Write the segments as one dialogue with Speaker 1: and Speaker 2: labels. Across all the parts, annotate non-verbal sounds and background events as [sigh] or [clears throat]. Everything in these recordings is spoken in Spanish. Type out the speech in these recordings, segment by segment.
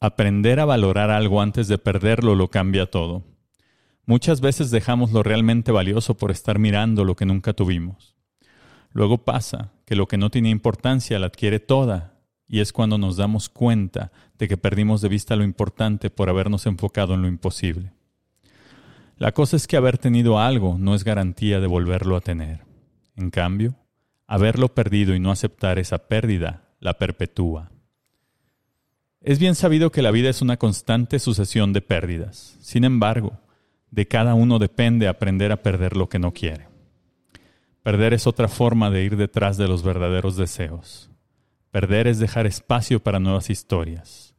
Speaker 1: Aprender a valorar algo antes de perderlo lo cambia todo. Muchas veces dejamos lo realmente valioso por estar mirando lo que nunca tuvimos. Luego pasa que lo que no tiene importancia la adquiere toda y es cuando nos damos cuenta de que perdimos de vista lo importante por habernos enfocado en lo imposible. La cosa es que haber tenido algo no es garantía de volverlo a tener. En cambio, haberlo perdido y no aceptar esa pérdida la perpetúa. Es bien sabido que la vida es una constante sucesión de pérdidas. Sin embargo, de cada uno depende aprender a perder lo que no quiere. Perder es otra forma de ir detrás de los verdaderos deseos. Perder es dejar espacio para nuevas historias.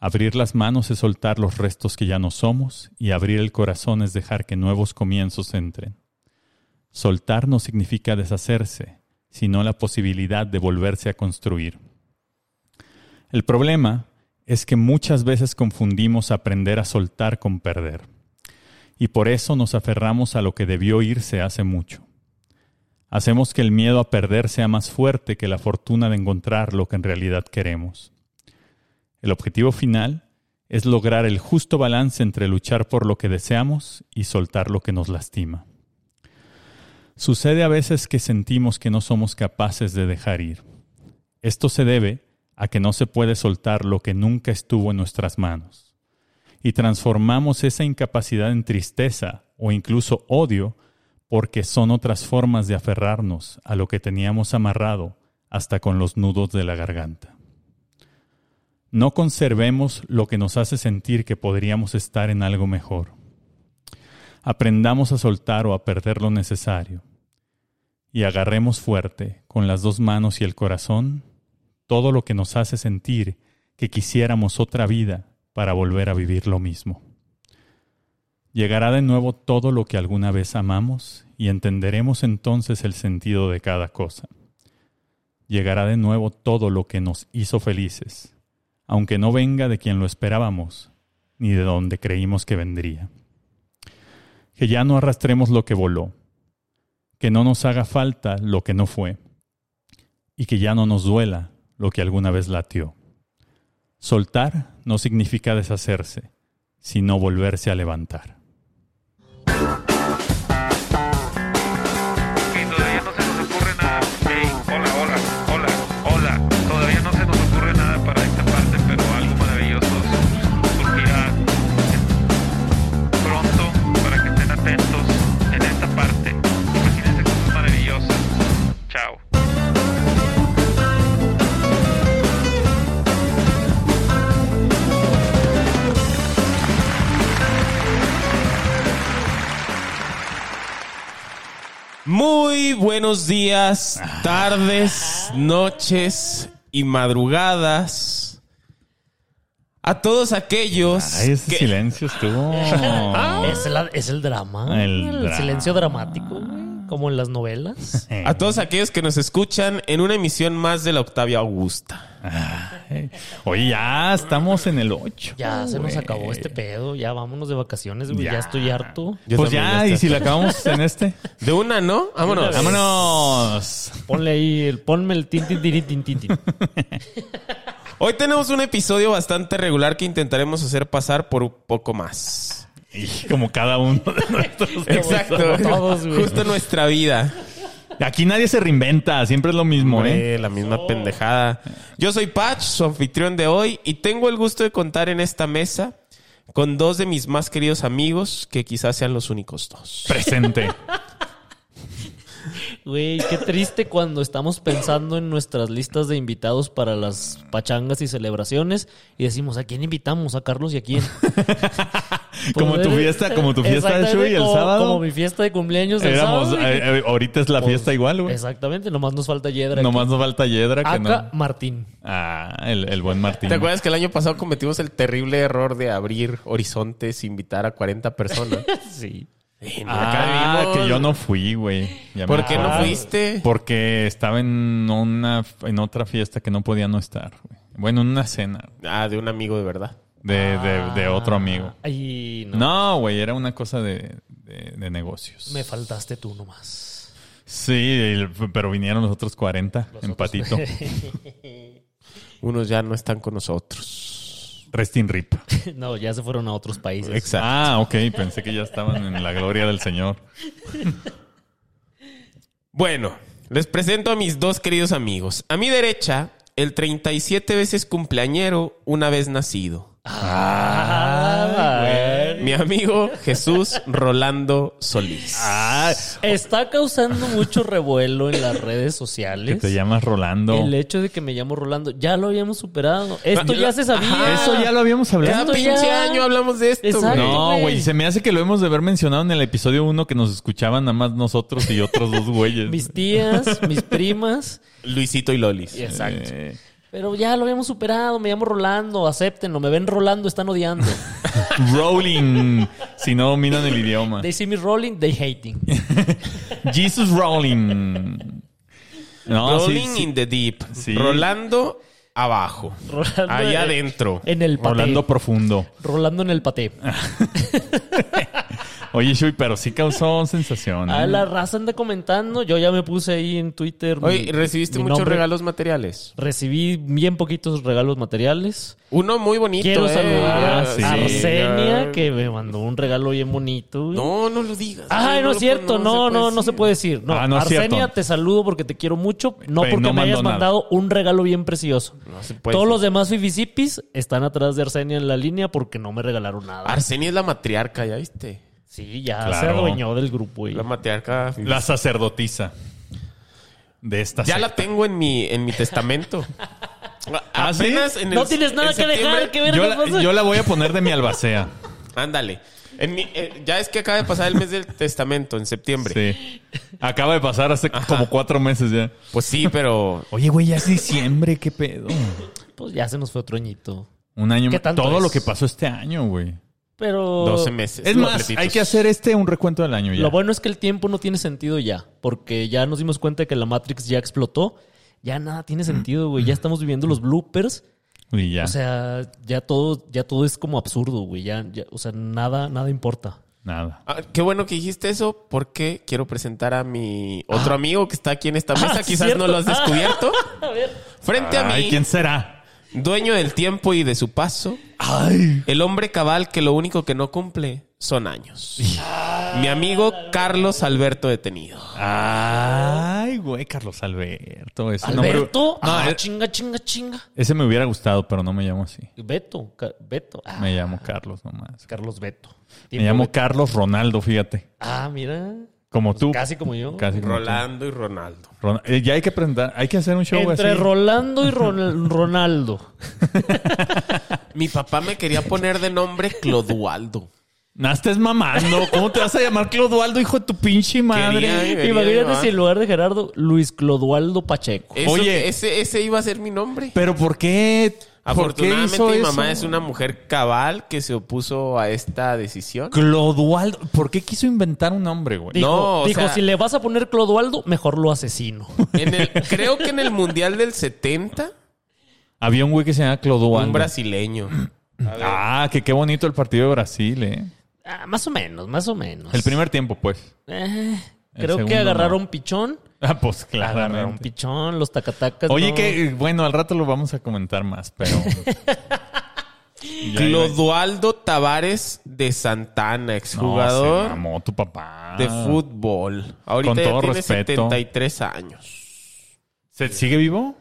Speaker 1: Abrir las manos es soltar los restos que ya no somos y abrir el corazón es dejar que nuevos comienzos entren. Soltar no significa deshacerse, sino la posibilidad de volverse a construir. El problema es que muchas veces confundimos aprender a soltar con perder, y por eso nos aferramos a lo que debió irse hace mucho. Hacemos que el miedo a perder sea más fuerte que la fortuna de encontrar lo que en realidad queremos. El objetivo final es lograr el justo balance entre luchar por lo que deseamos y soltar lo que nos lastima. Sucede a veces que sentimos que no somos capaces de dejar ir. Esto se debe a que no se puede soltar lo que nunca estuvo en nuestras manos. Y transformamos esa incapacidad en tristeza o incluso odio porque son otras formas de aferrarnos a lo que teníamos amarrado hasta con los nudos de la garganta. No conservemos lo que nos hace sentir que podríamos estar en algo mejor. Aprendamos a soltar o a perder lo necesario. Y agarremos fuerte, con las dos manos y el corazón, todo lo que nos hace sentir que quisiéramos otra vida para volver a vivir lo mismo. Llegará de nuevo todo lo que alguna vez amamos y entenderemos entonces el sentido de cada cosa. Llegará de nuevo todo lo que nos hizo felices, aunque no venga de quien lo esperábamos, ni de donde creímos que vendría. Que ya no arrastremos lo que voló, que no nos haga falta lo que no fue, y que ya no nos duela lo que alguna vez latió. Soltar no significa deshacerse, sino volverse a levantar.
Speaker 2: Y todavía no se nos ocurre nada. Ey, hola, hola, hola, hola. Todavía no se nos ocurre nada para esta parte, pero algo maravilloso surgirá pronto para que estén atentos en esta parte. Imagínense cosas maravillosas. Chao.
Speaker 3: Muy buenos días, tardes, noches y madrugadas. A todos aquellos
Speaker 1: Ay, ese
Speaker 3: que-
Speaker 1: silencio estuvo.
Speaker 3: [laughs]
Speaker 4: Es, la- es el drama.
Speaker 1: El
Speaker 4: El,
Speaker 1: drama.
Speaker 4: silencio dramático, güey, como en las novelas.
Speaker 1: Eh,
Speaker 3: a todos aquellos que nos escuchan en una emisión más de la Octavia Augusta.
Speaker 1: eh. Oye, ya estamos en el 8.
Speaker 4: Ya se nos acabó este pedo. Ya vámonos de vacaciones, güey. Ya,
Speaker 1: Ya.
Speaker 4: estoy harto.
Speaker 3: Yo
Speaker 1: pues
Speaker 3: también
Speaker 1: ya,
Speaker 3: ya
Speaker 1: y
Speaker 3: está.
Speaker 1: si la acabamos en este.
Speaker 3: De una, ¿no? [laughs] Vámonos.
Speaker 1: ¡Vámonos!
Speaker 4: Ponle ahí, el, ponme el tin tin tin tin tin. tin.
Speaker 3: Hoy tenemos un episodio bastante regular que intentaremos hacer pasar por un poco más.
Speaker 1: Y como cada uno
Speaker 3: [laughs]
Speaker 1: de nuestros.
Speaker 3: Exacto.
Speaker 4: todos, güey.
Speaker 3: Justo nuestra vida.
Speaker 1: Aquí nadie se reinventa, siempre es lo mismo, ¿eh?
Speaker 3: Hombre, la misma pendejada. Yo soy Patch, su anfitrión de hoy, y tengo el gusto de contar en esta mesa con dos de mis más queridos amigos, que quizás sean los únicos dos. [laughs]
Speaker 1: Presente.
Speaker 4: Güey, qué triste cuando estamos pensando en nuestras listas de invitados para las pachangas y celebraciones y decimos, ¿a quién invitamos? ¿A Carlos y a quién?
Speaker 1: [laughs]
Speaker 4: Pues,
Speaker 1: Como tu fiesta, como tu fiesta de Chuy
Speaker 4: Exactamente,
Speaker 1: el
Speaker 4: como- Como
Speaker 1: sábado.
Speaker 4: mi fiesta de cumpleaños del
Speaker 1: Éramos,
Speaker 4: sábado. güey.
Speaker 1: eh, eh, ahorita es la
Speaker 4: Pues,
Speaker 1: fiesta igual, güey.
Speaker 4: Exactamente, nomás nos falta Yedra. aquí.
Speaker 1: Nomás nos falta Yedra que
Speaker 4: Aca
Speaker 1: no.
Speaker 4: Martín.
Speaker 1: Ah, el, el buen Martín.
Speaker 3: ¿Te acuerdas que el año pasado cometimos el terrible error de abrir horizontes e invitar a 40 [laughs] personas?
Speaker 4: [laughs] Sí.
Speaker 3: Eh, acá
Speaker 1: Ah,
Speaker 3: vimos.
Speaker 1: que yo no fui, güey. Ya me
Speaker 3: ¿Por qué no
Speaker 1: acuerdo.
Speaker 3: fuiste?
Speaker 1: Porque estaba en una en otra fiesta que no podía no estar, güey. Bueno, en una cena
Speaker 3: Ah, de un amigo de verdad.
Speaker 1: de, Eh, de-
Speaker 4: Ah.
Speaker 1: de otro amigo.
Speaker 4: Ay, no.
Speaker 1: No, güey, era una cosa de, de- de negocios.
Speaker 4: Me faltaste tú nomás. [laughs]
Speaker 1: Sí, el- pero vinieron los otros 40 en patito.
Speaker 3: Unos ya no están con nosotros.
Speaker 1: Resting Rip.
Speaker 4: No, ya se fueron a otros países.
Speaker 3: Exacto.
Speaker 1: Ah, ok, pensé que ya estaban en la gloria del Señor.
Speaker 3: Bueno, les presento a mis dos queridos amigos. A mi derecha, el 37 veces cumpleañero, una vez nacido.
Speaker 4: Ah,
Speaker 3: Mi amigo Jesús Rolando Solís.
Speaker 1: Ah.
Speaker 4: Está causando mucho revuelo en las redes
Speaker 1: Que
Speaker 4: sociales.
Speaker 1: te llamas Rolando.
Speaker 4: El hecho de que me llamo Rolando, ya lo habíamos superado. Esto
Speaker 3: Yo-
Speaker 4: ya se sabía.
Speaker 3: Ajá.
Speaker 1: Eso ya lo habíamos
Speaker 3: Cada
Speaker 1: hablado.
Speaker 4: Esto
Speaker 3: pinche
Speaker 4: ya.
Speaker 3: año hablamos de esto.
Speaker 4: Exacto.
Speaker 3: güey.
Speaker 1: No,
Speaker 4: güey.
Speaker 1: güey, se me hace que lo hemos de haber mencionado en el episodio 1 que nos escuchaban nada más nosotros y otros dos güeyes.
Speaker 4: Mis tías, mis
Speaker 1: [laughs]
Speaker 4: primas.
Speaker 3: Luisito y Lolis.
Speaker 4: Exacto.
Speaker 1: Eh,
Speaker 4: Pero ya lo habíamos superado. Me llamo Rolando, acéptenlo. Me ven Rolando,
Speaker 1: [laughs]
Speaker 4: están odiando.
Speaker 1: rolling, si no dominan el idioma.
Speaker 4: They see me rolling, they
Speaker 1: [laughs]
Speaker 4: hating.
Speaker 1: Jesus Rolling. No, sí,
Speaker 3: Rolling
Speaker 1: sí.
Speaker 3: in the deep.
Speaker 1: Sí.
Speaker 3: Rolando abajo.
Speaker 4: Rolando Eh,
Speaker 3: Allá
Speaker 4: en-
Speaker 3: adentro.
Speaker 4: En el paté.
Speaker 1: Rolando
Speaker 4: Rolando,
Speaker 1: profundo.
Speaker 4: en el paté.
Speaker 1: Oye, Shui, pero sí causó sensación. ¿eh?
Speaker 4: A la raza anda comentando. Yo ya me puse ahí en Twitter. mi-
Speaker 3: Oye, ¿recibiste
Speaker 4: mi
Speaker 3: muchos
Speaker 4: nombre.
Speaker 3: regalos materiales?
Speaker 4: Recibí bien poquitos regalos materiales.
Speaker 3: Uno muy bonito.
Speaker 4: Quiero
Speaker 3: eh.
Speaker 4: saludar
Speaker 1: Ah, sí.
Speaker 4: a Arsenia,
Speaker 3: Ah.
Speaker 4: que me mandó un regalo bien bonito.
Speaker 3: No, no lo digas.
Speaker 4: Ay, no,
Speaker 3: lo
Speaker 4: es cierto,
Speaker 3: puedo-
Speaker 4: no, no, no se
Speaker 3: decir.
Speaker 4: puede decir. No,
Speaker 1: Ah, no es
Speaker 4: Arsenia,
Speaker 1: cierto.
Speaker 4: te saludo porque te quiero mucho, no
Speaker 1: Pero
Speaker 4: porque
Speaker 1: no
Speaker 4: me hayas
Speaker 1: mandó nada.
Speaker 4: mandado un regalo bien precioso.
Speaker 3: No pues, se puede
Speaker 4: Todos
Speaker 3: decir.
Speaker 4: los demás fifisipis están atrás de Arsenia en la línea porque no me regalaron nada.
Speaker 3: Arsenia es la matriarca, ¿ya viste?
Speaker 4: sí, ya
Speaker 1: Claro.
Speaker 4: se adueñó del grupo. Y...
Speaker 3: La matriarca.
Speaker 1: La sacerdotisa de esta
Speaker 3: ya
Speaker 1: secta.
Speaker 3: la tengo en mi, en mi testamento.
Speaker 1: [laughs] ¿Ah, sí?
Speaker 3: Apenas en el-
Speaker 4: No tienes nada
Speaker 3: en
Speaker 4: que dejar,
Speaker 3: septiembre-
Speaker 4: que ver
Speaker 1: Yo
Speaker 4: qué
Speaker 1: la,
Speaker 4: pasa.
Speaker 1: yo la voy a poner de mi albacea.
Speaker 3: Ándale. En mi- eh, ya es que acaba de pasar el mes del testamento, en septiembre.
Speaker 1: Sí. Acaba de pasar hace como cuatro meses ya.
Speaker 3: Pues sí, pero
Speaker 1: Oye, güey, ya es diciembre, qué pedo.
Speaker 4: Pues ya se nos fue otro añito.
Speaker 1: Un año
Speaker 4: ¿Qué
Speaker 1: más.
Speaker 4: tanto
Speaker 1: Todo
Speaker 4: es?
Speaker 1: lo que pasó este año, güey.
Speaker 4: Pero
Speaker 3: 12 meses.
Speaker 1: Es más,
Speaker 3: completitos.
Speaker 1: hay que hacer este un recuento del año ya.
Speaker 4: lo bueno es que el tiempo no tiene sentido ya, porque ya nos dimos cuenta de que la Matrix ya explotó. Ya nada tiene sentido, güey. Ya estamos viviendo los bloopers.
Speaker 1: Y ya.
Speaker 4: O sea, ya todo, ya todo es como absurdo, güey. Ya, ya, o sea, nada, nada importa.
Speaker 1: Nada.
Speaker 3: Ah, qué bueno que dijiste eso, porque quiero presentar a mi otro amigo que está aquí en esta mesa.
Speaker 4: Ah,
Speaker 3: Quizás
Speaker 4: ¿cierto?
Speaker 3: no lo has descubierto.
Speaker 4: A ver.
Speaker 3: Frente a
Speaker 1: Ay,
Speaker 3: mí,
Speaker 1: ¿quién será?
Speaker 3: dueño del tiempo y de su paso,
Speaker 1: Ay.
Speaker 3: el hombre cabal que lo único que no cumple son años. Mi amigo Carlos Alberto Detenido.
Speaker 1: Ay, güey, Carlos Alberto. Ese nombre-
Speaker 4: Alberto.
Speaker 1: No,
Speaker 4: ah,
Speaker 1: e-
Speaker 4: chinga, chinga, chinga.
Speaker 1: ese me hubiera gustado, pero no me llamo así.
Speaker 4: Beto, Ca- Beto. Ah,
Speaker 1: Me llamo Carlos nomás.
Speaker 4: Carlos Beto.
Speaker 1: Me
Speaker 4: Tiempo
Speaker 1: llamo
Speaker 4: Beto.
Speaker 1: Carlos Ronaldo, fíjate.
Speaker 4: Ah, mira.
Speaker 1: Como tú.
Speaker 4: Pues Casi como yo.
Speaker 1: Casi como tú.
Speaker 3: Rolando y Ronaldo.
Speaker 1: Ron- eh, Ya hay que presentar, hay que hacer un show
Speaker 4: Entre
Speaker 1: así.
Speaker 4: Rolando y
Speaker 1: [laughs]
Speaker 4: Ron- Ronaldo.
Speaker 3: Mi papá me quería poner de nombre Clodualdo.
Speaker 1: No estés mamando. ¿Cómo te vas a llamar Clodoaldo, hijo de tu pinche
Speaker 3: Quería-
Speaker 1: madre?
Speaker 3: Ay, venía
Speaker 4: Imagínate
Speaker 3: yo,
Speaker 4: si en lugar de Gerardo, Luis Clodoaldo Pacheco.
Speaker 3: Eso-
Speaker 1: Oye.
Speaker 3: ese, ese iba a ser mi nombre.
Speaker 1: Pero ¿por qué? ¿Por qué
Speaker 3: Afortunadamente
Speaker 1: hizo
Speaker 3: mi
Speaker 1: eso?
Speaker 3: mamá es una mujer cabal que se opuso a esta decisión.
Speaker 1: Clodoaldo. ¿Por qué quiso inventar un nombre, güey?
Speaker 4: Dijo,
Speaker 3: No, o
Speaker 4: dijo,
Speaker 3: sea-
Speaker 4: si le vas a poner Clodoaldo, mejor lo asesino.
Speaker 3: En el- creo que en el Mundial del 70,
Speaker 1: Había un güey que se llamaba
Speaker 3: un
Speaker 1: Clodoaldo.
Speaker 3: brasileño.
Speaker 1: Ah, que qué bonito el partido de Brasil, eh.
Speaker 4: [laughs] Ah, más o menos, más o menos.
Speaker 1: El primer tiempo, pues.
Speaker 4: Eh,
Speaker 1: El
Speaker 4: creo que
Speaker 1: segundo
Speaker 4: agarraron pichón.
Speaker 1: Ah, pues
Speaker 4: Agarraron
Speaker 1: claramente.
Speaker 4: pichón, los tacatacas.
Speaker 1: Oye,
Speaker 4: no.
Speaker 1: que eh, bueno, al rato lo vamos a comentar más, pero. Ya iba-
Speaker 3: Clodoaldo Tavares de Santana,
Speaker 1: No, se
Speaker 3: exjugador
Speaker 1: mamó tu papá.
Speaker 3: de fútbol. Ahorita
Speaker 1: Con
Speaker 3: ya
Speaker 1: todo
Speaker 3: tiene
Speaker 1: respeto.
Speaker 3: 73 años.
Speaker 1: ¿Se sigue vivo?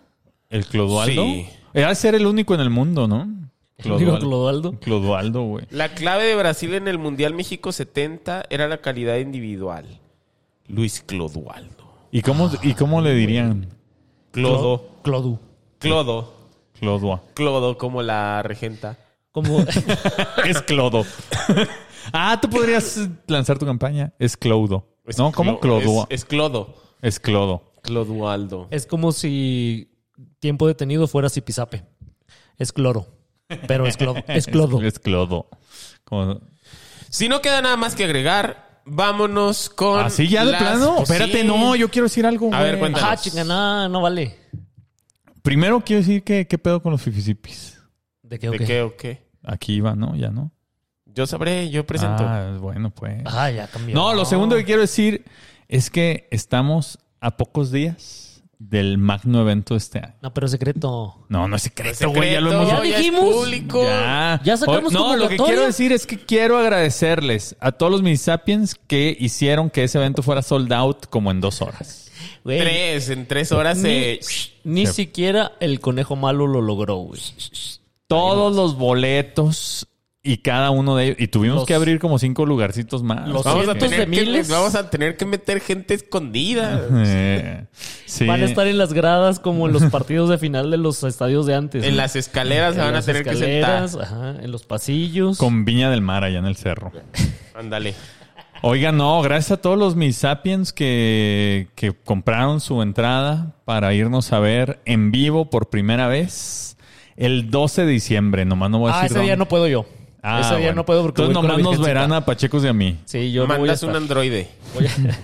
Speaker 1: ¿El Clodoaldo?
Speaker 3: Sí.
Speaker 1: Era de ser el único en el mundo, ¿no?
Speaker 4: El único Clodoaldo.
Speaker 1: Clodoaldo, güey.
Speaker 3: La clave de Brasil en el Mundial México 70 era la calidad individual. Luis Clodoaldo.
Speaker 1: ¿Y cómo, ¿Y cómo le dirían?
Speaker 3: Clodo.
Speaker 4: Clodu.
Speaker 3: Clodo.
Speaker 1: Clodoa.
Speaker 3: Clodo como la regenta.
Speaker 1: [laughs]
Speaker 4: Como,
Speaker 1: Es Clodo. ah, tú podrías eh, lanzar tu campaña. Es Clodo.
Speaker 3: Es
Speaker 1: no, ¿cómo
Speaker 3: Clo-
Speaker 1: Clodoa? Es,
Speaker 3: Es, es Clodo.
Speaker 1: Clodo.
Speaker 3: Clodoaldo.
Speaker 4: es como si tiempo detenido fuera Zipizape. Es cloro. Pero es clodo. Es clodo.
Speaker 1: [laughs] Es, Clodo. Como-
Speaker 3: Si no queda nada más que agregar, vámonos con.
Speaker 1: ¿Así ya de
Speaker 3: las-
Speaker 1: plano?
Speaker 3: pues
Speaker 1: Espérate,
Speaker 3: sí.
Speaker 1: no, yo quiero decir algo.
Speaker 3: A
Speaker 1: güey.
Speaker 3: ver, cuéntame.
Speaker 4: Ajá, chinga, no, no vale.
Speaker 1: Primero quiero decir que qué pedo con los fifisipis.
Speaker 4: ¿De qué o
Speaker 3: ¿De
Speaker 4: qué?
Speaker 3: qué o qué?
Speaker 1: Aquí iba, ¿no? Ya no.
Speaker 3: Yo sabré, yo presento.
Speaker 1: Ah, bueno, pues.
Speaker 4: Ah, ya cambió.
Speaker 1: No, lo segundo que quiero decir es que estamos a pocos días del magno evento de este año.
Speaker 4: No, pero secreto.
Speaker 1: No, no es secreto, güey, ya lo
Speaker 3: Secreto,
Speaker 1: hemos
Speaker 4: Ya
Speaker 3: es
Speaker 4: dijimos.
Speaker 3: público.
Speaker 1: Ya.
Speaker 4: ¿Ya
Speaker 1: Hoy-
Speaker 4: sacamos
Speaker 1: No, lo que
Speaker 4: convocatoria?
Speaker 1: quiero decir es que quiero agradecerles a todos los minisapiens que hicieron que ese evento fuera sold out como en dos horas.
Speaker 4: Güey,
Speaker 3: Tres, en tres horas eh, se...
Speaker 4: ni siquiera el conejo malo lo logró, güey.
Speaker 1: Todos los boletos y cada uno de ellos. Y tuvimos
Speaker 4: Los-
Speaker 1: que abrir como cinco lugarcitos más.
Speaker 4: los
Speaker 1: Vamos a
Speaker 4: cientos
Speaker 1: tener-
Speaker 4: de
Speaker 3: que,
Speaker 4: miles.
Speaker 3: vamos a tener que meter gente escondida.
Speaker 1: Eh, sí.
Speaker 4: Van a estar en las gradas
Speaker 1: [laughs]
Speaker 4: como en los partidos de final de los estadios de antes.
Speaker 3: En
Speaker 4: ¿no?
Speaker 3: las escaleras se
Speaker 4: En
Speaker 3: van a
Speaker 4: las
Speaker 3: tener
Speaker 4: escaleras, ajá, en los pasillos.
Speaker 1: Con Viña del Mar allá en el cerro.
Speaker 3: que sentar. Ándale.
Speaker 1: Oiga, no, gracias a todos los Misapiens que, que compraron su entrada para irnos a ver en vivo por primera vez el 12 de diciembre. Nomás no voy a
Speaker 4: ah,
Speaker 1: decir
Speaker 4: ese día
Speaker 1: dónde.
Speaker 4: no puedo yo.
Speaker 1: Ah,
Speaker 4: ese día
Speaker 1: bueno.
Speaker 4: no puedo porque
Speaker 1: Entonces
Speaker 4: voy con la
Speaker 1: nomás nos
Speaker 4: virgencita.
Speaker 1: verán a Pachecos y a mí.
Speaker 4: Sí, yo no voy a
Speaker 3: Mandas
Speaker 4: estar.
Speaker 3: un androide.
Speaker 4: Voy a-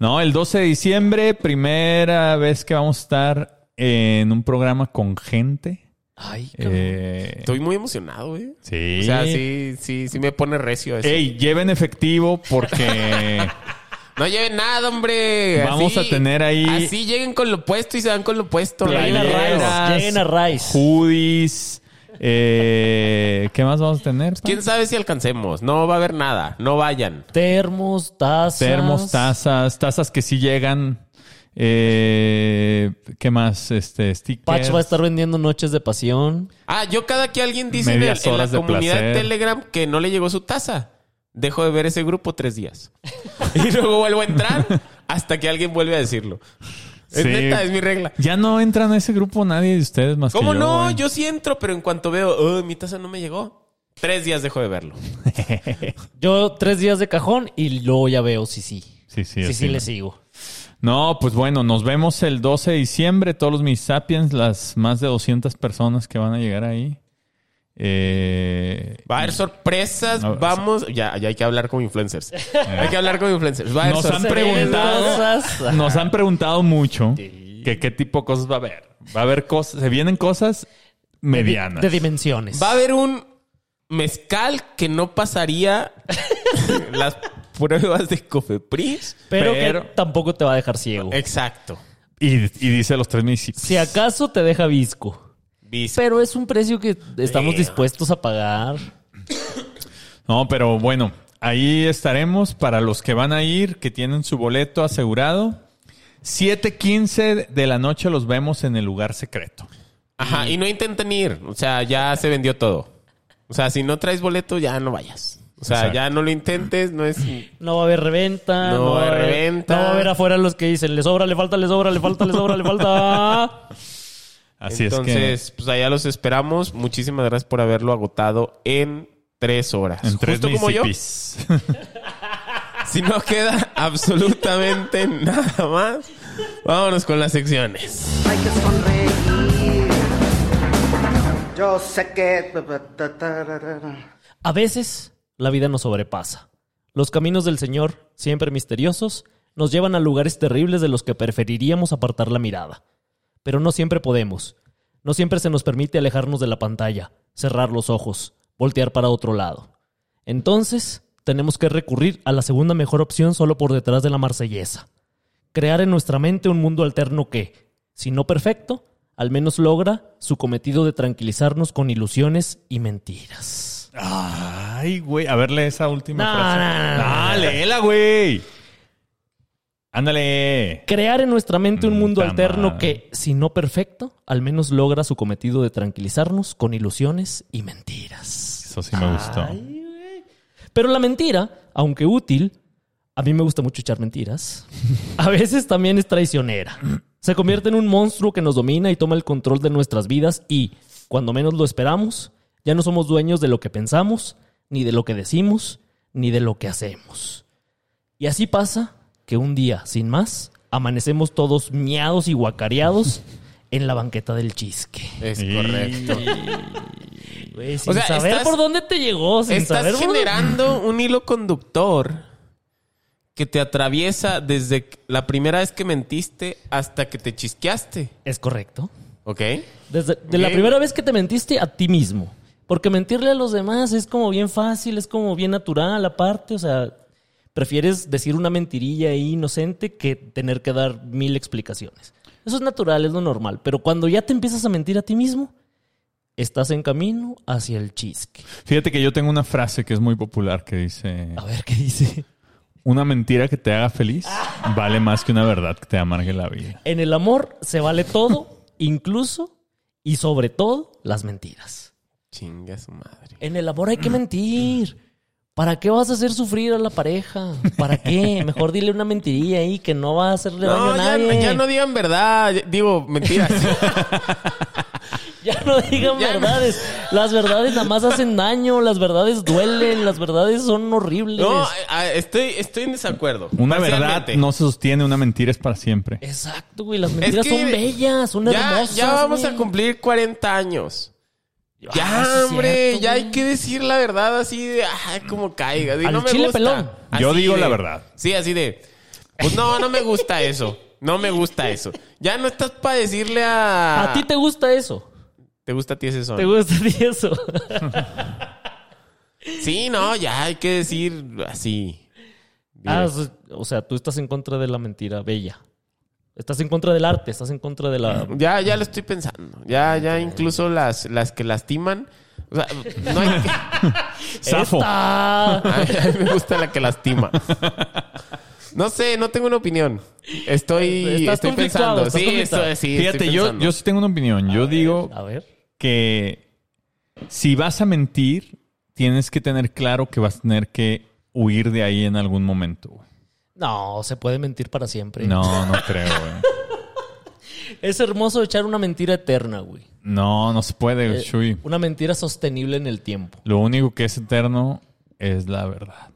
Speaker 1: No, el 12 de diciembre, primera vez que vamos a estar en un programa con gente.
Speaker 4: Ay, cabrón.
Speaker 1: Eh,
Speaker 3: Estoy muy emocionado, güey.
Speaker 1: sí.
Speaker 3: O sea, sí, sí, sí me pone recio eso.
Speaker 4: eh,
Speaker 1: Ey, lleven efectivo
Speaker 4: [laughs]
Speaker 1: porque
Speaker 3: No lleven nada, hombre.
Speaker 1: Vamos
Speaker 3: Así-
Speaker 1: a tener ahí-
Speaker 3: Así lleguen con lo puesto y se van con lo puesto.
Speaker 4: Lleguen a
Speaker 1: playeras,
Speaker 4: Rice, lleguen a Rice.
Speaker 1: hoodies. eh, ¿Qué más vamos a tener? pa?
Speaker 3: ¿Quién sabe si alcancemos? No va a haber nada. No vayan.
Speaker 4: Termos, tazas.
Speaker 1: Termos, tazas, tazas que sí llegan. Eh, ¿Qué más? Este, stickers.
Speaker 4: Patch va a estar vendiendo noches de pasión.
Speaker 3: Ah, yo cada que alguien dice en, el-
Speaker 1: Medias
Speaker 3: en la
Speaker 1: horas de
Speaker 3: comunidad de
Speaker 1: placer.
Speaker 3: Telegram que no le llegó su taza, dejo de ver ese grupo tres días. [laughs] y luego vuelvo a entrar hasta que alguien vuelve a decirlo. Es
Speaker 1: Sí.
Speaker 3: neta, es mi regla.
Speaker 1: Ya no entran a ese grupo nadie de ustedes más que
Speaker 3: ¿Cómo
Speaker 1: yo, eh.
Speaker 3: no?
Speaker 1: güey.
Speaker 3: Yo sí entro, pero en cuanto veo, "Oh, mi taza no me llegó. Tres días dejo de verlo.
Speaker 4: Yo tres días de cajón y luego ya veo si sí.
Speaker 1: Sí, sí,
Speaker 4: Si sí,
Speaker 1: así, ¿no?
Speaker 4: le sigo.
Speaker 1: No, pues bueno, nos vemos el 12 de diciembre. Todos los mis sapiens, las más de 200 personas que van a llegar ahí. Eh,
Speaker 3: Va a haber sorpresas.
Speaker 1: No, Eh.
Speaker 3: Vamos. Ya, ya hay que hablar con influencers. hay que hablar con influencers.
Speaker 4: Ah,
Speaker 3: Va a haber
Speaker 1: Nos han
Speaker 3: sorpresas.
Speaker 1: preguntado,
Speaker 4: Cosas.
Speaker 1: nos han preguntado mucho que qué tipo de cosas va a haber. Va a haber cosas, se vienen cosas medianas.
Speaker 4: De dimensiones.
Speaker 3: Va a haber un mezcal que
Speaker 1: [laughs]
Speaker 3: no pasaría las pruebas de Cofepris.
Speaker 4: pero, que
Speaker 1: pero-
Speaker 4: tampoco te va a dejar ciego.
Speaker 3: Eh, Exacto.
Speaker 1: Y, y dice los tres municipios.
Speaker 4: Si acaso te deja visco.
Speaker 3: Bis-
Speaker 4: Pero es un precio que estamos
Speaker 3: Sí.
Speaker 4: dispuestos a pagar.
Speaker 1: No, pero bueno, ahí estaremos para los que van a ir, que tienen su boleto asegurado. 7.15 de la noche los vemos en el lugar secreto.
Speaker 3: Ajá, y no intenten ir. O sea, ya se vendió todo. O sea, si no traes boleto, ya no vayas. O sea,
Speaker 1: Exacto.
Speaker 3: ya no lo intentes, no es...
Speaker 4: No va a haber reventa.
Speaker 3: No va a haber reventa.
Speaker 4: No va a haber afuera los que dicen, le sobra, le falta, le sobra, le falta, le sobra, le [laughs] falta.
Speaker 1: Así es
Speaker 3: Entonces, pues allá los esperamos. Muchísimas gracias por haberlo agotado en tres horas.
Speaker 1: que en tres
Speaker 3: Justo como yo.
Speaker 1: municipios.
Speaker 3: Si no queda absolutamente nada más, vámonos con las secciones.
Speaker 5: hay que sonreír. Yo sé que...
Speaker 4: A veces la vida nos sobrepasa. Los caminos del Señor, siempre misteriosos, nos llevan a lugares terribles de los que preferiríamos apartar la mirada. Pero no siempre podemos. No siempre se nos permite alejarnos de la pantalla, cerrar los ojos, voltear para otro lado. Entonces, tenemos que recurrir a la segunda mejor opción solo por detrás de la marsellesa. Crear en nuestra mente un mundo alterno que, si no perfecto, al menos logra su cometido de tranquilizarnos con ilusiones y mentiras.
Speaker 1: [laughs] Ay, güey. A ver, lee esa última
Speaker 4: No,
Speaker 1: frase.
Speaker 4: no, no, no.
Speaker 1: Ah, léela, güey. Ándale.
Speaker 4: Crear en nuestra mente un mundo
Speaker 1: Puta
Speaker 4: alterno
Speaker 1: madre.
Speaker 4: que, si no perfecto, al menos logra su cometido de tranquilizarnos con ilusiones y mentiras.
Speaker 1: Eso sí me gustó.
Speaker 4: Pero la mentira, aunque útil, a mí me gusta mucho echar mentiras, a veces también es traicionera. Se convierte en un monstruo que nos domina y toma el control de nuestras vidas y, cuando menos lo esperamos, ya no somos dueños de lo que pensamos, ni de lo que decimos, ni de lo que hacemos. Y así pasa que un día, sin más, amanecemos todos miados y guacareados [laughs] en la banqueta del chisque.
Speaker 3: Es
Speaker 1: Y-
Speaker 3: correcto.
Speaker 4: Güey, sin
Speaker 3: O sea,
Speaker 4: saber
Speaker 3: estás-
Speaker 4: por dónde te llegó, sin saber
Speaker 3: Estás
Speaker 4: por dónde-
Speaker 3: generando un hilo conductor que te atraviesa desde la primera vez que mentiste hasta que te chisqueaste.
Speaker 4: Es correcto.
Speaker 3: ¿Ok?
Speaker 4: Desde de la
Speaker 3: Bien.
Speaker 4: primera vez que te mentiste a ti mismo. Porque mentirle a los demás es como bien fácil, es como bien natural, aparte, o sea. prefieres decir una mentirilla ahí inocente que tener que dar mil explicaciones. Eso es natural, es lo normal. Pero cuando ya te empiezas a mentir a ti mismo, estás en camino hacia el chisque.
Speaker 1: Fíjate que yo tengo una frase que es muy popular que dice,
Speaker 4: A ver qué dice.
Speaker 1: una mentira que te haga feliz vale más que una verdad que te amargue la vida.
Speaker 4: En el amor se vale todo, [laughs] incluso y sobre todo las mentiras.
Speaker 3: Chinga su madre.
Speaker 4: En el amor hay que mentir. ¿Para qué vas a hacer sufrir a la pareja? ¿Para qué? Mejor dile una mentirilla ahí que no va a hacerle daño
Speaker 3: No,
Speaker 4: a
Speaker 3: ya,
Speaker 4: nadie.
Speaker 3: ya no digan verdad. ya- Digo, mentiras.
Speaker 4: [laughs] Ya no digan
Speaker 3: Ya no.
Speaker 4: verdades. Las verdades nada más hacen daño, las verdades duelen, las verdades son horribles.
Speaker 3: no, a- estoy, estoy en desacuerdo.
Speaker 1: Una verdad
Speaker 3: Parcialmente.
Speaker 1: no se sostiene, una mentira es para siempre.
Speaker 4: Exacto, güey. Las mentiras
Speaker 3: que
Speaker 4: son bellas, son
Speaker 3: Ya,
Speaker 4: hermosas.
Speaker 3: ya vamos
Speaker 4: güey.
Speaker 3: a cumplir 40 años.
Speaker 4: Ah,
Speaker 3: Ya,
Speaker 4: sí es
Speaker 3: hombre,
Speaker 4: cierto,
Speaker 3: ya
Speaker 4: güey.
Speaker 3: hay que decir la verdad así de, ay, como caiga. de,
Speaker 4: Al
Speaker 3: no me
Speaker 4: chile
Speaker 3: gusta.
Speaker 4: pelón.
Speaker 1: Yo
Speaker 3: Así
Speaker 1: digo
Speaker 3: de-
Speaker 1: la verdad.
Speaker 3: Sí, así de, pues no, no me gusta eso. No me gusta eso. Ya no estás para decirle a...
Speaker 4: A ti te gusta eso.
Speaker 3: ¿Te gusta a ti ese son?
Speaker 4: Te gusta a ti eso.
Speaker 3: Sí, no, ya hay que decir así.
Speaker 4: [laughs] Ah, o- o sea, tú estás en contra de la mentira bella. Estás en contra del arte, estás en contra de la.
Speaker 3: Ya, ya lo estoy pensando. Ya, ya incluso las, las que lastiman. O sea, no hay que...
Speaker 1: Safo.
Speaker 3: [laughs]
Speaker 4: ¡Esta!
Speaker 3: A mí- a mí me gusta la que lastima. No sé, no tengo una opinión. Estoy,
Speaker 4: Estás
Speaker 3: estoy
Speaker 4: conflictuado,
Speaker 3: pensando.
Speaker 4: estás
Speaker 3: Sí,
Speaker 4: conflictuado.
Speaker 3: estoy- sí,
Speaker 1: Fíjate,
Speaker 3: estoy
Speaker 1: yo,
Speaker 3: pensando.
Speaker 1: yo sí tengo una opinión. Yo digo
Speaker 4: A ver.
Speaker 1: que si vas a mentir, tienes que tener claro que vas a tener que huir de ahí en algún momento. güey.
Speaker 4: No, se puede mentir para siempre.
Speaker 1: No, no creo, güey.
Speaker 4: Es hermoso echar una mentira eterna, güey.
Speaker 1: No, no se puede,
Speaker 4: Eh,
Speaker 1: Shui.
Speaker 4: Una mentira sostenible en el tiempo.
Speaker 1: Lo único que es eterno es la verdad.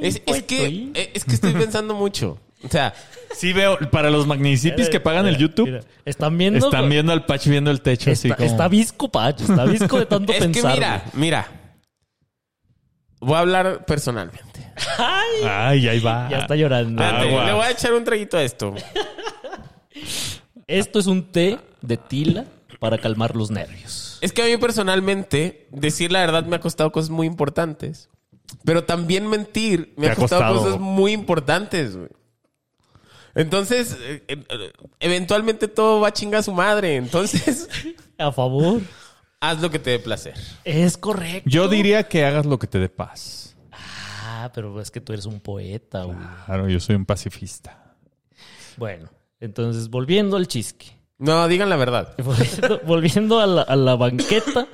Speaker 3: Es, es
Speaker 4: pues,
Speaker 3: que, eh, es que estoy pensando mucho. O sea,
Speaker 1: Sí veo, para los magnicipis que pagan el
Speaker 4: Mira,
Speaker 1: YouTube,
Speaker 4: mira, Están viendo.
Speaker 1: están viendo al Pach viendo el techo así
Speaker 4: Está,
Speaker 1: como...
Speaker 4: está visco, Pacho. Está visco
Speaker 1: [laughs]
Speaker 4: de tanto
Speaker 3: es
Speaker 4: pensar.
Speaker 3: que mira, mira. Voy a hablar personalmente.
Speaker 1: Ay, ahí va.
Speaker 4: güey. Ya está llorando.
Speaker 1: Ah,
Speaker 3: Espérate,
Speaker 1: Aguas.
Speaker 3: le voy a echar un traguito a esto.
Speaker 4: Esto es un té de tila para calmar los nervios.
Speaker 3: Es que a mí personalmente, decir la verdad me ha costado cosas muy importantes. Pero también mentir me
Speaker 1: Te
Speaker 3: ha
Speaker 1: ha
Speaker 3: costado,
Speaker 1: costado.
Speaker 3: cosas muy importantes, güey. Entonces, eh, eh, eventualmente todo va a chingar a su madre. Entonces, [laughs]
Speaker 4: A favor.
Speaker 3: haz lo que te dé placer.
Speaker 4: Es correcto.
Speaker 1: Yo diría que hagas lo que te dé paz.
Speaker 4: Ah, pero es que tú eres un poeta, güey.
Speaker 1: Claro, yo soy un pacifista. [laughs]
Speaker 4: Bueno, entonces volviendo al chisque.
Speaker 3: No, digan la verdad.
Speaker 4: [laughs] Volviendo, volviendo a, la, a la banqueta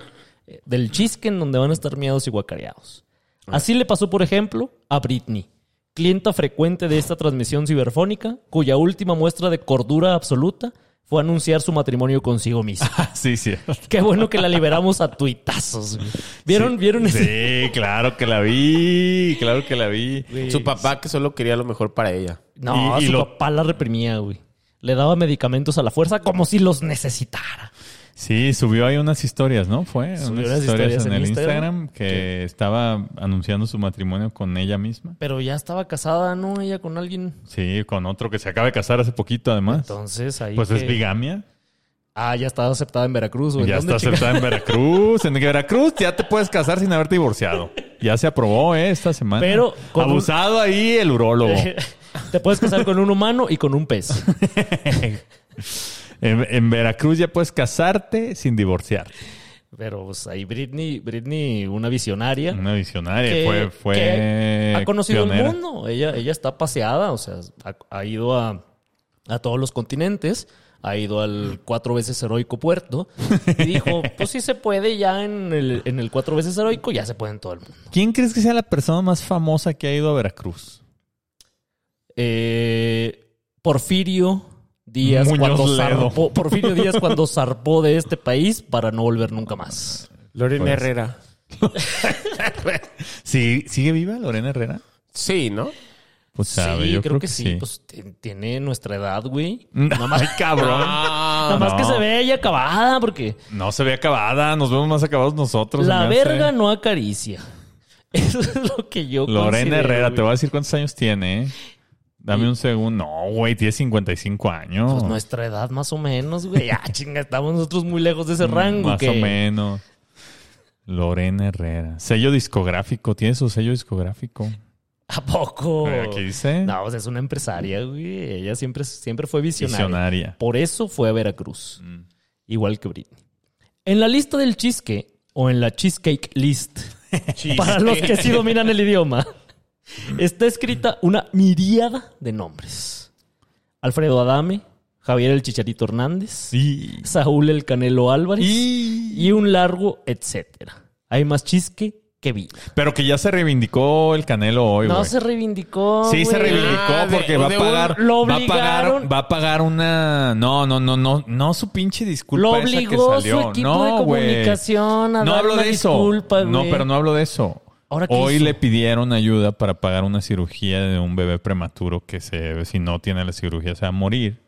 Speaker 4: eh, del chisque en donde van a estar miados y guacareados. Así le pasó, por ejemplo, a Britney, clienta frecuente de esta transmisión ciberfónica, cuya última muestra de cordura absoluta fue anunciar su matrimonio consigo misma.
Speaker 1: [laughs] sí, cierto.
Speaker 4: Qué bueno que la liberamos a tuitazos. güey. ¿Vieron, ¿vieron ese?
Speaker 1: Sí, claro que la vi, claro que la vi.
Speaker 3: Su papá que solo quería lo mejor para ella.
Speaker 4: No,
Speaker 1: Y- y
Speaker 4: su
Speaker 1: lo-
Speaker 4: papá la reprimía, güey. Le daba medicamentos a la fuerza como si los necesitara.
Speaker 1: Sí, subió ahí unas historias, ¿no? Fue
Speaker 4: Subió
Speaker 1: unas
Speaker 4: unas
Speaker 1: historias,
Speaker 4: historias
Speaker 1: en,
Speaker 4: en
Speaker 1: el
Speaker 4: Instagram.
Speaker 1: Instagram, que estaba anunciando su matrimonio con ella misma.
Speaker 4: Pero ya estaba casada, ¿no? Ella con alguien.
Speaker 1: Sí, con otro que se acaba de casar hace poquito, además.
Speaker 4: Entonces ahí.
Speaker 1: pues es
Speaker 4: que-
Speaker 1: bigamia.
Speaker 4: Ah, ya estaba aceptada en Veracruz, güey.
Speaker 1: Ya
Speaker 4: ¿Dónde
Speaker 1: está
Speaker 4: chinga-
Speaker 1: aceptada en Veracruz. En Veracruz ya te puedes casar sin haberte divorciado. Ya se aprobó eh, esta semana.
Speaker 4: Pero con un-
Speaker 1: abusado ahí el urólogo.
Speaker 4: Te puedes casar con un humano y con un pez.
Speaker 1: En, en Veracruz ya puedes casarte sin divorciar.
Speaker 4: [laughs] Pero pues ahí Britney, Britney, una visionaria.
Speaker 1: Una visionaria
Speaker 4: que-
Speaker 1: eh, fue fue
Speaker 4: que ha conocido
Speaker 1: pionera.
Speaker 4: el mundo. Ella, ella está paseada, o sea, ha, ha ido a, a todos los continentes, ha ido al cuatro veces heroico puerto
Speaker 1: [laughs]
Speaker 4: y dijo, pues si se puede ya en el, en el cuatro veces heroico, ya se puede en todo el mundo.
Speaker 1: ¿Quién crees que sea la persona más famosa que ha ido a Veracruz?
Speaker 4: Eh, Porfirio Díaz
Speaker 1: Muñoz
Speaker 4: cuando
Speaker 1: Ledo.
Speaker 4: zarpó, Porfirio Díaz cuando zarpó de este país para no volver nunca más.
Speaker 3: Lorena
Speaker 1: Pues.
Speaker 3: Herrera.
Speaker 1: ¿Sí, ¿Sigue viva Lorena Herrera?
Speaker 3: Sí, ¿no?
Speaker 1: Pues sabe,
Speaker 4: sí,
Speaker 1: yo
Speaker 4: creo, que, sí.
Speaker 1: [laughs]
Speaker 4: Pues t- tiene nuestra edad, güey.
Speaker 1: Nada más cabrón.
Speaker 3: Ah,
Speaker 4: Nada más que
Speaker 1: no.
Speaker 4: se ve ella acabada porque
Speaker 1: No se ve acabada, nos vemos más acabados nosotros.
Speaker 4: la
Speaker 1: se me hace.
Speaker 4: verga no acaricia. [laughs] Eso es lo que yo
Speaker 1: eh. Lorena
Speaker 4: considero,
Speaker 1: Herrera, te
Speaker 4: güey.
Speaker 1: voy a decir cuántos años tiene. ¿eh? Dame
Speaker 4: Y-
Speaker 1: un segundo. No, güey, tiene 55 años.
Speaker 4: Pues nuestra edad más o menos,
Speaker 1: [laughs]
Speaker 4: güey. Ah, chinga, estamos nosotros muy lejos de ese
Speaker 1: Mm,
Speaker 4: rango.
Speaker 1: Más
Speaker 4: que-
Speaker 1: o menos. Lorena Herrera. Sello discográfico, tiene su sello discográfico.
Speaker 4: ¿A poco?
Speaker 1: Pero Aquí dice
Speaker 4: No, o sea, es una empresaria, güey. Ella siempre, siempre fue visionaria.
Speaker 1: visionaria.
Speaker 4: Por eso fue a Veracruz.
Speaker 1: Mm.
Speaker 4: Igual que Britney. En la lista del cheesecake o en la cheesecake list, para los que sí dominan el idioma, está escrita una miríada de nombres. Alfredo Adame, Javier el Chicharito Hernández,
Speaker 1: Sí.
Speaker 4: Saúl el Canelo Álvarez
Speaker 1: Y-
Speaker 4: y un largo etcétera. Hay más chisque que vida.
Speaker 1: Pero que ya se reivindicó el Canelo hoy,
Speaker 4: No
Speaker 1: güey.
Speaker 4: se reivindicó.
Speaker 1: Sí, se
Speaker 4: güey.
Speaker 1: reivindicó
Speaker 3: Ah, de-
Speaker 1: porque va
Speaker 3: de
Speaker 1: a
Speaker 3: un-
Speaker 1: pagar.
Speaker 4: lo
Speaker 1: va a
Speaker 4: obligaron.
Speaker 1: pagar, va a pagar una. No, no, no, no, no su pinche disculpa.
Speaker 4: Lo
Speaker 1: esa
Speaker 4: obligó
Speaker 1: que salió.
Speaker 4: su equipo
Speaker 1: no,
Speaker 4: de
Speaker 1: güey.
Speaker 4: comunicación a
Speaker 1: No
Speaker 4: dar
Speaker 1: hablo
Speaker 4: una
Speaker 1: de eso.
Speaker 4: disculpa,
Speaker 1: no,
Speaker 4: güey.
Speaker 1: pero no hablo de eso.
Speaker 4: ¿Ahora qué
Speaker 1: Hoy
Speaker 4: hizo?
Speaker 1: le pidieron ayuda para pagar una cirugía de un bebé prematuro que se, si no tiene la cirugía se va a morir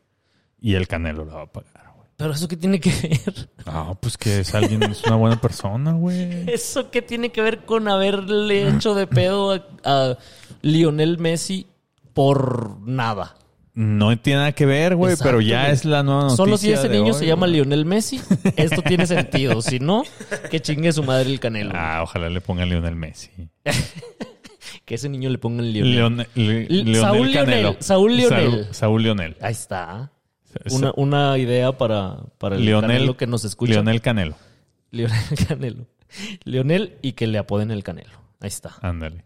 Speaker 1: y el Canelo la va a pagar. güey.
Speaker 4: Pero eso qué tiene que ver.
Speaker 1: Ah, pues que es alguien, es una buena persona, güey.
Speaker 4: Eso qué tiene que ver con haberle
Speaker 1: Mm.
Speaker 4: hecho de pedo a, a Lionel Messi por nada.
Speaker 1: No tiene nada que ver, güey,
Speaker 4: Exacto,
Speaker 1: pero ya
Speaker 4: güey.
Speaker 1: es la nueva noticia.
Speaker 4: Solo si ese
Speaker 1: de
Speaker 4: niño
Speaker 1: hoy,
Speaker 4: se llama
Speaker 1: güey.
Speaker 4: Lionel Messi, esto tiene sentido.
Speaker 1: [laughs]
Speaker 4: Si no, que chingue su madre el Canelo. güey.
Speaker 1: Ah, ojalá le ponga Lionel Messi.
Speaker 4: Que ese niño le ponga el Lionel.
Speaker 1: Leone- Le-
Speaker 4: L-
Speaker 1: Leonel
Speaker 4: Saúl
Speaker 1: Canelo.
Speaker 4: Lionel, Saúl Lionel.
Speaker 1: Saúl, Saúl Lionel.
Speaker 4: Ahí está. Una, una idea para, para el
Speaker 1: Lionel-
Speaker 4: Canelo que nos escucha.
Speaker 1: Lionel Canelo.
Speaker 4: Lionel [laughs] Canelo. Lionel y que le apoden el Canelo. Ahí está.
Speaker 1: Ándale.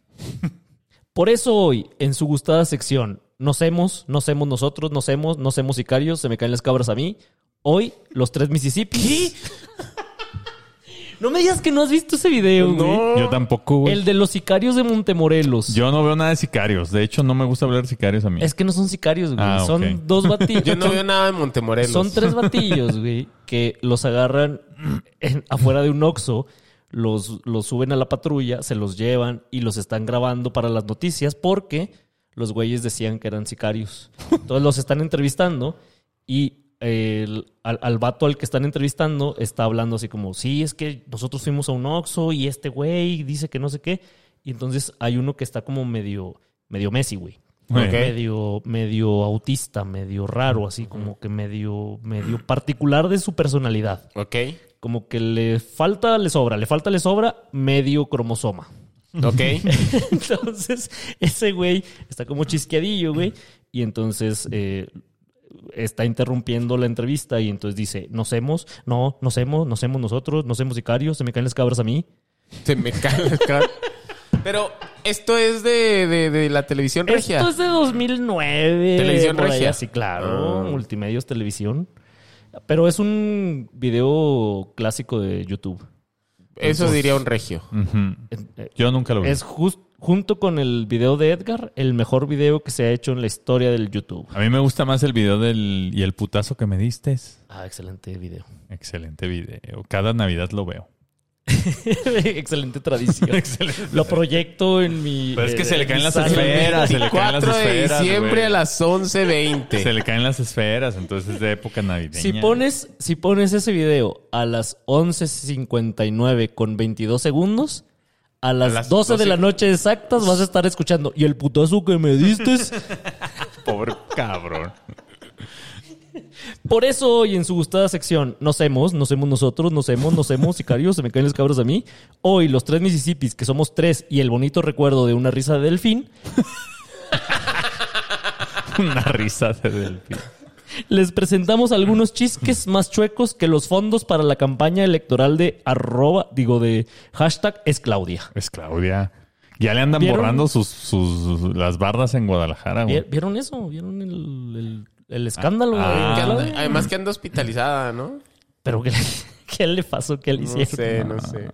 Speaker 4: Por eso hoy, en su gustada sección, nos hemos, nos hemos nosotros, nos hemos, nos hemos sicarios, se me caen las cabras a mí. Hoy, los tres Mississippi. [laughs] no me digas que no has visto ese video, güey.
Speaker 1: Yo tampoco, güey.
Speaker 4: El de los sicarios de Montemorelos.
Speaker 1: Yo no veo nada de sicarios. De hecho, no me gusta hablar de sicarios a mí.
Speaker 4: Es que no son sicarios, güey.
Speaker 1: Ah, ok.
Speaker 4: son dos batidos.
Speaker 3: Yo no veo nada de Montemorelos.
Speaker 4: Son tres batillos, güey, que los agarran en- afuera de un Oxxo, los, los suben a la patrulla, se los llevan y los están grabando para las noticias porque los güeyes decían que eran sicarios. Entonces los están entrevistando y el- al, al vato al que están entrevistando está hablando así como, sí, es que nosotros fuimos a un Oxxo y este güey dice que no sé qué. Y entonces hay uno que está como medio, medio Messi, güey
Speaker 1: Ok.
Speaker 4: medio, medio autista, medio raro, así como que medio, medio particular de su personalidad.
Speaker 3: Ok.
Speaker 4: Como que le falta, le sobra, le falta, le sobra medio cromosoma.
Speaker 3: Ok.
Speaker 4: [laughs] Entonces, ese güey está como chisqueadillo, güey. Y entonces eh, está interrumpiendo la entrevista y entonces dice, nos hemos, no, nos hemos, nos hemos nosotros, nos hemos sicarios, se me caen las cabras a mí.
Speaker 3: Se me cae la cara. Pero esto es de, de- de la televisión regia.
Speaker 4: Esto es de 2009.
Speaker 3: Televisión
Speaker 4: por ahí
Speaker 3: regia.
Speaker 4: así, claro.
Speaker 3: Ah.
Speaker 4: Multimedios Televisión. Pero es un video clásico de YouTube.
Speaker 3: Eso diría un regio.
Speaker 1: Ujú.
Speaker 4: En- eh,
Speaker 1: Yo nunca lo vi.
Speaker 4: Es jus- junto con el video de Edgar, el mejor video que se ha hecho en la historia del YouTube.
Speaker 1: A mí me gusta más el video del y el putazo que me diste.
Speaker 4: Ah, excelente video.
Speaker 1: Excelente video. Cada Navidad lo
Speaker 4: [laughs]
Speaker 1: veo.
Speaker 4: excelente tradición. Lo proyecto en mi.
Speaker 1: Pero es que
Speaker 4: eh,
Speaker 1: se le
Speaker 4: en
Speaker 1: caen
Speaker 4: mi
Speaker 1: las
Speaker 4: sala.
Speaker 1: esferas,
Speaker 4: [laughs]
Speaker 1: se le caen las
Speaker 3: 4 de
Speaker 1: esferas.
Speaker 3: diciembre
Speaker 1: güey.
Speaker 3: a las
Speaker 1: Se
Speaker 3: 11.20.
Speaker 1: le caen las esferas, entonces es de época navideña.
Speaker 4: Si pones, si pones ese video a las 11.59 con 22 segundos, a las,
Speaker 3: las
Speaker 4: 12, de
Speaker 3: 12.
Speaker 4: la noche exactas vas a estar escuchando. Y el putazo que me
Speaker 1: [laughs]
Speaker 4: diste.
Speaker 1: Pobre cabrón. [laughs]
Speaker 4: Por eso hoy en su gustada sección, nos hemos, nos hemos nosotros, nos hemos, nos hemos, sicarios, se me caen los cabros a mí. Hoy los tres Mississippis, que somos tres, y el bonito recuerdo de una risa de delfín,
Speaker 1: Una risa de delfín.
Speaker 4: les presentamos algunos chisques más chuecos que los fondos para la campaña electoral de arroba, digo, de hashtag es Claudia.
Speaker 1: Es Claudia. Ya le andan
Speaker 4: ¿Vieron?
Speaker 1: borrando sus, sus las bardas en Guadalajara, güey.
Speaker 4: ¿Vie- ¿Vieron eso? ¿Vieron el, el- el escándalo?
Speaker 1: Ah,
Speaker 4: de
Speaker 3: Que anda-
Speaker 4: Claudia?
Speaker 3: además que anda hospitalizada, ¿no?
Speaker 4: ¿Pero qué, le- [laughs] qué le pasó? ¿Qué le
Speaker 3: No
Speaker 4: hicieron?
Speaker 3: sé, no sé.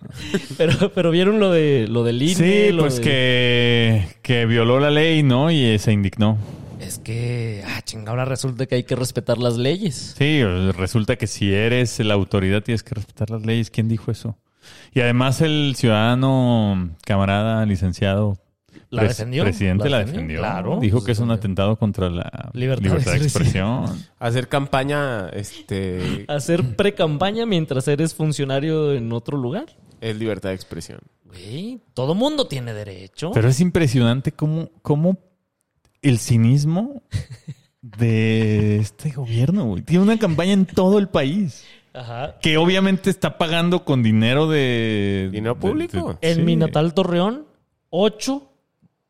Speaker 4: Pero, pero ¿vieron lo de lo del INE?
Speaker 1: Sí,
Speaker 4: lo
Speaker 1: pues
Speaker 4: de-
Speaker 1: que, que violó la ley, ¿no? Y eh, se indignó.
Speaker 4: Es que, ah, chinga, ahora resulta que hay que respetar las leyes.
Speaker 1: Sí, resulta que si eres la autoridad tienes que respetar las leyes. ¿Quién dijo eso? Y además el ciudadano, camarada, licenciado,
Speaker 4: ¿La
Speaker 1: pres-
Speaker 4: defendió?
Speaker 1: presidente la
Speaker 4: defendió?
Speaker 1: defendió.
Speaker 4: Claro.
Speaker 1: Dijo
Speaker 4: Pues,
Speaker 1: que es un atentado contra la
Speaker 4: Libertad
Speaker 1: libertad,
Speaker 4: de
Speaker 1: de
Speaker 4: expresión.
Speaker 1: expresión.
Speaker 3: Hacer campaña, este,
Speaker 1: Mm.
Speaker 4: Hacer pre-campaña mientras eres funcionario en otro lugar.
Speaker 3: es libertad de expresión.
Speaker 4: Güey, todo mundo tiene derecho.
Speaker 1: Pero es impresionante cómo, cómo el cinismo de este gobierno, güey. Tiene una campaña en todo el país.
Speaker 4: Ajá.
Speaker 1: Que obviamente está pagando con dinero de...
Speaker 3: ¿Dinero
Speaker 1: de-
Speaker 3: público?
Speaker 1: de-
Speaker 4: En
Speaker 1: sí.
Speaker 4: mi natal Torreón, ocho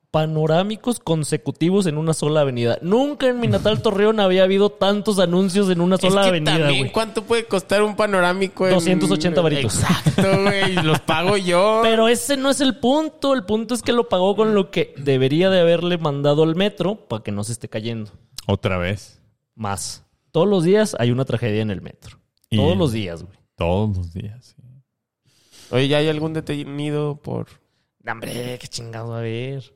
Speaker 4: panorámicos consecutivos en una sola avenida. Nunca en mi natal Torreón había habido tantos anuncios en una sola
Speaker 3: es que
Speaker 4: avenida,
Speaker 3: también,
Speaker 4: güey.
Speaker 3: ¿cuánto puede costar un panorámico? en-
Speaker 4: 280 varitos.
Speaker 3: Exacto, güey. Los
Speaker 1: [laughs]
Speaker 3: pago yo.
Speaker 4: Pero ese no es el punto. El punto es que lo pagó con lo que debería de haberle mandado al metro para que no se esté cayendo.
Speaker 1: Otra vez.
Speaker 4: Más. Todos los días hay una tragedia en el metro.
Speaker 1: Y-
Speaker 4: Todos los días, güey.
Speaker 1: Todos los días. sí.
Speaker 3: Oye, ¿ya hay algún detenido por...?
Speaker 4: Hombre, qué chingado, a ver.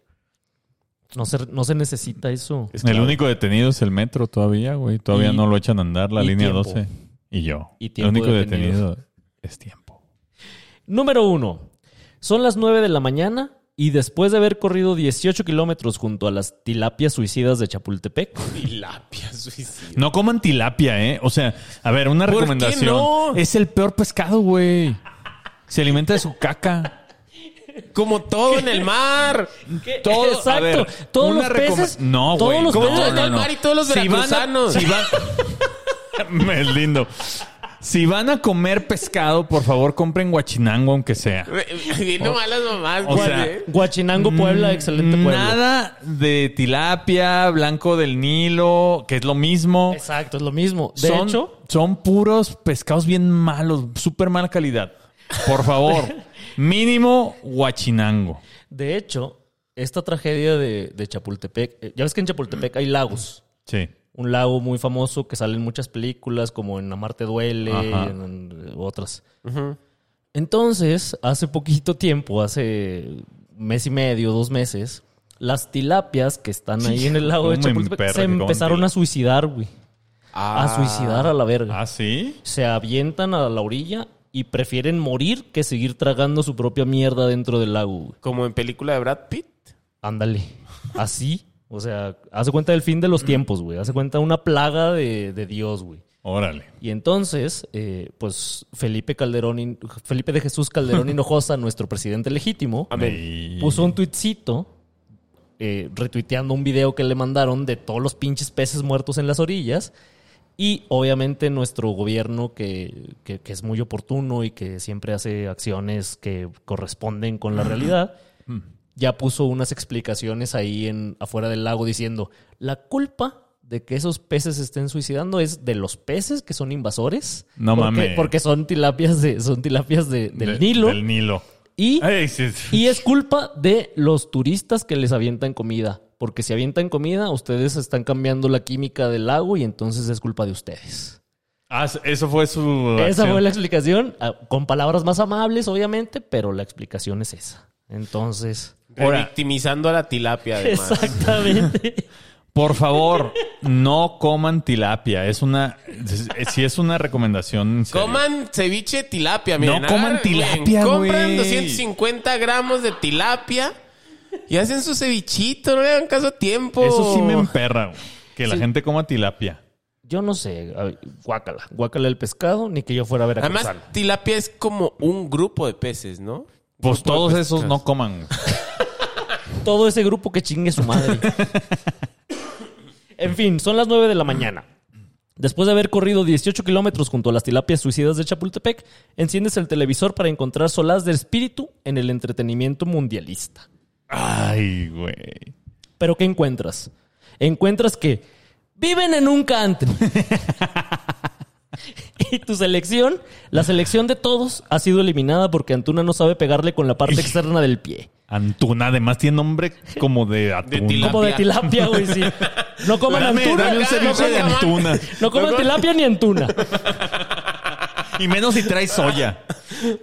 Speaker 4: No se, no se necesita eso.
Speaker 3: Es
Speaker 1: el
Speaker 3: claro.
Speaker 1: único detenido es el metro todavía, güey. Todavía
Speaker 4: Y-
Speaker 1: no lo echan a andar la
Speaker 4: y
Speaker 1: línea
Speaker 4: tiempo.
Speaker 1: 12. Y yo.
Speaker 4: Y
Speaker 1: el
Speaker 4: tiempo
Speaker 1: único
Speaker 4: detenido.
Speaker 1: detenido es tiempo.
Speaker 4: Número uno. Son las 9 de la mañana y después de haber corrido 18 kilómetros junto a las tilapias suicidas de Chapultepec,
Speaker 3: Tilapia suicida.
Speaker 1: No coman tilapia, ¿eh? O sea, a ver, una
Speaker 3: ¿Por qué
Speaker 1: recomendación.
Speaker 3: no?
Speaker 1: Es el peor pescado, güey. Se alimenta de su caca.
Speaker 3: Como todo en el mar.
Speaker 1: Todo, a
Speaker 4: Exacto.
Speaker 1: ver,
Speaker 4: todos
Speaker 1: una
Speaker 4: los peces.
Speaker 1: recome- No,
Speaker 4: todos
Speaker 1: güey,
Speaker 4: los
Speaker 1: ¿cómo?
Speaker 4: peces-
Speaker 1: No,
Speaker 3: todo en
Speaker 1: no,
Speaker 3: el
Speaker 1: no.
Speaker 3: mar y todos los
Speaker 1: Si van a-
Speaker 3: veracruzanos.
Speaker 1: si van- Me [laughs] es lindo. Si van a comer pescado, por favor, compren guachinango, aunque sea.
Speaker 3: [laughs] Viendo malas mamás,
Speaker 1: O
Speaker 3: güey.
Speaker 1: sea,
Speaker 3: ¿eh?
Speaker 4: Guachinango, Puebla, excelente pueblo.
Speaker 1: Nada de tilapia, blanco del Nilo, que es lo mismo.
Speaker 4: Exacto, es lo mismo. De
Speaker 1: son,
Speaker 4: hecho,
Speaker 1: son puros pescados bien malos, súper mala calidad. Por favor,
Speaker 4: [laughs]
Speaker 1: mínimo guachinango.
Speaker 4: de hecho, esta tragedia de, de Chapultepec, eh, ya ves que en Chapultepec hay lagos.
Speaker 1: Sí.
Speaker 4: Un lago muy famoso que sale en muchas películas, como en Amarte Duele,
Speaker 1: Ajá.
Speaker 4: en, en otras. Entonces, hace poquito tiempo, hace mes y medio, dos meses, las tilapias que están ahí en el lago de
Speaker 1: cómo me
Speaker 4: Chapultepec
Speaker 1: emperra
Speaker 4: se
Speaker 1: que coman
Speaker 4: empezaron
Speaker 1: tilapia.
Speaker 4: a suicidar, güey. A suicidar a la verga.
Speaker 1: ¿Ah, sí?
Speaker 4: se avientan a la orilla y prefieren morir que seguir tragando su propia mierda dentro del lago. güey.
Speaker 3: Como en película de Brad Pitt.
Speaker 4: Ándale. Así. O sea, hace cuenta del fin de los tiempos, güey. Hace cuenta una plaga de, de Dios, güey.
Speaker 1: Órale.
Speaker 4: Y entonces, eh, pues Felipe Calderón, Hin- Felipe de Jesús Calderón Hinojosa, nuestro presidente legítimo,
Speaker 1: Y-
Speaker 4: puso un tuitcito eh, retuiteando un video que le mandaron de todos los pinches peces muertos en las orillas. Y obviamente nuestro gobierno, que, que- que es muy oportuno y que siempre hace acciones que corresponden con la realidad, ya puso unas explicaciones ahí en, afuera del lago diciendo, la culpa de que esos peces se estén suicidando es de los peces que son invasores.
Speaker 1: No
Speaker 4: porque,
Speaker 1: mames.
Speaker 4: Porque son tilapias, de, son tilapias de- del
Speaker 1: De-
Speaker 4: Nilo.
Speaker 1: Del Nilo.
Speaker 4: Y
Speaker 1: Ay, sí, sí.
Speaker 4: y es culpa de los turistas que les avientan comida. Porque si avientan comida, ustedes están cambiando la química del lago y entonces es culpa de ustedes.
Speaker 1: Ah, eso fue su.
Speaker 4: Esa
Speaker 1: acción.
Speaker 4: fue la explicación, ah, con palabras más amables, obviamente, pero la explicación es esa. Entonces,
Speaker 1: Ahora-
Speaker 3: Victimizando a la tilapia, además.
Speaker 4: exactamente.
Speaker 1: Por favor, no coman tilapia. Es una. Si es una recomendación. en serio.
Speaker 3: Coman ceviche de tilapia, miren.
Speaker 1: No coman
Speaker 3: agarren, miren,
Speaker 1: tilapia, güey.
Speaker 3: Compran 250 gramos de tilapia y hacen su cevichito. No le hagan caso a tiempo.
Speaker 1: Eso sí me emperra, güey, Que la gente coma tilapia.
Speaker 4: Yo no sé, a ver, guácala, guácala el pescado, ni que yo fuera a ver a
Speaker 3: Además, tilapia es como un grupo de peces, ¿no?
Speaker 1: Pues
Speaker 3: Grupo de
Speaker 1: todos
Speaker 3: peces.
Speaker 1: esos no coman. güey.
Speaker 4: todo ese grupo que chingue su madre. en fin, son las 9 de la mañana. Después de haber corrido 18 kilómetros junto a las tilapias suicidas de Chapultepec, enciendes el televisor para encontrar solaz de espíritu en el entretenimiento mundialista.
Speaker 1: Ay, güey.
Speaker 4: ¿Pero qué encuentras? Encuentras que viven en un country. y tu selección, la selección de todos, ha sido eliminada porque Antuna no sabe pegarle con la parte externa del pie.
Speaker 1: Antuna, además tiene nombre como de atún.
Speaker 3: tilapia.
Speaker 4: Como de tilapia, güey, sí.
Speaker 1: [laughs]
Speaker 4: No coman
Speaker 1: Dame,
Speaker 4: antuna.
Speaker 1: dame un
Speaker 4: no
Speaker 1: ceviche de
Speaker 4: coman-
Speaker 1: antuna.
Speaker 4: No coman tilapia ni antuna.
Speaker 1: Y menos si trae soya.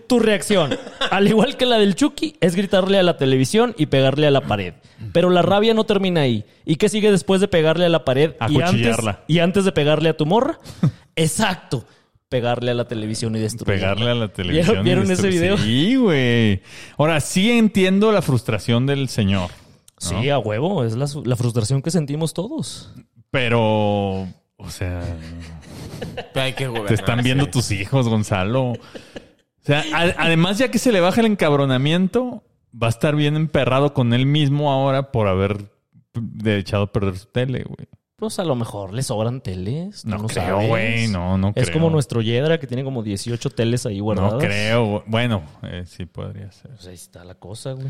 Speaker 4: Tu reacción, al igual que la del Chucky, es gritarle a la televisión y pegarle a la pared. Pero la rabia no termina ahí. ¿Y qué sigue después de pegarle a la pared? y antes,
Speaker 1: Acuchillarla.
Speaker 4: y antes de pegarle a tu morra. Exacto. Pegarle a la televisión y destruirla.
Speaker 1: Pegarle a la televisión.
Speaker 4: ¿Vieron, vieron
Speaker 1: y
Speaker 4: ese video?
Speaker 1: destruir- Sí, güey. Ahora, sí entiendo la frustración del señor.
Speaker 4: Sí, a huevo. Es la, su- la frustración que sentimos todos.
Speaker 1: Pero, o sea,
Speaker 3: Pero hay que gobernar.
Speaker 1: te están viendo tus hijos, Gonzalo. O sea, a- además, ya que se le baja el encabronamiento, va a mm, estar bien emperrado con él mismo ahora por haber de- echado a perder su tele, güey.
Speaker 4: Pues a lo mejor le sobran teles. tú
Speaker 1: No,
Speaker 4: No,
Speaker 1: creo,
Speaker 4: sabes.
Speaker 1: güey. No, no creo.
Speaker 4: Es como nuestro Yedra que tiene como 18 teles ahí guardadas.
Speaker 1: No creo. güey. Bueno, eh, sí podría ser.
Speaker 4: Pues ahí está la cosa, güey.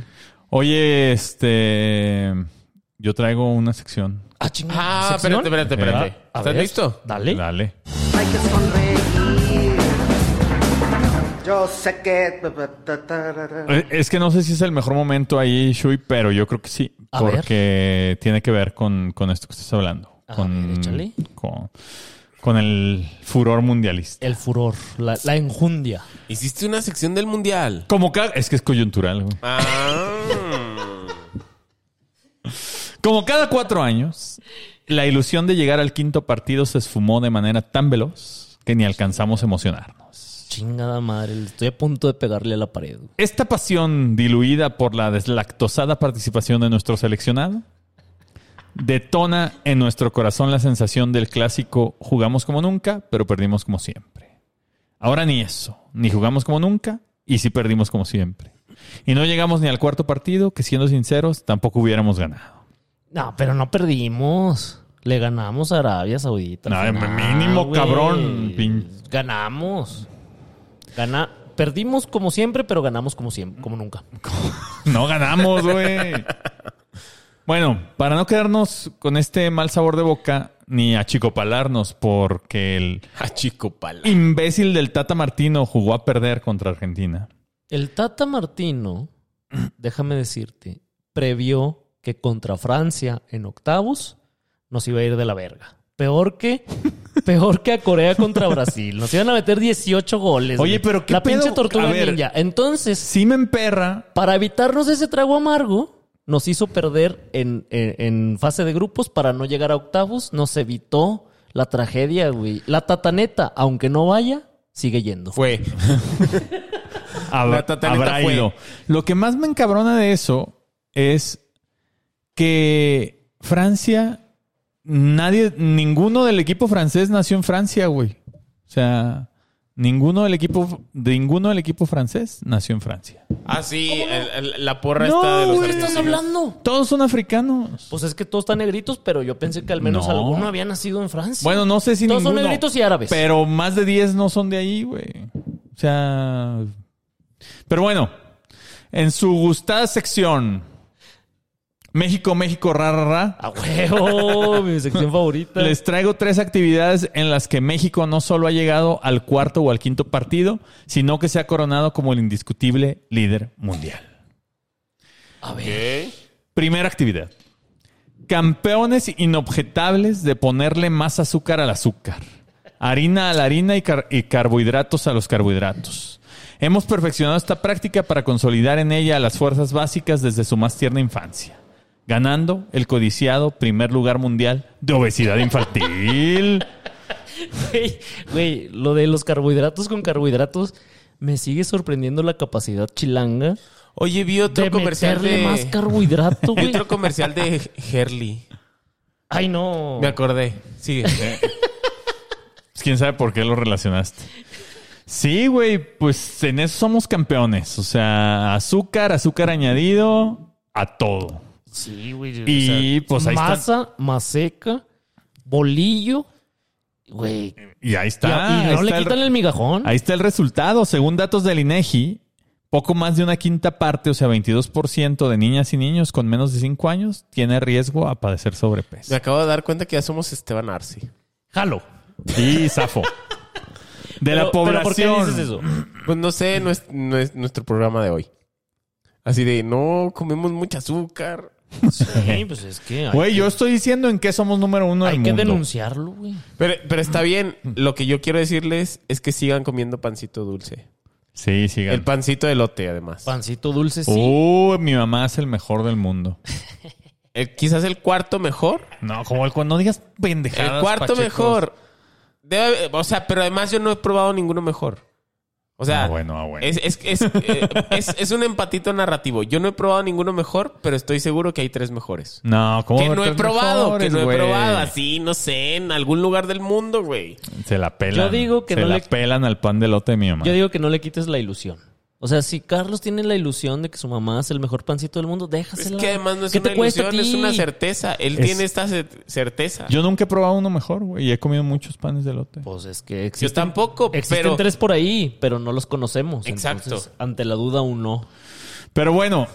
Speaker 1: Oye, este. Yo traigo una sección.
Speaker 4: Ah, chingada.
Speaker 3: Ah,
Speaker 4: ¿sección?
Speaker 3: espérate, espérate, espérate.
Speaker 4: A
Speaker 3: ¿Estás
Speaker 4: ver,
Speaker 3: listo?
Speaker 4: Dale.
Speaker 1: Dale.
Speaker 5: Hay que sonreír. Yo sé que.
Speaker 1: Eh, Es que no sé si es el mejor momento ahí, Shui, pero yo creo que sí.
Speaker 4: A
Speaker 1: porque tiene que ver con, con esto que estás hablando.
Speaker 4: A
Speaker 1: con,
Speaker 4: ver, échale.
Speaker 1: con, con el furor mundialista.
Speaker 4: El furor, la, la enjundia.
Speaker 3: Hiciste una sección del mundial.
Speaker 1: Como cada, es que es coyuntural, güey. [laughs]
Speaker 3: Ah.
Speaker 1: Como cada cuatro años, la ilusión de llegar al quinto partido se esfumó de manera tan veloz que ni alcanzamos a emocionarnos.
Speaker 4: Chingada madre, le estoy a punto de pegarle a la pared. güey.
Speaker 1: Esta pasión diluida por la deslactosada participación de nuestro seleccionado detona en nuestro corazón la sensación del clásico jugamos como nunca, pero perdimos como siempre. Ahora ni eso, ni jugamos como nunca y sí perdimos como siempre. Y no llegamos ni al cuarto partido, que siendo sinceros, tampoco hubiéramos ganado.
Speaker 4: No, pero no perdimos. Le ganamos a Arabia Saudita.
Speaker 1: No,
Speaker 4: al
Speaker 1: mínimo, cabrón, pin-
Speaker 4: Ganamos. Gana... Perdimos como siempre, pero ganamos como siempre, como nunca.
Speaker 1: No ganamos, güey. Bueno, para no quedarnos con este mal sabor de boca, ni achicopalarnos porque el
Speaker 3: Ah, chico pala.
Speaker 1: imbécil del Tata Martino jugó a perder contra Argentina.
Speaker 4: El Tata Martino, déjame decirte, previó que contra Francia en octavos nos iba a ir de la verga. Peor
Speaker 1: [laughs]
Speaker 4: que, peor que a Corea contra Brasil. Nos iban a meter 18 goles.
Speaker 1: Oye,
Speaker 4: güey.
Speaker 1: pero ¿qué
Speaker 4: La pinche
Speaker 1: pedo? A
Speaker 4: tortuga
Speaker 1: ver.
Speaker 4: ninja. Entonces,
Speaker 1: Sí me emperra.
Speaker 4: para evitarnos ese trago amargo, nos hizo perder en, en- en fase de grupos para no llegar a octavos. Nos evitó la tragedia, güey. La tataneta, aunque no vaya, sigue yendo.
Speaker 3: Fue.
Speaker 1: hab-
Speaker 3: La Tata neta
Speaker 1: habrá
Speaker 3: fue.
Speaker 1: ido. Lo que más me encabrona de eso es que Francia, nadie, ninguno del equipo francés nació en Francia, güey. O sea, ninguno del equipo, ninguno del equipo francés nació en Francia.
Speaker 3: Ah, sí, el- el- la porra
Speaker 1: No,
Speaker 3: está de los
Speaker 1: güey.
Speaker 4: ¿Qué estás
Speaker 3: argentinos.
Speaker 4: hablando?
Speaker 1: Todos son africanos.
Speaker 4: Pues es que todos están negritos, pero yo pensé que al menos
Speaker 1: No.
Speaker 4: alguno había nacido en Francia.
Speaker 1: Bueno, no sé si
Speaker 4: Todos son
Speaker 1: ninguno,
Speaker 4: negritos y árabes.
Speaker 1: Pero más de 10 no son de ahí, güey. O sea... Pero bueno, en su gustada sección... México, México, ra, ra, ra.
Speaker 4: A huevo, [laughs] mi sección favorita.
Speaker 1: Les traigo tres actividades en las que México no solo ha llegado al cuarto o al quinto partido, sino que se ha coronado como el indiscutible líder mundial.
Speaker 4: A ver,
Speaker 3: ¿Qué?
Speaker 1: Primera actividad. Campeones inobjetables de ponerle más azúcar al azúcar, harina a la harina y, car- y carbohidratos a los carbohidratos. Hemos perfeccionado esta práctica para consolidar en ella a las fuerzas básicas desde su más tierna infancia, ganando el codiciado primer lugar mundial de obesidad infantil.
Speaker 4: güey, güey, lo de los carbohidratos con carbohidratos me sigue sorprendiendo la capacidad chilanga
Speaker 3: Oye, vi otro
Speaker 4: de
Speaker 3: comercial
Speaker 4: meterle
Speaker 3: de...
Speaker 4: más
Speaker 3: [laughs]
Speaker 4: carbohidrato,
Speaker 3: vi
Speaker 4: güey.
Speaker 3: otro comercial de Herley.
Speaker 4: Ay, no.
Speaker 3: Me acordé. Sigue.
Speaker 1: Pues, quién sabe por qué lo relacionaste. Sí, güey, pues en eso somos campeones. O sea, azúcar, azúcar añadido, a todo.
Speaker 4: Sí, güey.
Speaker 1: Y, pues, ahí
Speaker 4: masa, maseca, bolillo, güey.
Speaker 1: Y ahí
Speaker 4: Y,
Speaker 1: está.
Speaker 4: a- y
Speaker 1: ahí,
Speaker 4: no le
Speaker 1: está
Speaker 4: quitan
Speaker 1: el,
Speaker 4: el migajón.
Speaker 1: ahí está el resultado. Según datos del INEGI, poco más de una quinta parte, o sea, 22% de niñas y niños con menos de 5 años tiene riesgo a padecer
Speaker 3: Me
Speaker 1: sobrepeso.
Speaker 3: acabo de dar cuenta que ya somos Esteban Arce.
Speaker 4: Jalo.
Speaker 1: Y zafo. De la
Speaker 4: Pero-
Speaker 1: población.
Speaker 4: pero ¿por qué dices eso?
Speaker 3: Pues no sé, no es, no es nuestro programa de hoy. Así de, no, comemos mucho azúcar.
Speaker 4: Sí, pues es que hay,
Speaker 1: Güey, yo estoy diciendo en qué somos número uno
Speaker 4: hay
Speaker 1: del
Speaker 4: que
Speaker 1: mundo.
Speaker 4: denunciarlo, güey.
Speaker 3: Pero, pero está bien. Lo que yo quiero decirles es que sigan comiendo pancito dulce.
Speaker 1: Sí, sigan.
Speaker 3: El pancito de elote, además.
Speaker 4: Pancito dulce, sí.
Speaker 1: Uh, mi mamá es el mejor del mundo.
Speaker 3: El- quizás el cuarto mejor.
Speaker 1: No, como el cuando digas pendejadas.
Speaker 3: El cuarto
Speaker 1: Pacheco.
Speaker 3: mejor. Debe- o sea, pero además yo no he probado ninguno mejor. O sea,
Speaker 1: Ah, bueno, ah, bueno.
Speaker 3: es, es,
Speaker 1: [laughs]
Speaker 3: es, eh, es- es un empatito narrativo. Yo no he probado ninguno mejor, pero estoy seguro que hay tres mejores.
Speaker 1: No, como
Speaker 3: Que no he probado, que no he probado. Así, no sé, en algún lugar del mundo, güey.
Speaker 1: Se la pelan.
Speaker 4: Yo digo que
Speaker 1: Se
Speaker 4: no
Speaker 1: la
Speaker 4: le-
Speaker 1: pelan al pan de lote de mi mamá.
Speaker 4: Yo digo que no le quites la ilusión. O sea, si Carlos tiene la ilusión de que su mamá es el mejor pancito del mundo,
Speaker 3: Es
Speaker 4: déjasela.
Speaker 3: que además no es
Speaker 4: ¿Qué
Speaker 3: una
Speaker 4: te cuesta a
Speaker 3: ilusión, es
Speaker 4: ti?
Speaker 3: una certeza. Él
Speaker 1: Es-
Speaker 3: tiene esta cer- certeza.
Speaker 1: Yo
Speaker 3: Yo,
Speaker 1: nunca he probado uno mejor, güey. Y he comido muchos panes de lote.
Speaker 4: Pues es que existen,
Speaker 3: tampoco,
Speaker 4: existen
Speaker 3: pero
Speaker 4: tres por ahí, pero no los conocemos.
Speaker 3: Exacto.
Speaker 4: Entonces, ante la duda, un no.
Speaker 1: Pero bueno,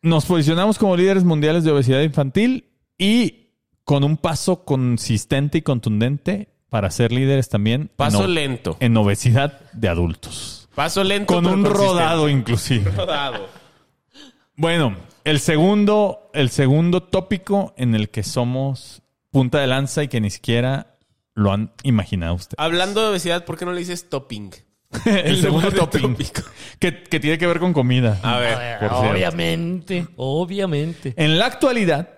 Speaker 1: nos posicionamos como líderes mundiales de obesidad infantil y con un paso consistente y contundente para ser líderes también en
Speaker 3: paso
Speaker 1: o-
Speaker 3: lento.
Speaker 1: en obesidad de adultos.
Speaker 3: Paso lento.
Speaker 1: Con
Speaker 3: pero
Speaker 1: un
Speaker 3: consistente.
Speaker 1: rodado inclusive.
Speaker 3: Rodado.
Speaker 1: Bueno, el segundo, el segundo tópico en el que somos punta de lanza y que ni siquiera lo han imaginado ustedes.
Speaker 3: Hablando de obesidad, ¿por qué no le dices topping?
Speaker 1: [laughs] el
Speaker 3: en
Speaker 1: segundo
Speaker 3: lugar de
Speaker 1: tópico
Speaker 3: tópico.
Speaker 1: que, que tiene que ver con comida.
Speaker 3: A ver.
Speaker 1: por cierto.
Speaker 4: obviamente, obviamente.
Speaker 1: En la actualidad,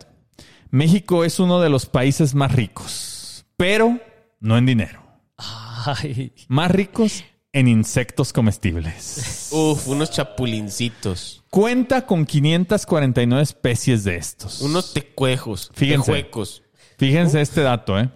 Speaker 1: México es uno de los países más ricos, pero no en dinero.
Speaker 4: Ay,
Speaker 1: Más ricos en insectos comestibles.
Speaker 3: Uf, unos chapulincitos.
Speaker 1: Cuenta con 549 especies de estos.
Speaker 3: Unos tecuejos.
Speaker 1: Fíjense.
Speaker 3: Tejuecos.
Speaker 1: Fíjense este dato, ¿eh?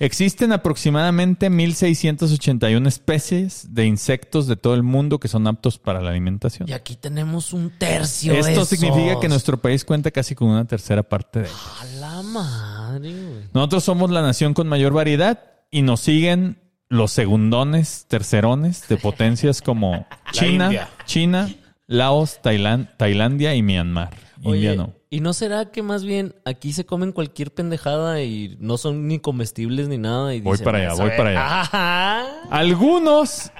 Speaker 1: Existen aproximadamente 1.681 especies de insectos de todo el mundo que son aptos para la alimentación.
Speaker 4: y aquí tenemos un tercio de
Speaker 1: Esto significa
Speaker 4: esos.
Speaker 1: que nuestro país cuenta casi con una tercera parte de ellos.
Speaker 4: A la madre, güey.
Speaker 1: Nosotros somos la nación con mayor variedad y nos siguen los segundones, tercerones de potencias
Speaker 4: [laughs]
Speaker 1: como China,
Speaker 3: India.
Speaker 1: China, Laos, Tailan- Tailandia y Myanmar. India
Speaker 4: Oye,
Speaker 1: no.
Speaker 4: ¿Y no será que más bien aquí se comen cualquier pendejada y no son ni comestibles ni nada? Y
Speaker 1: Voy
Speaker 4: dicen,
Speaker 1: para allá,
Speaker 4: "Eso
Speaker 1: voy
Speaker 4: es".
Speaker 1: para allá.
Speaker 4: Ajá.
Speaker 1: Algunos.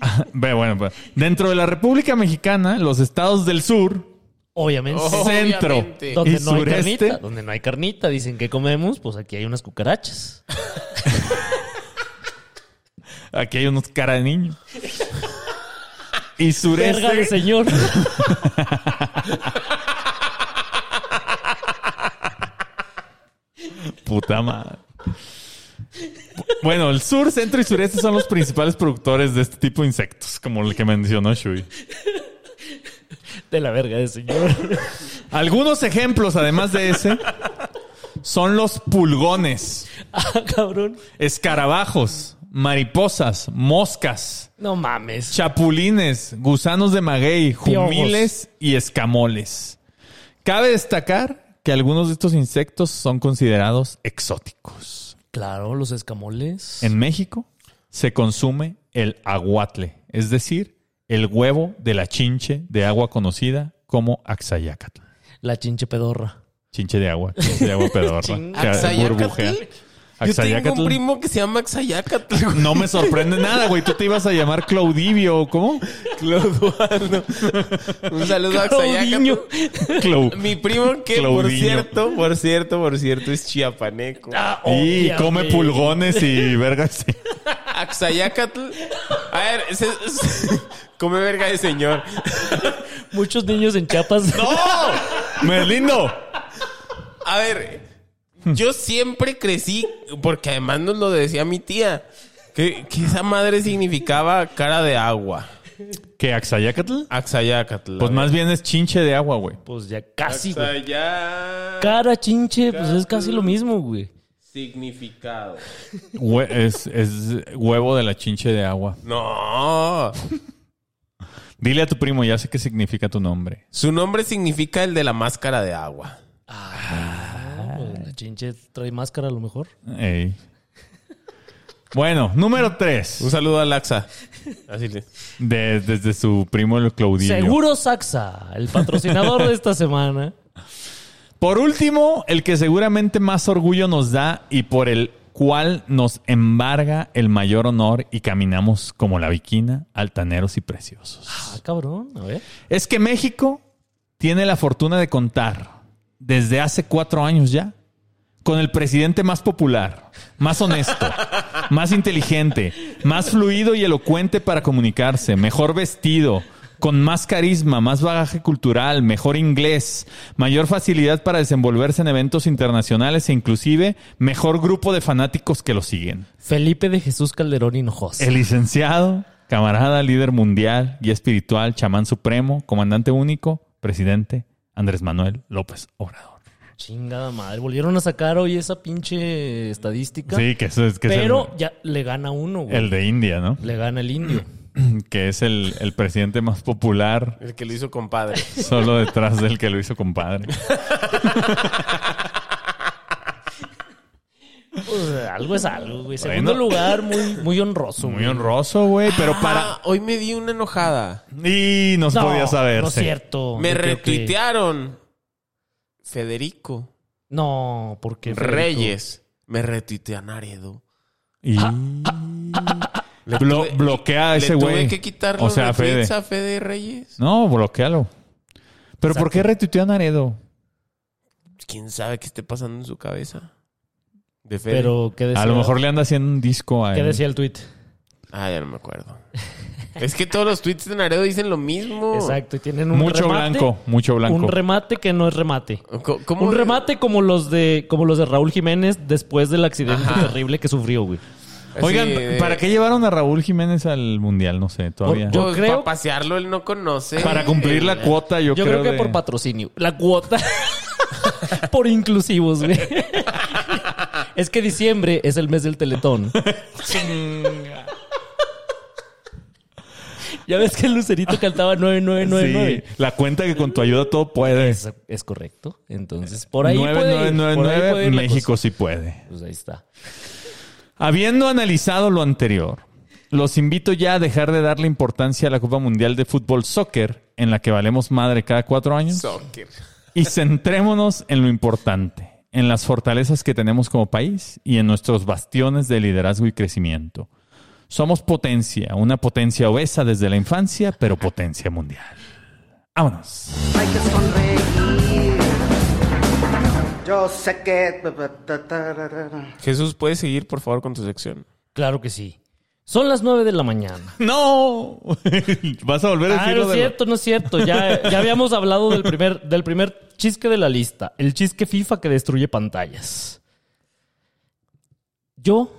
Speaker 1: [laughs] Ve, bueno, pues, dentro de la República Mexicana, los estados del sur,
Speaker 4: Obviamente.
Speaker 3: Oh,
Speaker 1: centro
Speaker 3: Obviamente.
Speaker 1: y
Speaker 4: [laughs] Donde no hay
Speaker 1: sureste
Speaker 4: carnita, donde no hay carnita, dicen que comemos, pues aquí hay unas cucarachas.
Speaker 1: Aquí hay unos cara de niño. Y
Speaker 4: Verga de
Speaker 1: sureste.
Speaker 4: señor. [laughs]
Speaker 1: Puta madre. Bueno, el sur, centro y sureste son los principales productores de este tipo de insectos, como el que mencionó Shui.
Speaker 4: De la verga de señor. [laughs]
Speaker 1: Algunos ejemplos, además de ese, son los pulgones,
Speaker 4: Ah, cabrón.
Speaker 1: escarabajos, mariposas, moscas,
Speaker 4: No mames.
Speaker 1: chapulines, gusanos de maguey,
Speaker 4: Piojos.
Speaker 1: jumiles y escamoles. Cabe destacar que algunos de estos insectos son considerados exóticos.
Speaker 4: Claro, los escamoles.
Speaker 1: En México se consume el aguatle, es decir, el huevo de la chinche de agua conocida como axayacatl.
Speaker 4: La chinche pedorra.
Speaker 1: Chinche de agua, chinche de agua pedorra.
Speaker 4: Ching-
Speaker 1: que burbujea.
Speaker 3: Yo tengo un
Speaker 1: Axayacatl.
Speaker 3: primo que se llama
Speaker 1: [laughs]
Speaker 3: Axayacatl. güey.
Speaker 1: No me sorprende nada, güey. Tú te ibas a llamar Claudivio, ¿cómo?
Speaker 3: Clodoaldo. Un saludo a
Speaker 4: Claudiño.
Speaker 3: Axayacatl.
Speaker 1: Clau.
Speaker 3: Mi primo que, por
Speaker 1: Claudiño.
Speaker 3: cierto, por cierto, por cierto,
Speaker 1: [laughs]
Speaker 3: es chiapaneco.
Speaker 4: Ah,
Speaker 1: Y
Speaker 4: obviamente.
Speaker 1: come pulgones y vergas.
Speaker 3: Axayacatl. A ver, se- se- [laughs] come verga de señor.
Speaker 4: Muchos niños en [laughs] Chiapas.
Speaker 1: lindo.
Speaker 3: A ver, yo siempre crecí, porque además nos lo decía mi tía, que, que esa madre significaba cara de agua.
Speaker 1: ¿Qué, Axayacatl?
Speaker 3: Axayacatl.
Speaker 1: Pues más bien es chinche de agua, güey.
Speaker 4: Pues ya casi, güey.
Speaker 3: Axayacatl.
Speaker 4: Cara chinche, pues es casi lo mismo, güey.
Speaker 3: Significado.
Speaker 1: Hue- es, es huevo de la chinche de agua.
Speaker 3: No.
Speaker 1: Dile a tu primo, ya sé qué significa tu nombre.
Speaker 3: Su nombre significa el de la máscara de agua.
Speaker 4: Ah, pues, la chinche trae máscara a lo mejor.
Speaker 1: Ey. Bueno, número
Speaker 3: Un
Speaker 1: tres.
Speaker 3: saludo a Laxa. Así le.
Speaker 1: De- desde su primo el Claudillo.
Speaker 4: Seguro Saxa, el patrocinador de esta semana.
Speaker 1: Por último, el que seguramente más orgullo nos da y por el cual nos embarga el mayor honor y caminamos como la viquina, altaneros y preciosos.
Speaker 4: Ah, cabrón, a ver.
Speaker 1: Es que México tiene la fortuna de contar desde hace cuatro años ya con el presidente más popular, más honesto, más inteligente, más fluido y elocuente para comunicarse, mejor vestido, con más carisma, más bagaje cultural, mejor inglés, mayor facilidad para desenvolverse en eventos internacionales e inclusive mejor grupo de fanáticos que lo siguen.
Speaker 4: Felipe de Jesús Calderón Hinojosa.
Speaker 1: El licenciado, camarada, líder mundial, guía espiritual, chamán supremo, comandante único, presidente Andrés Manuel López Obrador.
Speaker 4: Chingada madre. Volvieron a sacar hoy esa pinche estadística.
Speaker 1: Sí, que eso es que es
Speaker 4: pero
Speaker 1: el-
Speaker 4: ya le gana uno, güey.
Speaker 1: el, de India, ¿no? [clears throat] [laughs]
Speaker 4: Le gana el indio.
Speaker 1: que es el, el presidente más popular,
Speaker 3: El que lo hizo compadre.
Speaker 1: solo detrás del que lo hizo compadre.
Speaker 4: Pues, algo es algo, güey.
Speaker 1: Bueno.
Speaker 4: Segundo lugar, muy, muy honroso.
Speaker 1: Muy
Speaker 4: güey.
Speaker 1: honroso, güey, pero para...
Speaker 3: Ah, hoy me di una enojada.
Speaker 1: Y nos
Speaker 4: No,
Speaker 1: podía saberse.
Speaker 4: No es cierto.
Speaker 3: me
Speaker 4: Yo creo que-
Speaker 3: retuitearon. Federico
Speaker 4: No, porque. Federico-
Speaker 3: Reyes. Me retuitean Aredo.
Speaker 1: Y...
Speaker 4: Ah,
Speaker 3: Le
Speaker 1: Blo-
Speaker 3: tuve-
Speaker 1: bloquea a ese
Speaker 3: Le tuve
Speaker 1: güey.
Speaker 3: que quitar
Speaker 1: O
Speaker 3: los
Speaker 1: sea,
Speaker 3: retweets
Speaker 1: Fede.
Speaker 3: a Fede Reyes.
Speaker 1: No, bloquealo. ¿Pero
Speaker 4: Exacto.
Speaker 1: por qué retuiteó a Naredo?
Speaker 3: ¿Quién sabe qué esté pasando en su cabeza? De Fede.
Speaker 4: Pero, ¿qué decía?
Speaker 1: A lo mejor le anda haciendo un disco a
Speaker 4: ¿Qué
Speaker 1: él.
Speaker 4: decía el tweet?
Speaker 3: Ah, ya no me acuerdo. es que todos los tweets de Naredo dicen lo mismo.
Speaker 4: Exacto. y Tienen un
Speaker 1: Mucho
Speaker 4: remate,
Speaker 1: blanco, mucho blanco.
Speaker 4: Un remate que no es remate.
Speaker 3: Co- ¿Cómo?
Speaker 4: Un remate como los de como los de Raúl Jiménez después del accidente
Speaker 3: Ajá.
Speaker 4: terrible que sufrió, güey.
Speaker 3: Así
Speaker 1: Oigan,
Speaker 3: de-
Speaker 1: ¿para qué llevaron a Raúl Jiménez al Mundial? No sé, todavía.
Speaker 4: Yo
Speaker 3: Pues,
Speaker 4: creo-
Speaker 3: Para pasearlo él no conoce.
Speaker 1: Para cumplir la cuota, yo,
Speaker 4: Yo, creo, que
Speaker 1: de-
Speaker 4: por patrocinio. La cuota. [laughs] por inclusivos, güey. [laughs] es que diciembre es el mes del
Speaker 1: [laughs]
Speaker 4: teletón. ya ves que el Lucerito cantaba
Speaker 1: Sí,
Speaker 4: 9999.
Speaker 1: la cuenta que con tu ayuda todo puede.
Speaker 4: Es, es correcto. Entonces, por ahí puede ir, por ahí
Speaker 1: 9999,
Speaker 4: puede ir la
Speaker 1: México
Speaker 4: cosa.
Speaker 1: sí puede.
Speaker 4: Pues ahí está.
Speaker 1: Habiendo analizado lo anterior, los invito ya a dejar de darle importancia a la Copa Mundial de Fútbol Soccer, en la que valemos madre cada cuatro años.
Speaker 3: Soccer.
Speaker 1: Y centrémonos en lo importante, en las fortalezas que tenemos como país y en nuestros bastiones de liderazgo y crecimiento. Somos potencia, una potencia obesa desde la infancia, pero potencia mundial. Vámonos.
Speaker 5: Hay que sonreír. Yo sé que.
Speaker 3: Jesús, ¿puedes seguir, por favor, con tu sección?
Speaker 4: Claro que sí. Son las 9 de la mañana.
Speaker 1: No, vas a volver a
Speaker 4: Ah,
Speaker 1: decir
Speaker 4: no
Speaker 1: lo
Speaker 4: es
Speaker 1: de lo-
Speaker 4: cierto, no es cierto. Ya, ya habíamos hablado del primer, del primer chisque de la lista. El chisque FIFA que destruye pantallas. Yo,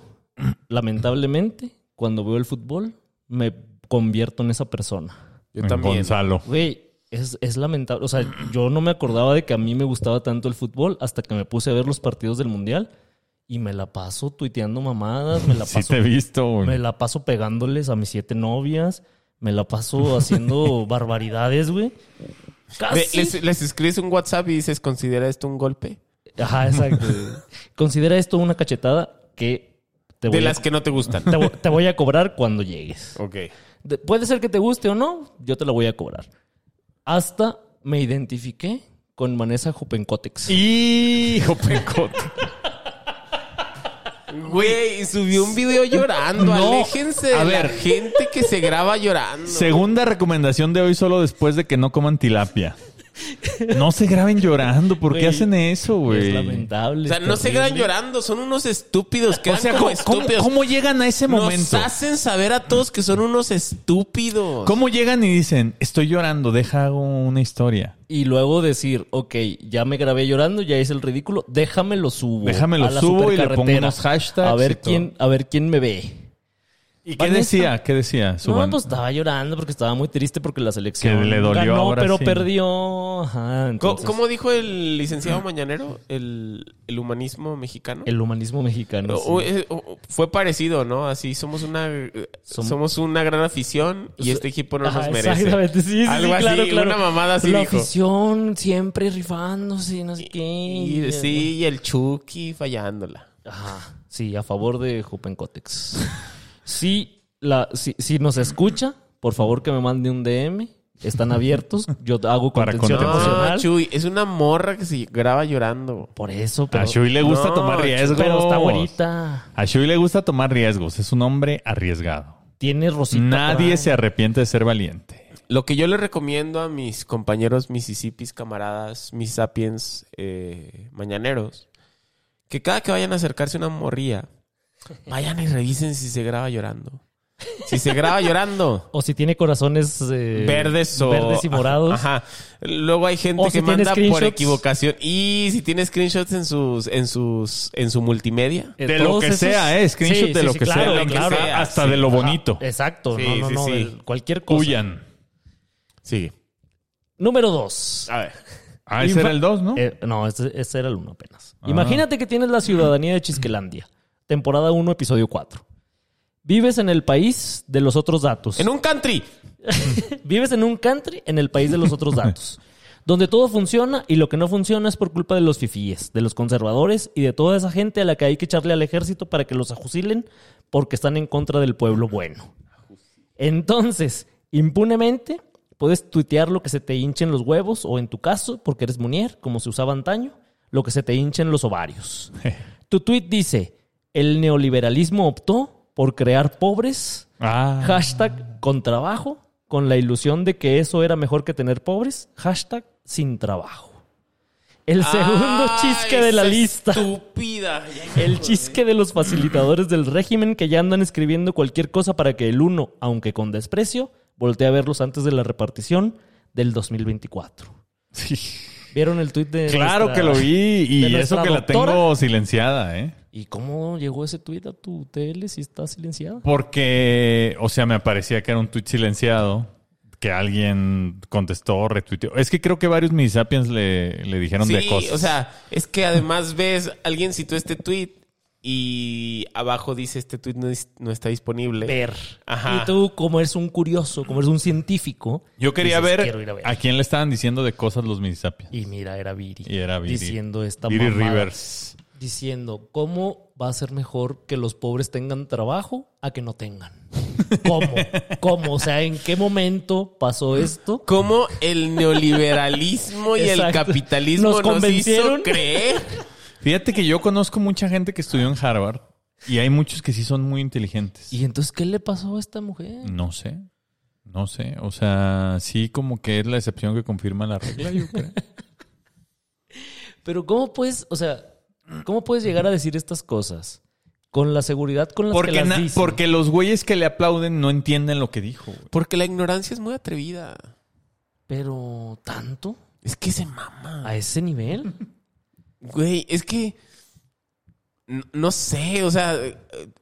Speaker 4: lamentablemente, cuando veo el fútbol, me convierto en esa persona.
Speaker 3: Yo
Speaker 1: En
Speaker 3: también.
Speaker 1: Gonzalo.
Speaker 4: Güey, es, es lamentable. O sea, yo no me acordaba de que a mí me gustaba tanto el fútbol hasta que me puse a ver los partidos del Mundial y me la paso tuiteando mamadas, me la paso
Speaker 1: Sí te he visto. güey.
Speaker 4: me la paso pegándoles a mis siete novias. Me la paso
Speaker 3: [laughs]
Speaker 4: haciendo barbaridades, güey.
Speaker 3: Le-
Speaker 4: Casi.
Speaker 3: les, les escribes un WhatsApp y dices, ¿considera esto un golpe?
Speaker 4: Ajá,
Speaker 3: [laughs]
Speaker 4: exacto. Considera esto una cachetada que te voy,
Speaker 3: De
Speaker 4: a,
Speaker 3: las que no te gustan.
Speaker 4: te vo- te voy a cobrar cuando llegues.
Speaker 3: ok.
Speaker 4: De- puede ser que te guste o no, yo te la voy a cobrar. Hasta me identifiqué con Vanessa Jupencotex.
Speaker 1: Hijo pecote.
Speaker 3: Güey, subió un video llorando.
Speaker 1: No.
Speaker 3: Aléjense de
Speaker 1: A
Speaker 3: la
Speaker 1: ver.
Speaker 3: gente que se graba llorando.
Speaker 1: Segunda recomendación de hoy solo después de que no coman tilapia. No se graben llorando, ¿por qué
Speaker 4: Güey,
Speaker 1: hacen eso,
Speaker 4: es
Speaker 1: güey?
Speaker 4: lamentable.
Speaker 3: O sea,
Speaker 4: es
Speaker 3: no se quedan
Speaker 4: terrible.
Speaker 3: llorando, son unos estúpidos. Quedan como estúpidos.
Speaker 1: llegan a ese
Speaker 3: Nos hacen saber a todos que son unos estúpidos.
Speaker 1: ¿Cómo llegan y dicen, estoy llorando, deja hago una historia?
Speaker 4: Y luego decir, ok, ya me grabé llorando, ya hice el ridículo, déjame lo subo.
Speaker 1: Déjame lo
Speaker 4: a la
Speaker 1: subo y le
Speaker 4: supercarretera,
Speaker 1: pongo unos hashtags
Speaker 4: A
Speaker 1: y
Speaker 4: ver,
Speaker 1: todo.
Speaker 4: quién, a ver quién me ve.
Speaker 1: ¿Y qué
Speaker 4: Vanessa-
Speaker 1: decía? ¿Qué decía? Su
Speaker 4: no,
Speaker 1: ban-
Speaker 4: pues estaba llorando porque estaba muy triste porque la selección
Speaker 1: Que le dolió
Speaker 4: ganó,
Speaker 1: ahora
Speaker 4: pero
Speaker 1: sí.
Speaker 4: perdió. Ajá,
Speaker 3: Co-
Speaker 4: entonces,
Speaker 3: ¿Cómo dijo el licenciado Mañanero? El, el humanismo mexicano.
Speaker 4: El humanismo mexicano.
Speaker 3: O- o-
Speaker 4: sí.
Speaker 3: eh, o- fue parecido, ¿no? Así somos una eh,
Speaker 4: Som- Pues,
Speaker 3: somos una gran afición y este equipo no
Speaker 4: Ajá,
Speaker 3: nos merece.
Speaker 4: Exactamente, sí, sí, sí,
Speaker 3: Algo así,
Speaker 4: claro, claro.
Speaker 3: una mamada así
Speaker 4: La
Speaker 3: dijo.
Speaker 4: afición siempre rifándose, no sé qué.
Speaker 3: Y, sí, y el Chucky fallándola.
Speaker 4: Ajá, sí, a favor de Jupencotex. [laughs] Sí, la, si, si nos escucha, por favor que me mande un DM. Están abiertos. Yo
Speaker 1: [laughs]
Speaker 4: hago
Speaker 1: Para
Speaker 4: contención
Speaker 1: contención.
Speaker 3: No,
Speaker 4: emocional.
Speaker 3: Chuy, es una morra que se graba llorando.
Speaker 4: Ah, Por eso, pero,
Speaker 1: A Shui le gusta
Speaker 3: No,
Speaker 1: tomar
Speaker 3: Chuy,
Speaker 1: riesgos.
Speaker 4: pero está bonita.
Speaker 1: A Shui le gusta tomar riesgos. Es un hombre arriesgado.
Speaker 4: Tiene rosita. por
Speaker 1: Nadie
Speaker 4: ahí.
Speaker 1: se arrepiente de ser valiente.
Speaker 3: Lo que yo le recomiendo a mis compañeros Mississippis, camaradas, mis sapiens eh, mañaneros, que cada que vayan a acercarse a una morría, vayan y revisen si se graba llorando. Si se graba llorando,
Speaker 4: O si tiene corazones [laughs] eh,
Speaker 3: verdes o
Speaker 4: verdes y morados.
Speaker 3: Ajá. Luego hay gente
Speaker 4: O
Speaker 3: que
Speaker 4: si tiene
Speaker 3: manda por
Speaker 4: screenshots.
Speaker 3: equivocación y si tiene screenshots en sus en sus en su multimedia.
Speaker 4: Eh,
Speaker 1: De lo
Speaker 4: todos
Speaker 1: que
Speaker 4: esos-
Speaker 1: sea, eh, screenshot de lo que sea,
Speaker 4: claro,
Speaker 1: de lo que
Speaker 4: claro.
Speaker 1: sea, hasta de lo
Speaker 4: Ajá,
Speaker 1: bonito.
Speaker 4: Exacto,
Speaker 3: Sí,
Speaker 4: no, no,
Speaker 3: sí,
Speaker 4: no,
Speaker 3: sí.
Speaker 4: del- cualquier cosa.
Speaker 1: Huyan.
Speaker 3: Sí.
Speaker 4: Número dos.
Speaker 3: A ver.
Speaker 1: Ah, ese
Speaker 4: Infa-
Speaker 1: era el 2, ¿no?
Speaker 4: Eh, no, ese, ese era el uno apenas. Imagínate que tienes la ciudadanía de Chisquelandia, temporada 1, episodio 4. Vives en el país de los otros datos.
Speaker 3: En un country.
Speaker 4: Vives en un country en el país de los otros datos. donde todo funciona y lo que no funciona es por culpa de los fifíes, de los conservadores y de toda esa gente a la que hay que echarle al ejército para que los ajusilen porque están en contra del pueblo bueno. Entonces, impunemente, puedes tuitear lo que se te hinchen los huevos o en tu caso, porque eres munier, como se usaba antaño, lo que se te hinchen los ovarios. tu tuit dice, el neoliberalismo optó por crear pobres
Speaker 1: [laughs] Ah,
Speaker 4: Hashtag con trabajo, con la ilusión de que eso era mejor que tener pobres. Hashtag sin trabajo. El segundo
Speaker 3: Ah,
Speaker 4: chisque de la
Speaker 3: esa
Speaker 4: lista.
Speaker 3: Estúpida. Ya me
Speaker 4: El
Speaker 3: acordé.
Speaker 4: chisque de los facilitadores del régimen que ya andan escribiendo cualquier cosa para que el uno, aunque con desprecio, voltee a verlos antes de la repartición del 2024. ¿Vieron el tuit de.?
Speaker 1: claro
Speaker 4: nuestra-
Speaker 1: que lo vi
Speaker 4: de
Speaker 1: y
Speaker 4: nuestra
Speaker 1: eso que la
Speaker 4: doctora.
Speaker 1: tengo silenciada, ¿eh?
Speaker 4: ¿Y cómo llegó ese tuit a tu tele si está silenciada?
Speaker 1: Porque, o sea, me parecía que era un tweet silenciado que alguien contestó, retuiteó. Es que creo que varios mis sapiens le, le dijeron
Speaker 3: Sí,
Speaker 1: de cosas.
Speaker 3: o sea, es que además ves, alguien citó este tweet y abajo dice este tweet no, es- no está disponible.
Speaker 4: Ver.
Speaker 3: Ajá.
Speaker 4: Y tú, como eres un curioso, como eres un científico,
Speaker 1: yo quería
Speaker 4: dices,
Speaker 1: ver,
Speaker 4: "Quiero ir a
Speaker 1: a
Speaker 4: ver".
Speaker 1: quién le estaban diciendo de cosas los mis sapiens.
Speaker 4: Y mira, era Viri.
Speaker 1: Y era Viri.
Speaker 4: Diciendo esta
Speaker 1: Viri
Speaker 4: mamada.
Speaker 1: Rivers.
Speaker 4: Diciendo, ¿cómo va a ser mejor que los pobres tengan trabajo a que no tengan?
Speaker 1: [laughs]
Speaker 4: ¿Cómo? ¿Cómo? O sea, ¿en qué momento pasó esto?
Speaker 3: Cómo el neoliberalismo y el
Speaker 4: Exacto.
Speaker 3: capitalismo
Speaker 4: Nos
Speaker 3: nos,
Speaker 4: convencieron.
Speaker 3: hizo creer.
Speaker 1: Fíjate que yo conozco mucha gente que estudió en Harvard y hay muchos que sí son muy inteligentes.
Speaker 4: ¿Y entonces qué le pasó a esta mujer?
Speaker 1: No sé, no sé. O sea, sí como que es la excepción que confirma la regla, yo
Speaker 4: [laughs]
Speaker 1: creo.
Speaker 4: Pero ¿cómo puedes, o sea, cómo puedes llegar a decir estas cosas? Con la seguridad con la que
Speaker 1: Porque,
Speaker 4: las
Speaker 1: na-
Speaker 4: dices.
Speaker 1: porque los güeyes que le aplauden no entienden lo que dijo. güey.
Speaker 3: Porque la ignorancia es muy atrevida.
Speaker 4: Pero, ¿tanto?
Speaker 3: Es que se mama.
Speaker 4: ¿A ese nivel?
Speaker 3: Güey, es que. n- No, sé, o sea, eh,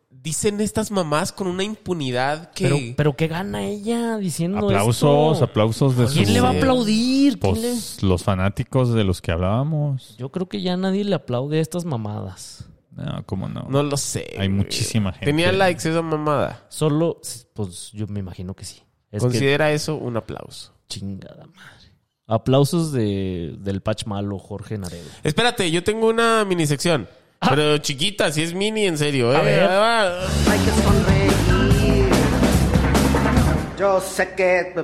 Speaker 3: dicen estas mamás con una impunidad que.
Speaker 4: Pero, pero ¿qué gana ella diciendo
Speaker 1: Aplausos,
Speaker 4: esto?
Speaker 1: aplausos de
Speaker 4: ¿Quién
Speaker 1: su-
Speaker 4: le va a aplaudir? ¿Quién le-
Speaker 1: Pues los fanáticos de los que hablábamos.
Speaker 4: Yo creo que ya nadie le aplaude a estas mamadas.
Speaker 1: No, cómo no.
Speaker 3: No lo sé.
Speaker 1: Hay
Speaker 3: güey.
Speaker 1: muchísima gente.
Speaker 3: Tenía likes esa mamada.
Speaker 4: Solo, pues yo me imagino que sí. Es que
Speaker 3: Considera eso un aplauso.
Speaker 4: chingada madre. Aplausos de, del patch malo Jorge Naredo.
Speaker 3: Espérate, yo tengo una mini sección. Pero chiquita, si es mini, en serio.
Speaker 4: Ah. A
Speaker 3: ¿eh?
Speaker 4: ver.
Speaker 3: Ah,
Speaker 5: Hay que sonreír. Yo sé que.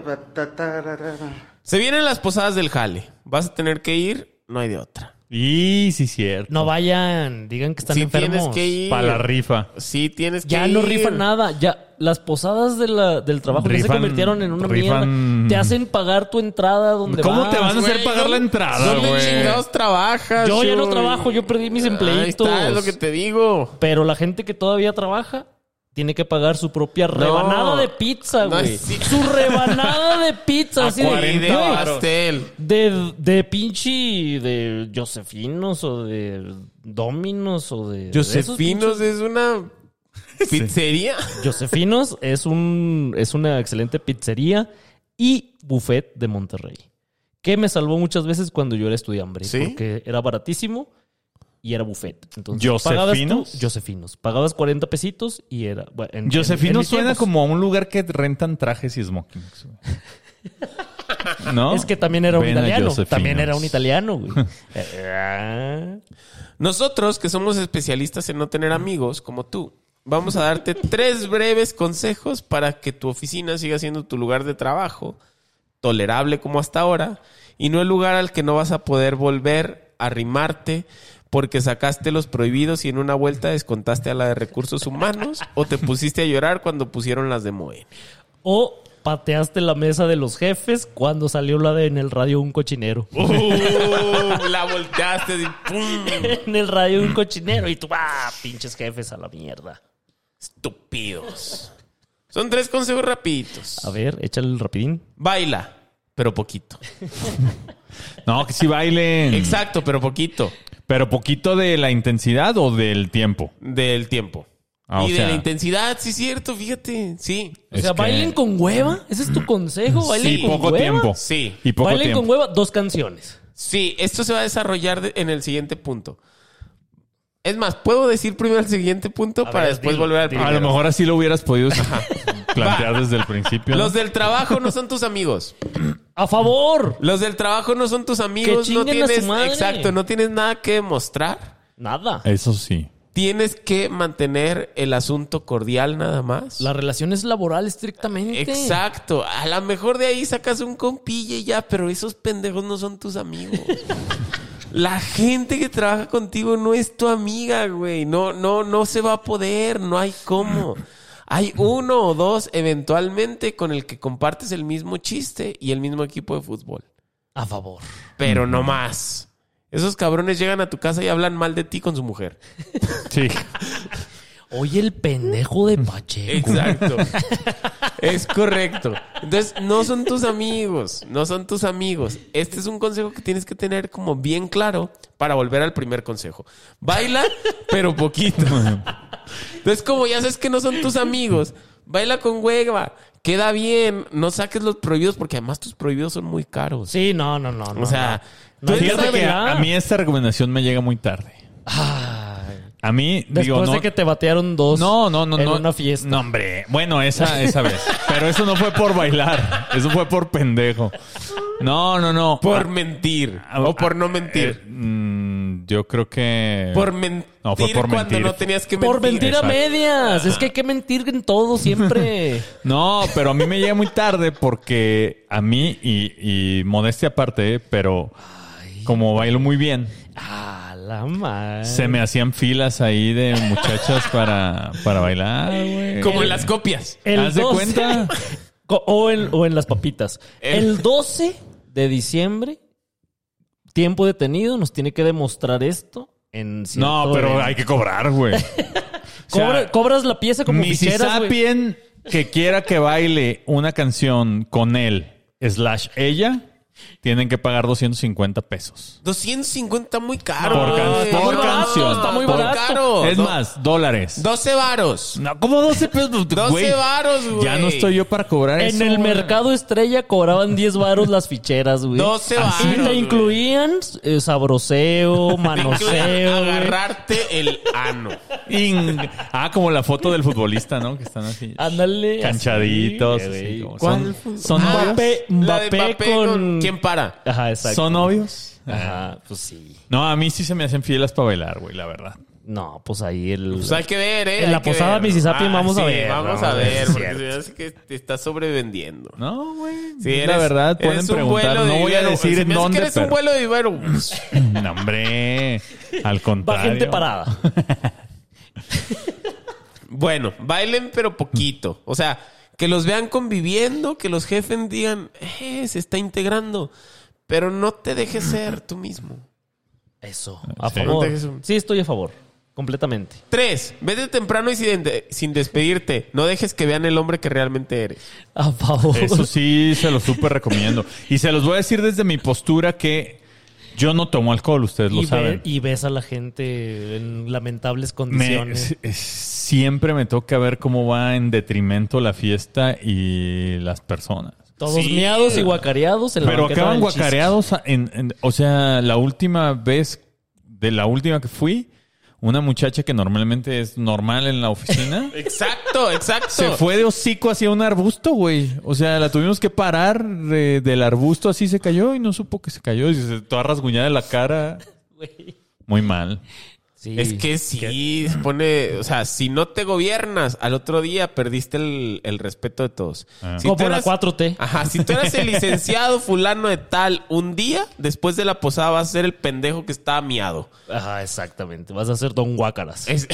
Speaker 3: Se vienen las posadas del jale. Vas a tener que ir, no hay de otra.
Speaker 1: Y sí, cierto.
Speaker 4: No vayan, digan que están
Speaker 3: sí
Speaker 4: enfermos.
Speaker 3: tienes que ir.
Speaker 1: Para la rifa.
Speaker 3: Sí tienes que
Speaker 4: Ya
Speaker 3: ir.
Speaker 4: no rifan nada, ya las posadas de la, del trabajo ya se
Speaker 1: Rifan-
Speaker 4: convirtieron en una
Speaker 1: rifan-
Speaker 4: mierda. Te hacen pagar tu entrada donde
Speaker 1: ¿Cómo te
Speaker 4: vas?
Speaker 1: van a hacer
Speaker 3: Güey,
Speaker 1: pagar
Speaker 3: ¿dó-
Speaker 1: la entrada,
Speaker 3: ¿Dónde
Speaker 1: güey?
Speaker 3: chingados trabajas?
Speaker 4: Yo ya no
Speaker 3: Chuy?
Speaker 4: trabajo, yo perdí mis empleitos.
Speaker 3: Ahí está, es lo que te digo.
Speaker 4: Pero la gente que todavía trabaja tiene que pagar su propia rebanada de pizza,
Speaker 3: No,
Speaker 4: güey.
Speaker 3: sí.
Speaker 4: Su rebanada de
Speaker 3: [laughs]
Speaker 4: pizza. así de,
Speaker 3: 40
Speaker 4: güey,
Speaker 3: pastel.
Speaker 4: de, de pinche de Josefinos o de Dominos o de... de esos
Speaker 3: Josefinos es una pizzería.
Speaker 4: pinches- Josefinos es, un, es una excelente pizzería y buffet de Monterrey. Que me salvó muchas veces cuando yo era estudiante.
Speaker 3: ¿Sí?
Speaker 4: Porque era baratísimo y era buffet. Entonces, Pagabas
Speaker 1: ¿Josefinos?
Speaker 4: tú, Josefinos. Pagabas 40 pesitos y era... bueno, en- en- en
Speaker 1: Josefino
Speaker 4: mis
Speaker 1: suena
Speaker 4: tiempos.
Speaker 1: como a un lugar que rentan trajes y smokings. güey. ¿No?
Speaker 4: Es que también era un
Speaker 1: Ven a
Speaker 4: italiano.
Speaker 1: Josefinos.
Speaker 4: También era un italiano,
Speaker 1: [laughs]
Speaker 4: güey. Eh,
Speaker 3: Nosotros, que somos especialistas en no tener amigos como tú, vamos a [laughs] darte tres breves consejos para que tu oficina siga siendo tu lugar de trabajo, tolerable como hasta ahora, y no el lugar al que no vas a poder volver a arrimarte porque sacaste los prohibidos y en una vuelta descontaste a la de recursos humanos o te pusiste a llorar cuando pusieron las de [laughs] Moen.
Speaker 4: O pateaste la mesa de los jefes cuando salió la de en el radio un cochinero.
Speaker 3: la volteaste [laughs] y ¡pum!
Speaker 4: [laughs] En el radio un cochinero y tú, ah, pinches jefes a la mierda.
Speaker 3: Estúpidos. Son tres consejos rapiditos.
Speaker 4: A ver, échale el rapidín.
Speaker 3: Baila, pero
Speaker 4: [laughs]
Speaker 3: poquito.
Speaker 1: No, que sí bailen.
Speaker 3: Exacto, pero poquito
Speaker 1: Pero poquito de la intensidad o del tiempo.
Speaker 3: del tiempo.
Speaker 1: Ah,
Speaker 3: y
Speaker 1: o
Speaker 3: de
Speaker 1: sea.
Speaker 3: la intensidad, sí, cierto, fíjate. Sí,
Speaker 4: O sea,
Speaker 1: Es que-
Speaker 4: bailen con hueva. Ese es tu consejo. Bailen
Speaker 1: Sí,
Speaker 4: con
Speaker 1: poco
Speaker 4: hueva.
Speaker 1: tiempo.
Speaker 3: Sí.
Speaker 1: Y poco
Speaker 4: bailen
Speaker 1: tiempo.
Speaker 4: con hueva dos canciones.
Speaker 3: sí, esto se va a desarrollar de- en el siguiente punto. Es más, puedo decir primero el siguiente punto
Speaker 4: A
Speaker 3: para
Speaker 4: ver,
Speaker 3: después
Speaker 4: dilo,
Speaker 3: volver al
Speaker 4: dilo.
Speaker 1: A
Speaker 3: primero.
Speaker 1: lo mejor así lo hubieras podido plantear desde el principio. ¿no?
Speaker 3: Los del trabajo no son tus amigos.
Speaker 4: ¡A favor!
Speaker 3: Los del trabajo no son tus amigos. No
Speaker 4: chinguen a su
Speaker 3: tienes,
Speaker 4: madre.
Speaker 3: exacto, no tienes nada que demostrar.
Speaker 4: Nada.
Speaker 1: Eso sí.
Speaker 3: Tienes que mantener el asunto cordial nada más.
Speaker 4: La relación es laboral estrictamente.
Speaker 3: Exacto. A lo mejor de ahí sacas un compilla y ya, pero esos pendejos no son tus amigos. La gente que trabaja contigo no es tu amiga, güey. No, no, no se va a poder. No hay cómo. Hay uno o dos eventualmente con el que compartes el mismo chiste y el mismo equipo de fútbol.
Speaker 4: A favor.
Speaker 3: Pero no más. Esos cabrones llegan a tu casa y hablan mal de ti con su mujer.
Speaker 4: [laughs]
Speaker 1: Sí.
Speaker 4: Oye, el pendejo de Pacheco.
Speaker 3: Exacto. [laughs] es correcto. Entonces, no son tus amigos, no son tus amigos. Este es un consejo que tienes que tener como bien claro para volver al primer consejo. Baila, pero poquito. Entonces, como ya sabes que no son tus amigos, baila con hueva, queda bien, no saques los prohibidos porque además tus prohibidos son muy caros.
Speaker 4: Sí, no, no, no. no,
Speaker 3: O sea,
Speaker 4: No,
Speaker 3: tú
Speaker 4: sí,
Speaker 3: estás-
Speaker 1: Fíjate que a,
Speaker 4: ¿verdad?
Speaker 1: a mí esta recomendación me llega muy tarde.
Speaker 4: Ay.
Speaker 1: A mí,
Speaker 4: después
Speaker 1: digo, no.
Speaker 4: de que te batearon dos.
Speaker 1: no, no, no,
Speaker 4: en
Speaker 1: no.
Speaker 4: una fiesta.
Speaker 1: No, hombre. Bueno, esa, esa
Speaker 4: [laughs]
Speaker 1: vez. Pero eso no fue por bailar. Eso fue por pendejo. No, no, no. Eh,
Speaker 3: por mentir
Speaker 1: Ah,
Speaker 3: o por
Speaker 1: ah,
Speaker 3: no mentir.
Speaker 1: eh, mm, yo creo que.
Speaker 3: por mentir
Speaker 1: eh, No, fue por
Speaker 3: cuando
Speaker 1: mentir.
Speaker 3: no tenías que mentir.
Speaker 4: Por mentir a
Speaker 1: Exacto.
Speaker 4: medias. Es que hay que mentir en
Speaker 1: [laughs]
Speaker 4: todo siempre.
Speaker 1: No, pero a mí me llega muy tarde porque a mí, y, y modestia aparte, eh, pero como bailo muy bien,
Speaker 4: ah, la madre.
Speaker 1: se me hacían filas ahí de muchachas para, para bailar, güey.
Speaker 3: Como en las copias.
Speaker 4: El
Speaker 1: ¿Haz de cuenta?
Speaker 4: [laughs] Co- O en, o en las papitas. El 12 de diciembre, tiempo detenido, nos tiene que demostrar esto en cierto
Speaker 1: No, pero
Speaker 4: evento.
Speaker 1: hay que cobrar,
Speaker 4: [laughs]
Speaker 1: güey.
Speaker 4: Cobra-
Speaker 1: o sea,
Speaker 4: cobras la pieza como
Speaker 1: Ni si
Speaker 4: ficheras, güey.
Speaker 1: sapien que quiera que baile una canción con él slash ella, tienen que pagar 250 pesos.
Speaker 3: 250 muy caro.
Speaker 1: Por
Speaker 3: güey.
Speaker 1: can-
Speaker 3: Está
Speaker 1: por
Speaker 3: muy barato,
Speaker 1: canción.
Speaker 3: Está muy
Speaker 1: Por-
Speaker 3: barato.
Speaker 1: es
Speaker 3: Oh, Do-
Speaker 1: más, dólares.
Speaker 3: 12 varos.
Speaker 1: No, ¿cómo 12 pesos? Pues,
Speaker 3: 12
Speaker 1: Güey,
Speaker 3: varos, güey.
Speaker 1: Ya no estoy yo para cobrar
Speaker 4: En
Speaker 1: eso.
Speaker 4: el
Speaker 1: güey.
Speaker 4: mercado estrella cobraban 10 varos las ficheras, güey.
Speaker 3: 12 varos.
Speaker 4: Y te
Speaker 3: güey.
Speaker 4: incluían
Speaker 1: [laughs]
Speaker 4: eh, sabroseo,
Speaker 3: Te incluían
Speaker 4: manoseo, güey.
Speaker 3: Agarrarte el ano.
Speaker 1: Ing- Ah, como la foto del futbolista, ¿no? Que están así.
Speaker 4: Ah, Ándale.
Speaker 1: Canchaditos.
Speaker 4: así,
Speaker 1: así
Speaker 4: güey.
Speaker 1: como-
Speaker 4: ¿Cuál
Speaker 1: son,
Speaker 4: fue?
Speaker 1: son
Speaker 4: Ah,
Speaker 1: novios?
Speaker 4: Mbappé,
Speaker 3: La de
Speaker 4: Mbappé
Speaker 3: Mbappé
Speaker 4: con...
Speaker 3: ¿Quién para?
Speaker 4: Ajá, exacto.
Speaker 1: ¿Son novios?
Speaker 4: Ajá, pues sí.
Speaker 1: No, a mí sí se me hacen fieles para bailar, güey, la verdad.
Speaker 4: No, pues ahí el...
Speaker 3: Pues hay que ver, ¿eh?
Speaker 4: En la
Speaker 3: Hay que
Speaker 4: posada
Speaker 3: ver. Ah,
Speaker 4: Mississippi vamos a
Speaker 3: sí,
Speaker 4: ver,
Speaker 3: Vamos
Speaker 4: vamos
Speaker 3: a
Speaker 4: a ver,
Speaker 3: ver,
Speaker 4: es
Speaker 3: porque
Speaker 4: cierto.
Speaker 3: se me hace que te estás sobrevendiendo.
Speaker 1: No, güey.
Speaker 3: Sí,
Speaker 1: la
Speaker 3: eres-
Speaker 1: verdad,
Speaker 3: eres
Speaker 1: pueden
Speaker 3: un
Speaker 1: preguntar.
Speaker 3: vuelo de
Speaker 1: No voy a
Speaker 3: Ibero.
Speaker 1: decir
Speaker 3: Se
Speaker 1: en
Speaker 3: me hace
Speaker 1: dónde.
Speaker 3: que eres un
Speaker 1: pero-
Speaker 3: vuelo de Ibero.
Speaker 1: [laughs] No, hombre. Al
Speaker 4: Va
Speaker 1: contrario.
Speaker 4: gente parada.
Speaker 3: Bueno, bailen pero poquito. O sea, que los vean conviviendo, que los jefes digan, eh, se está integrando. Pero no te dejes ser tú mismo.
Speaker 4: [laughs] Eso. A
Speaker 1: Sí.
Speaker 4: favor.
Speaker 3: Ponte Jesús.
Speaker 4: Sí, estoy a favor. Completamente.
Speaker 3: Tres, vete temprano y sin, sin despedirte. No dejes que vean el hombre que realmente eres.
Speaker 4: A favor.
Speaker 1: Eso
Speaker 4: [laughs]
Speaker 1: sí, se los súper recomiendo. Y se los voy a decir desde mi postura que yo no tomo alcohol, ustedes lo
Speaker 4: y, ve-
Speaker 1: saben.
Speaker 4: y ves a la gente en lamentables
Speaker 1: Me-
Speaker 4: condiciones.
Speaker 1: es- es- siempre me toca ver cómo va en detrimento la fiesta y las personas.
Speaker 4: Todos
Speaker 1: Sí.
Speaker 4: miados y guacareados en la
Speaker 1: Pero
Speaker 4: banqueta
Speaker 1: acaban
Speaker 4: del Chiste.
Speaker 1: guacareados. En, en- o sea, la última vez, de la última que fui, una muchacha que normalmente es normal en la
Speaker 4: [laughs]
Speaker 1: oficina.
Speaker 3: Exacto, [laughs] exacto.
Speaker 1: Se fue de hocico hacia un arbusto, güey. O sea, la tuvimos que parar de- del arbusto, así se cayó y no supo que se cayó. Y se toda rasguñada en la cara.
Speaker 4: Güey.
Speaker 1: Muy mal.
Speaker 4: Sí.
Speaker 3: Es que sí, se pone, o sea, si no te gobiernas, al otro día perdiste el, el respeto de todos.
Speaker 1: Ah.
Speaker 3: Si
Speaker 4: Como
Speaker 3: tú
Speaker 4: la
Speaker 3: eras-
Speaker 4: 4T.
Speaker 3: Ajá, si tú
Speaker 4: [laughs]
Speaker 3: eras el licenciado fulano de tal, un día después de la posada vas a ser el pendejo que está miado.
Speaker 4: Ajá, Ah, exactamente. Vas a ser Don Guácaras.
Speaker 3: Es-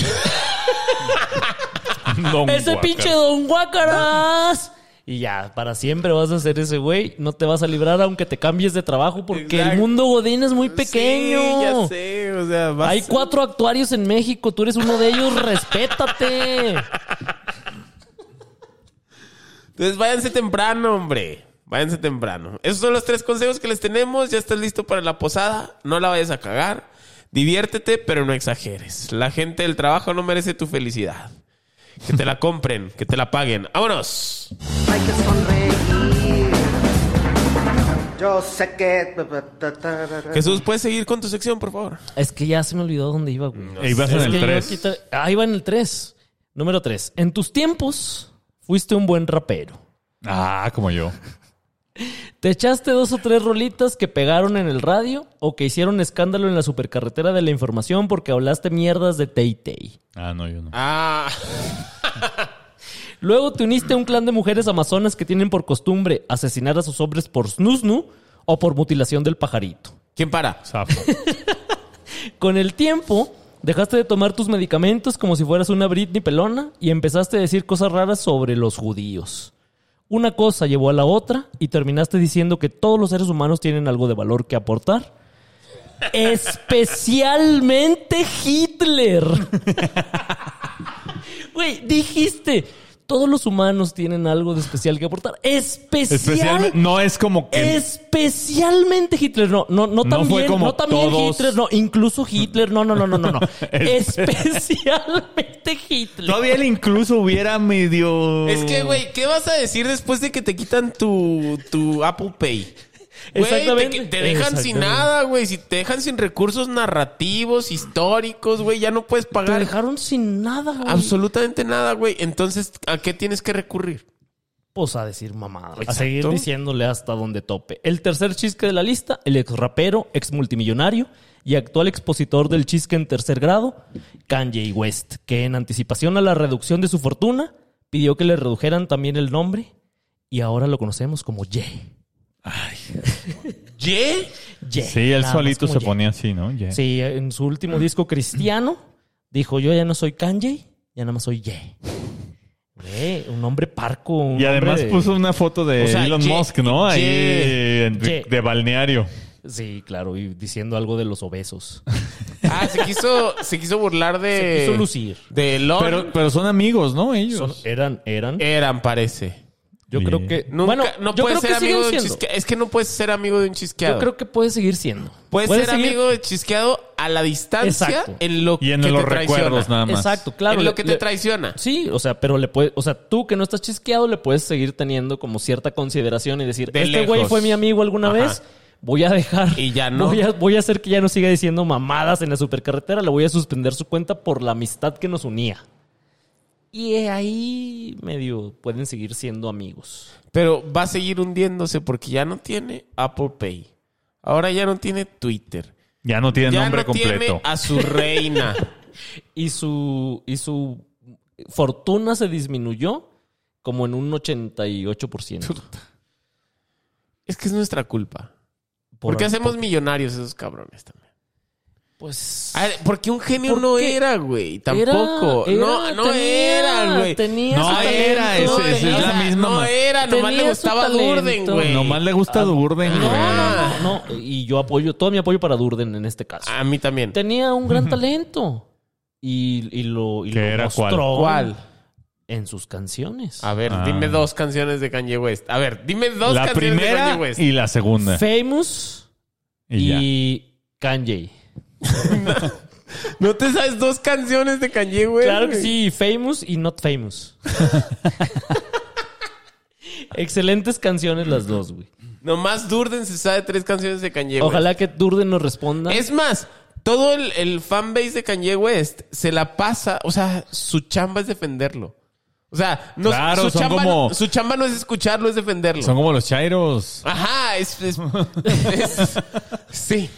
Speaker 1: [laughs] Don
Speaker 4: ¡Ese
Speaker 1: Guacar-
Speaker 4: pinche Don Guácaras! Y ya, para siempre vas a ser ese güey. No te vas a librar aunque te cambies de trabajo porque
Speaker 3: Exacto.
Speaker 4: el mundo Godín es muy pequeño.
Speaker 3: Sí, ya sé, o sea, vas
Speaker 4: Hay cuatro actuarios en México. Tú eres uno de ellos. ¡Respétate!
Speaker 3: Entonces váyanse temprano, hombre. Váyanse temprano. Esos son los tres consejos que les tenemos. Ya estás listo para la posada. No la vayas a cagar. Diviértete, pero no exageres. La gente del trabajo no merece tu felicidad. Que te [laughs] la compren, que te la paguen. ¡Vámonos!
Speaker 5: Hay que sonreír. Yo sé que.
Speaker 3: Jesús, ¿puedes seguir con tu sección, por favor?
Speaker 4: Es que ya se me olvidó dónde iba, güey.
Speaker 1: E ibas
Speaker 4: Es
Speaker 1: en
Speaker 4: que
Speaker 1: el
Speaker 4: yo
Speaker 1: 3.
Speaker 4: quita- Ahí va en el 3. Número 3. En tus tiempos fuiste un buen rapero.
Speaker 1: Ah, como yo.
Speaker 4: Te echaste dos o tres rolitas que pegaron en el radio o que hicieron escándalo en la supercarretera de la información porque hablaste mierdas de Tay Tay.
Speaker 1: Ah, no, yo no.
Speaker 3: Ah,
Speaker 4: Luego te uniste a un clan de mujeres amazonas que tienen por costumbre asesinar a sus hombres por snusnu o por mutilación del pajarito.
Speaker 3: ¿quién para?
Speaker 1: Zafo.
Speaker 4: Con el tiempo, dejaste de tomar tus medicamentos como si fueras una Britney pelona y empezaste a decir cosas raras sobre los judíos. Una cosa llevó a la otra y terminaste diciendo que todos los seres humanos tienen algo de valor que aportar. Especialmente Hitler. Güey, dijiste, todos los humanos tienen algo de especial que aportar. Especial,
Speaker 1: Especialmente, no es como que.
Speaker 4: Especialmente Hitler, no, no,
Speaker 1: No
Speaker 4: no también,
Speaker 1: fue como
Speaker 4: no también
Speaker 1: todos.
Speaker 4: Hitler, no, incluso Hitler, no, no, no, no, no, no. Especialmente Hitler.
Speaker 1: Todavía él incluso hubiera medio.
Speaker 3: Es que, güey, ¿qué vas a decir después de que te quitan tu, tu Apple Pay? Güey,
Speaker 4: Exactamente.
Speaker 3: Te, te dejan sin
Speaker 4: Exactamente.
Speaker 3: nada, güey. Si te dejan sin recursos narrativos, históricos, güey, ya no puedes
Speaker 4: Te
Speaker 3: pagar
Speaker 4: dejaron sin nada, güey.
Speaker 3: absolutamente nada, güey. Entonces, ¿a qué tienes que recurrir?
Speaker 4: Pues a decir mamada. A
Speaker 3: Exacto.
Speaker 4: seguir diciéndole hasta donde tope. El tercer chisque de la lista, el ex rapero, ex multimillonario y actual expositor del chisque en tercer grado, Kanye West, que en anticipación a la reducción de su fortuna, pidió que le redujeran también el nombre y ahora lo conocemos como Ye.
Speaker 3: ¿Ye?
Speaker 4: Ye,
Speaker 1: Sí, él
Speaker 4: nada
Speaker 1: solito
Speaker 4: más
Speaker 1: se
Speaker 4: como Ye.
Speaker 1: ponía así, ¿no? Ya.
Speaker 4: Sí, en su último disco cristiano [clears throat] dijo yo ya no soy Kanye, ya nada más soy Ye. Güey, un hombre parco. un
Speaker 1: Y además
Speaker 4: hombre de-
Speaker 1: puso una foto de
Speaker 3: O sea,
Speaker 1: Elon
Speaker 3: ye-
Speaker 1: Musk, ¿no? Ahí
Speaker 3: ye-
Speaker 1: en- de,
Speaker 4: ye-
Speaker 1: de balneario.
Speaker 4: Sí, claro, y diciendo algo de
Speaker 1: [laughs]
Speaker 4: los obesos.
Speaker 3: Ah, se
Speaker 4: [laughs]
Speaker 3: quiso, se quiso burlar de.
Speaker 4: Se quiso lucir.
Speaker 3: De Elon.
Speaker 1: Pero, pero son amigos, ¿no? Ellos.
Speaker 4: Son- eran, eran.
Speaker 3: Eran, parece.
Speaker 4: Yo
Speaker 1: Sí.
Speaker 4: creo que.
Speaker 3: Eh, Nunca,
Speaker 4: bueno,
Speaker 3: no
Speaker 4: yo creo
Speaker 3: puedes
Speaker 4: que
Speaker 3: ser amigo
Speaker 4: siguen
Speaker 3: de un
Speaker 4: siendo.
Speaker 3: chisqueado. Es que no puedes ser amigo de un chisqueado.
Speaker 4: Yo creo que puede seguir siendo.
Speaker 3: Puedes
Speaker 4: Puede
Speaker 3: ser
Speaker 4: seguir-
Speaker 3: amigo de chisqueado a la distancia
Speaker 4: Exacto.
Speaker 3: en lo
Speaker 1: Y en
Speaker 3: que
Speaker 1: los
Speaker 3: te traiciona.
Speaker 1: recuerdos nada más.
Speaker 4: Exacto, claro.
Speaker 3: En
Speaker 4: le-
Speaker 3: lo que te
Speaker 4: le-
Speaker 3: traiciona.
Speaker 4: Sí, o sea, pero le puede, o sea, tú que no estás chisqueado le puedes seguir teniendo como cierta consideración y decir,
Speaker 3: De
Speaker 4: este
Speaker 3: lejos.
Speaker 4: güey fue mi amigo alguna
Speaker 3: Ajá.
Speaker 4: vez, voy a dejar
Speaker 3: Y ya no.
Speaker 4: voy a, voy a hacer que ya no siga diciendo mamadas en la supercarretera, le voy a suspender su cuenta por la amistad que nos unía. Y ahí medio pueden seguir siendo amigos.
Speaker 3: Pero va a seguir hundiéndose porque ya no tiene Apple Pay. Ahora ya no tiene Twitter.
Speaker 1: Ya no tienen
Speaker 3: ya
Speaker 1: nombre
Speaker 3: no
Speaker 1: completo.
Speaker 3: tiene a su reina. [laughs]
Speaker 4: Y su y su fortuna se disminuyó como en un 88%.
Speaker 3: es que es nuestra culpa.
Speaker 4: Por-
Speaker 3: ¿Por qué hacemos millonarios esos cabrones también?
Speaker 4: pues
Speaker 3: A ver, porque un genio
Speaker 4: ¿Por
Speaker 3: no
Speaker 4: qué?
Speaker 3: era, güey. Tampoco.
Speaker 4: Era-
Speaker 3: no,
Speaker 4: era-
Speaker 3: no
Speaker 4: tenía-
Speaker 3: era, güey.
Speaker 4: tenía
Speaker 1: No
Speaker 4: su
Speaker 1: era,
Speaker 4: talento,
Speaker 1: ese- ese es
Speaker 4: tenía-
Speaker 1: la misma
Speaker 3: No
Speaker 1: ma-
Speaker 3: era, nomás
Speaker 4: tenía
Speaker 3: le
Speaker 4: su
Speaker 3: gustaba
Speaker 4: talento.
Speaker 3: Durden, güey.
Speaker 1: Nomás le gusta Durden,
Speaker 4: No,
Speaker 1: güey.
Speaker 4: no, no, no. Y yo apoyo, todo mi apoyo para Durden en este caso.
Speaker 3: A mí también.
Speaker 4: Tenía un gran talento. Y, y lo, y
Speaker 1: ¿Qué
Speaker 4: lo
Speaker 1: era? ¿Cuál?
Speaker 4: mostró
Speaker 3: ¿Cuál?
Speaker 4: en sus canciones.
Speaker 3: A ver,
Speaker 1: Ah.
Speaker 3: dime dos canciones de Kanye West. A ver, dime dos
Speaker 1: La
Speaker 3: canciones de
Speaker 1: primera
Speaker 3: Kanye West.
Speaker 1: y la segunda.
Speaker 4: Famous
Speaker 1: Y ya.
Speaker 4: y Kanye.
Speaker 3: ¿No te sabes dos canciones de Kanye West?
Speaker 4: Claro que
Speaker 3: güey?
Speaker 4: sí, Famous y Not
Speaker 3: [laughs]
Speaker 4: Famous. Excelentes canciones las dos, güey.
Speaker 3: Nomás Durden se sabe tres canciones de Kanye West.
Speaker 4: Ojalá que Durden nos responda.
Speaker 3: Es más, todo el, el fanbase de Kanye West se la pasa, o sea, su chamba es defenderlo. O sea, no,
Speaker 1: Claro,
Speaker 3: su,
Speaker 1: son
Speaker 3: chamba,
Speaker 1: como-
Speaker 3: no- su chamba no es escucharlo, es defenderlo.
Speaker 1: Son como los chairos.
Speaker 3: Ajá,
Speaker 1: [laughs]
Speaker 3: es, es- es- sí.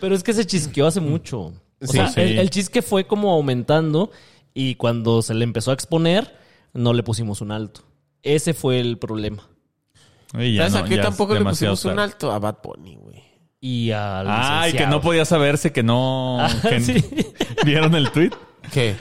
Speaker 4: Pero es que se chisqueó hace mucho. O
Speaker 1: Sí,
Speaker 4: sea,
Speaker 1: sí.
Speaker 4: El, el chisque fue como aumentando y cuando se le empezó a exponer, no le pusimos un alto. Ese fue el problema.
Speaker 1: Y ya
Speaker 3: ¿Sabes
Speaker 1: no,
Speaker 3: a qué
Speaker 1: ya es
Speaker 3: tampoco le
Speaker 1: demasiado
Speaker 3: pusimos un
Speaker 1: tarde.
Speaker 3: alto? A Bad Bunny, güey.
Speaker 4: Y al
Speaker 1: Ay, que
Speaker 4: licenciado.
Speaker 1: no podía saberse que no.
Speaker 4: Ah,
Speaker 1: que-
Speaker 4: sí.
Speaker 1: [laughs] ¿Vieron el tweet?
Speaker 3: ¿Qué?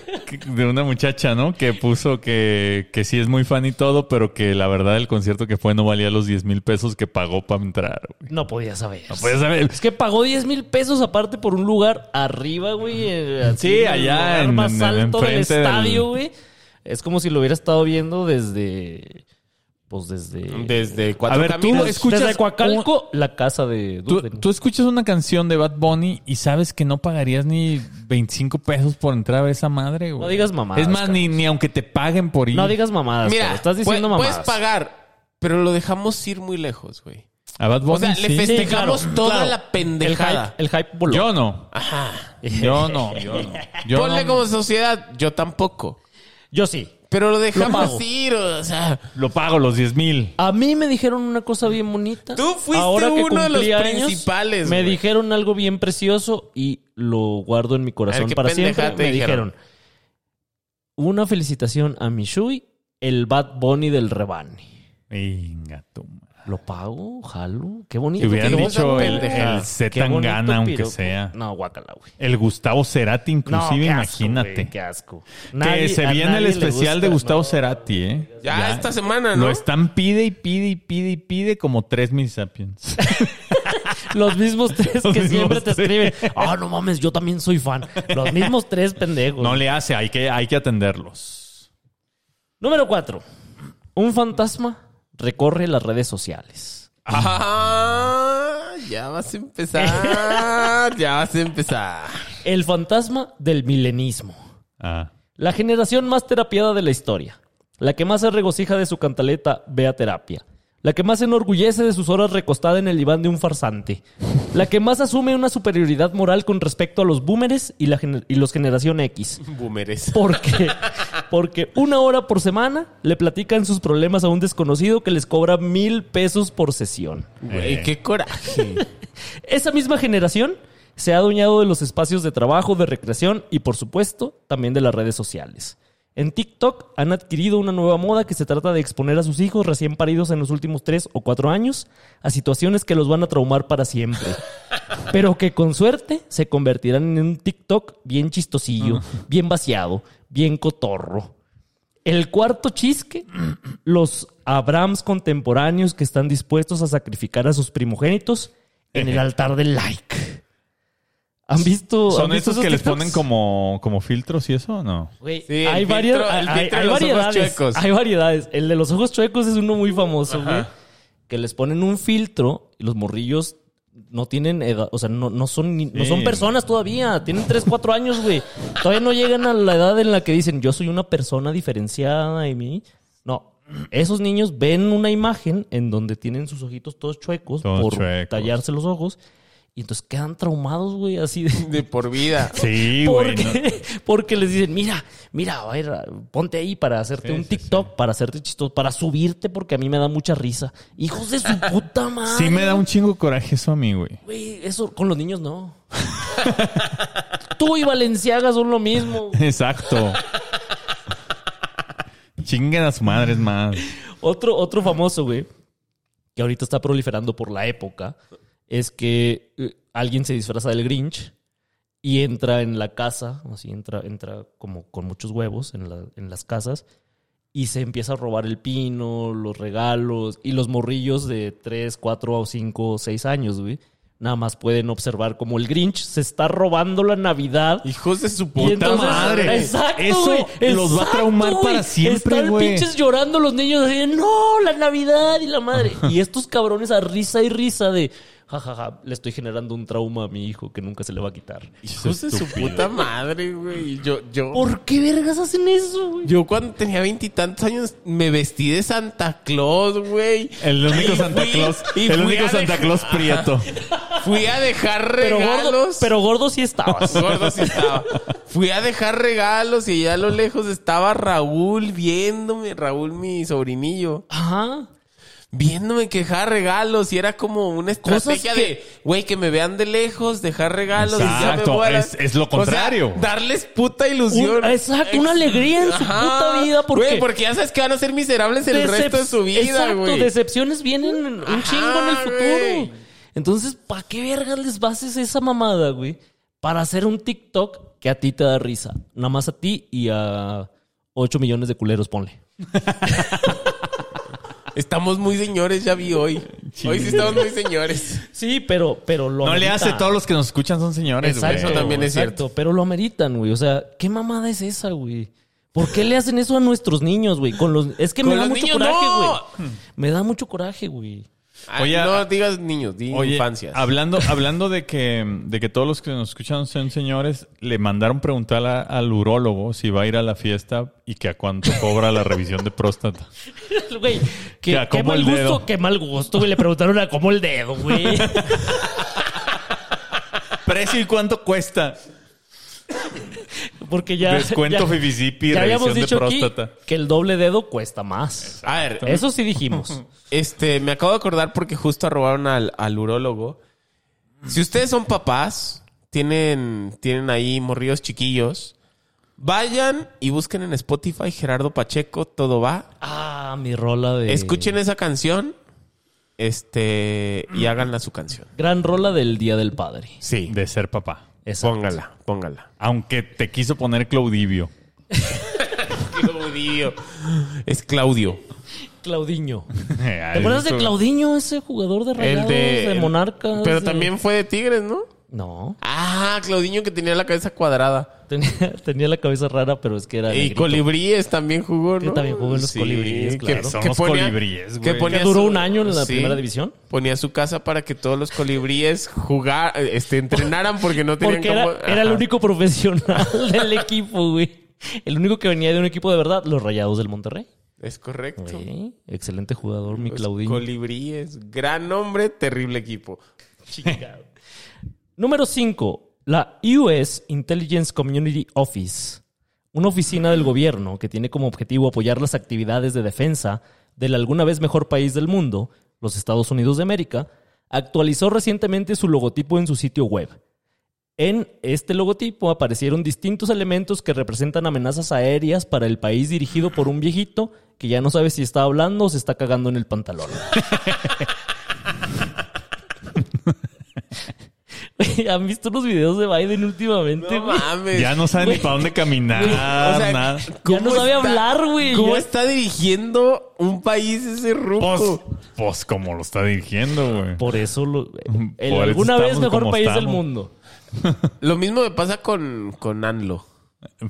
Speaker 1: De una muchacha, ¿no? Que puso que, que sí es muy fan y todo, pero que la verdad el concierto que fue no valía los 10 mil pesos que pagó para entrar. güey.
Speaker 4: No podía saber.
Speaker 1: No puedes saber.
Speaker 4: Es que pagó 10 mil pesos aparte por un lugar arriba, güey. eh, así,
Speaker 1: Sí,
Speaker 4: el
Speaker 1: allá
Speaker 4: lugar
Speaker 1: en-
Speaker 4: más
Speaker 1: en-
Speaker 4: alto del
Speaker 1: enfrente del-
Speaker 4: estadio, güey. Es como si lo hubiera estado viendo desde... Pues desde...
Speaker 3: Desde cuatro
Speaker 1: A ver, tú
Speaker 3: caminos.
Speaker 1: escuchas
Speaker 4: desde Coacalco, la casa de
Speaker 1: Tú,
Speaker 4: Durden.
Speaker 1: tú escuchas una canción de Bad Bunny y sabes que no pagarías ni 25 pesos por entrar a ver esa madre, güey.
Speaker 4: No digas mamadas,
Speaker 1: Es más, ni, ni aunque te paguen por ir.
Speaker 4: No digas mamadas.
Speaker 3: Mira,
Speaker 4: Mira, estás diciendo
Speaker 3: pue-
Speaker 4: mamadas.
Speaker 3: puedes pagar, pero lo dejamos ir muy lejos, güey.
Speaker 1: A Bad Bunny
Speaker 3: O sea, le
Speaker 1: sí.
Speaker 3: festejamos
Speaker 4: claro,
Speaker 3: toda
Speaker 4: claro.
Speaker 3: la
Speaker 4: El hype,
Speaker 3: pendejada.
Speaker 4: el hype voló.
Speaker 1: Yo no.
Speaker 3: Ajá.
Speaker 1: Yo no. Yo
Speaker 4: [laughs]
Speaker 1: no. Yo
Speaker 3: Ponle
Speaker 1: no-
Speaker 3: como sociedad, yo tampoco.
Speaker 4: Yo sí.
Speaker 3: Pero lo
Speaker 4: Lo
Speaker 3: dejamos
Speaker 4: pago.
Speaker 3: ir, o sea.
Speaker 1: Lo pago los 10 mil.
Speaker 4: A mí me dijeron una cosa bien bonita.
Speaker 3: Tú fuiste
Speaker 4: que
Speaker 3: uno de los
Speaker 4: cumplí
Speaker 3: principales,
Speaker 4: Me
Speaker 3: güey.
Speaker 4: dijeron algo bien precioso y lo guardo en
Speaker 3: A
Speaker 4: mi
Speaker 3: ver,
Speaker 4: corazón
Speaker 3: ¿qué
Speaker 4: para
Speaker 3: pendejada
Speaker 4: siempre.
Speaker 3: te
Speaker 4: Me
Speaker 3: dijeron?
Speaker 4: dijeron una felicitación a Mishui, el Bad Bunny del Rebani.
Speaker 1: Venga, tú.
Speaker 4: Lo pago, jalo. Qué bonito.
Speaker 1: Que hubieran
Speaker 4: qué bonito. Ah,
Speaker 1: dicho el,
Speaker 3: pendejada.
Speaker 1: el
Speaker 4: Qué
Speaker 1: Z
Speaker 4: bonito
Speaker 1: Tangana, aunque
Speaker 4: piropo.
Speaker 1: sea.
Speaker 4: No, guácala, güey.
Speaker 1: El Gustavo Cerati,
Speaker 4: No,
Speaker 1: inclusive,
Speaker 4: qué asco,
Speaker 1: imagínate.
Speaker 4: güey, qué asco.
Speaker 1: que
Speaker 4: Nadie-
Speaker 1: se
Speaker 4: a
Speaker 1: viene el
Speaker 4: nadie le
Speaker 1: especial
Speaker 4: gusta,
Speaker 1: de Gustavo
Speaker 4: no. ¿Ah,
Speaker 1: Cerati, ¿eh?
Speaker 3: Ya, esta semana, ¿no?
Speaker 1: Lo están pide y pide y pide y pide como tres mil
Speaker 4: [laughs]
Speaker 1: sapiens.
Speaker 4: Los mismos tres
Speaker 1: Los
Speaker 4: que
Speaker 1: mismos
Speaker 4: siempre te
Speaker 1: tres.
Speaker 4: escriben. Ah, no mames, yo también soy fan. Los mismos tres pendejos.
Speaker 1: no le hace, hay que, hay que atenderlos.
Speaker 4: Número cuatro. Un fantasma recorre las redes sociales.
Speaker 3: Ah, ya vas a empezar. ya vas a empezar.
Speaker 4: El fantasma del milenismo.
Speaker 1: Ah.
Speaker 4: La generación más terapiada de la historia. La que más se regocija de su cantaleta vea terapia. La que más se enorgullece de sus horas recostada en el diván de un farsante. La que más asume una superioridad moral con respecto a los boomeres y, la gener- y los generación X.
Speaker 3: Boomeres.
Speaker 4: Porque, porque una hora por semana le platican sus problemas a un desconocido que les cobra mil pesos por sesión.
Speaker 3: Güey,
Speaker 1: Eh.
Speaker 3: qué coraje.
Speaker 4: Esa misma generación se ha adueñado de los espacios de trabajo, de recreación y, por supuesto, también de las redes sociales. En TikTok han adquirido una nueva moda que se trata de exponer a sus hijos recién paridos en los últimos tres o cuatro años a situaciones que los van a traumar para siempre. Pero que con suerte se convertirán en un TikTok bien chistosillo, bien vaciado, bien cotorro. El cuarto chisque, los Abrams contemporáneos que están dispuestos a sacrificar a sus primogénitos en el altar del like. ¿Han visto? han
Speaker 1: ¿Son
Speaker 4: visto
Speaker 1: estos que les
Speaker 4: TikToks?
Speaker 1: ponen como, como filtros y eso o no?
Speaker 4: Güey,
Speaker 3: Sí, el
Speaker 4: hay,
Speaker 3: filtro-
Speaker 4: varias-
Speaker 3: el
Speaker 4: hay-
Speaker 3: filtro de
Speaker 4: hay
Speaker 3: los ojos
Speaker 4: variedades.
Speaker 3: chuecos.
Speaker 4: Hay variedades. El de los ojos chuecos es uno muy famoso, güey. Que les ponen un filtro y los morrillos no tienen edad, o sea, no, no son ni- no
Speaker 1: Sí.
Speaker 4: son personas todavía, tienen 3, 4 años, güey. Todavía no llegan a la edad en la que dicen, "Yo soy una persona diferenciada y mí." No. Esos niños ven una imagen en donde tienen sus ojitos todos chuecos
Speaker 1: Todos
Speaker 4: por
Speaker 1: chuecos.
Speaker 4: tallarse los ojos y entonces quedan traumados, güey, así de
Speaker 3: De por vida.
Speaker 1: Sí, güey.
Speaker 4: porque,
Speaker 1: no.
Speaker 4: [laughs] porque les dicen, mira, mira, a ver, ponte ahí para hacerte
Speaker 1: Sí,
Speaker 4: un
Speaker 1: sí,
Speaker 4: TikTok, para hacerte chistoso, para subirte, porque a mí me da mucha risa. Hijos de su puta madre.
Speaker 1: Sí me da un chingo coraje eso a mí, güey.
Speaker 4: Güey, eso con los niños no. [laughs] Tú y Valenciaga son lo mismo.
Speaker 1: Exacto. Chinguen a su madre es más.
Speaker 4: Otro, otro famoso, güey, que ahorita está proliferando por la época, es que eh, alguien se disfraza del Grinch y entra en la casa, así entra, entra como con muchos huevos en, la- en las casas y se empieza a robar el pino, los regalos y los morrillos de 3, 4 o 5 o 6 años, güey. Nada más pueden observar como el Grinch se está robando la Navidad
Speaker 3: Hijos de su
Speaker 4: y
Speaker 3: puta
Speaker 4: entonces-
Speaker 3: madre.
Speaker 4: Exacto,
Speaker 1: Eso
Speaker 4: güey,
Speaker 1: los va a
Speaker 4: exacto,
Speaker 1: traumar
Speaker 4: güey.
Speaker 1: para siempre,
Speaker 4: Están
Speaker 1: güey.
Speaker 4: pinches llorando los niños así de, no, la Navidad y la madre. y estos cabrones a risa y risa de, jajaja, le estoy generando un trauma a mi hijo que nunca se le va a quitar.
Speaker 3: Hijos de su puta madre, güey. Yo, yo.
Speaker 4: ¿Por qué vergas hacen eso, güey?
Speaker 3: Yo cuando tenía veintitantos años me vestí de Santa Claus, güey.
Speaker 1: El único
Speaker 3: Y
Speaker 1: Santa
Speaker 3: fui-
Speaker 1: Claus,
Speaker 3: y
Speaker 1: el
Speaker 3: fui
Speaker 1: único
Speaker 3: a
Speaker 1: Santa
Speaker 3: dej-
Speaker 1: Claus prieto.
Speaker 3: Fui a dejar
Speaker 4: Pero
Speaker 3: regalos.
Speaker 4: gordo, pero gordo
Speaker 3: [laughs]
Speaker 4: sí estabas.
Speaker 3: Gordo sí estaba. Fui a dejar regalos y allá a lo lejos estaba Raúl viéndome, Raúl mi sobrinillo,
Speaker 4: Ajá.
Speaker 3: viéndome que dejaba regalos y era como una
Speaker 4: Cosas
Speaker 3: estrategia
Speaker 4: que-
Speaker 3: de, güey, que me vean de lejos, dejar regalos. y ya me
Speaker 1: Exacto,
Speaker 3: voy a la-
Speaker 1: es- es lo
Speaker 3: O sea,
Speaker 1: contrario.
Speaker 3: darles puta ilusión.
Speaker 4: Un- exacto, una alegría en su puta vida, porque-
Speaker 3: Güey, porque ya sabes que van a ser miserables el
Speaker 4: Decep-
Speaker 3: resto de su vida,
Speaker 4: Exacto,
Speaker 3: güey.
Speaker 4: decepciones vienen un
Speaker 3: Ajá,
Speaker 4: chingo en el futuro.
Speaker 3: güey.
Speaker 4: Entonces, ¿para qué vergas les bases esa mamada, güey? Para hacer un TikTok que a ti te da risa. Nada más a ti y a 8 millones de culeros, ponle.
Speaker 3: Estamos muy señores, ya vi hoy. Hoy sí estamos muy señores.
Speaker 4: Sí, pero, pero
Speaker 1: [laughs]
Speaker 4: lo
Speaker 1: No le
Speaker 4: amerita.
Speaker 1: hace, todos los que nos escuchan son señores, güey.
Speaker 4: Exacto,
Speaker 3: Eso también es
Speaker 4: exacto, Pero lo ameritan, güey. O sea, ¿qué mamada es esa, güey? ¿Por qué le hacen eso a nuestros niños, güey? Con los... Es que
Speaker 3: Con
Speaker 4: me da
Speaker 3: los
Speaker 4: mucho
Speaker 3: niños,
Speaker 4: coraje,
Speaker 3: no.
Speaker 4: güey. Me da mucho coraje, güey.
Speaker 3: Ay,
Speaker 1: Oye,
Speaker 3: no
Speaker 1: a-
Speaker 3: digas niños, di
Speaker 1: Oye,
Speaker 3: infancias.
Speaker 1: hablando, hablando de que, de que todos los que nos escuchan son señores, le mandaron preguntar a- al urólogo si va a ir a la fiesta y que a cuánto cobra la revisión de próstata.
Speaker 4: [laughs] Güey,
Speaker 1: Que
Speaker 4: qué, qué
Speaker 1: acomó
Speaker 4: mal
Speaker 1: el dedo.
Speaker 4: gusto, qué mal gusto, güey. Le preguntaron a cómo el dedo, güey.
Speaker 1: Precio y cuánto cuesta.
Speaker 4: Porque ya.
Speaker 1: Descuento
Speaker 4: ya-
Speaker 1: Fibisipi,
Speaker 4: ya habíamos
Speaker 1: revisión de
Speaker 4: dicho aquí
Speaker 1: próstata.
Speaker 4: que el doble dedo cuesta más.
Speaker 3: A ver,
Speaker 4: Eso sí dijimos.
Speaker 3: Este, me acabo de acordar porque justo arrobaron al, al urólogo. Si ustedes son papás, tienen, tienen ahí morridos chiquillos, vayan y busquen en Spotify Gerardo Pacheco, todo va.
Speaker 4: Ah, mi rola de.
Speaker 3: Escuchen esa canción, este, y háganla su canción.
Speaker 4: Gran rola del Día del Padre.
Speaker 3: Sí,
Speaker 1: De ser papá.
Speaker 4: Exacto.
Speaker 3: póngala, póngala.
Speaker 1: Aunque te quiso poner Claudivio.
Speaker 3: Claudio. Es Claudio.
Speaker 4: Claudiño. ¿Te acuerdas de Claudiño, ese jugador de
Speaker 3: El
Speaker 4: rayados,
Speaker 3: de,
Speaker 4: de, Monarcas?
Speaker 3: Pero
Speaker 4: de-
Speaker 3: también fue de Tigres, ¿no?
Speaker 4: No.
Speaker 3: Ah, Claudinho que tenía la cabeza cuadrada.
Speaker 4: Tenía, [laughs] tenía la cabeza rara, pero es que era.
Speaker 3: Y
Speaker 4: negrito.
Speaker 3: colibríes también jugó,
Speaker 4: Que
Speaker 3: ¿no?
Speaker 4: también jugó en los colibríes, claro.
Speaker 1: Son los colibríes, güey.
Speaker 4: Que duró un año en la primera división.
Speaker 3: Ponía su casa para que todos los colibríes jugar, este, entrenaran porque no tenían
Speaker 4: Porque era,
Speaker 3: cómo-
Speaker 4: era el
Speaker 3: Ajá.
Speaker 4: único profesional [laughs] del equipo, güey. El único que venía de un equipo de verdad, los Rayados del Monterrey.
Speaker 3: Es correcto.
Speaker 4: Güey, excelente jugador, mi
Speaker 3: Los
Speaker 4: Claudinho.
Speaker 3: colibríes. Gran nombre, terrible equipo.
Speaker 4: Chingado. Número 5. La US Intelligence Community Office, una oficina del gobierno que tiene como objetivo apoyar las actividades de defensa del alguna vez mejor país del mundo, los Estados Unidos de América, actualizó recientemente su logotipo en su sitio web. En este logotipo aparecieron distintos elementos que representan amenazas aéreas para el país dirigido por un viejito que ya no sabe si está hablando o se está cagando en el pantalón. [laughs] ¿Han visto los videos de Biden últimamente?
Speaker 3: No
Speaker 4: güey?
Speaker 3: mames.
Speaker 1: Ya no sabe ni para dónde caminar,
Speaker 3: O sea,
Speaker 1: nada.
Speaker 4: Ya no
Speaker 3: ¿cómo
Speaker 4: sabe
Speaker 3: está-
Speaker 4: hablar, güey.
Speaker 3: ¿Cómo
Speaker 4: Ya-
Speaker 3: está dirigiendo un país ese
Speaker 1: Pues,
Speaker 3: ruco?
Speaker 1: pues como lo está dirigiendo, güey.
Speaker 4: Por eso lo, el
Speaker 1: eso
Speaker 4: alguna vez
Speaker 1: estamos
Speaker 4: mejor
Speaker 1: como
Speaker 4: país del
Speaker 1: estamos.
Speaker 4: mundo.
Speaker 3: Lo mismo me pasa con, con Anlo.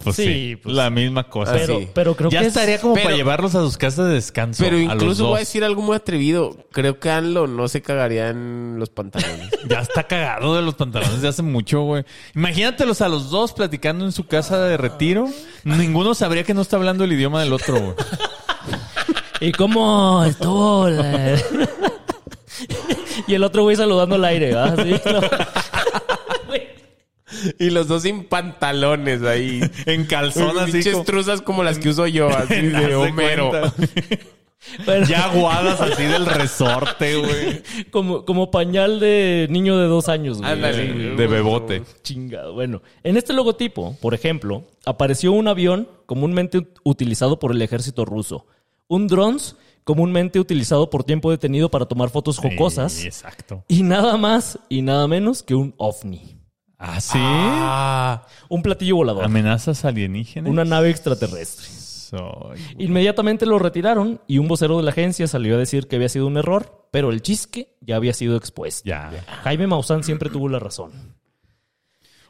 Speaker 1: Pues sí,
Speaker 4: Sí, pues.
Speaker 1: la misma cosa.
Speaker 4: Pero,
Speaker 3: Ah, sí.
Speaker 4: pero creo
Speaker 1: ya
Speaker 4: que es-
Speaker 1: estaría como
Speaker 3: pero-
Speaker 1: para llevarlos a sus casas de descanso.
Speaker 3: Pero
Speaker 1: a los
Speaker 3: incluso
Speaker 1: dos.
Speaker 3: voy a decir algo muy atrevido. Creo que Anlo no se cagaría en los pantalones.
Speaker 1: Ya está cagado de los pantalones de hace mucho, güey. Imagínatelos a los dos platicando en su casa de retiro. Ninguno sabría que no está hablando el idioma del otro, güey.
Speaker 4: ¿Y cómo estuvo? la- [laughs] y el otro güey saludando al aire, ¿verdad? Sí, [laughs] no. Güey,
Speaker 3: [laughs] Y los dos sin pantalones [laughs] ahí.
Speaker 1: En calzón así.
Speaker 3: Pinches
Speaker 1: como- [laughs]
Speaker 3: truzas como las que uso [laughs] yo, así
Speaker 1: Haz
Speaker 3: de
Speaker 1: de
Speaker 3: Homero.
Speaker 1: cuenta.
Speaker 4: pero
Speaker 1: Ya aguadas así del resorte, güey.
Speaker 4: como, como pañal de niño de dos años, güey.
Speaker 3: Ándale.
Speaker 1: De bebote.
Speaker 4: Chingado. Bueno, en este logotipo, por ejemplo, apareció un avión comúnmente ut- utilizado por el ejército ruso, un drones comúnmente utilizado por tiempo detenido para tomar fotos jocosas
Speaker 1: Sí, exacto.
Speaker 4: y nada más y nada menos que un ovni,
Speaker 1: ¿Ah, sí?
Speaker 3: Ah,
Speaker 4: un platillo volador,
Speaker 1: ¿Amenazas alienígenas?
Speaker 4: una nave extraterrestre.
Speaker 1: Soy-
Speaker 4: Inmediatamente lo retiraron y un vocero de la agencia salió a decir que había sido un error, pero el chisque ya había sido expuesto.
Speaker 1: Ya.
Speaker 4: Jaime Maussan siempre tuvo la razón.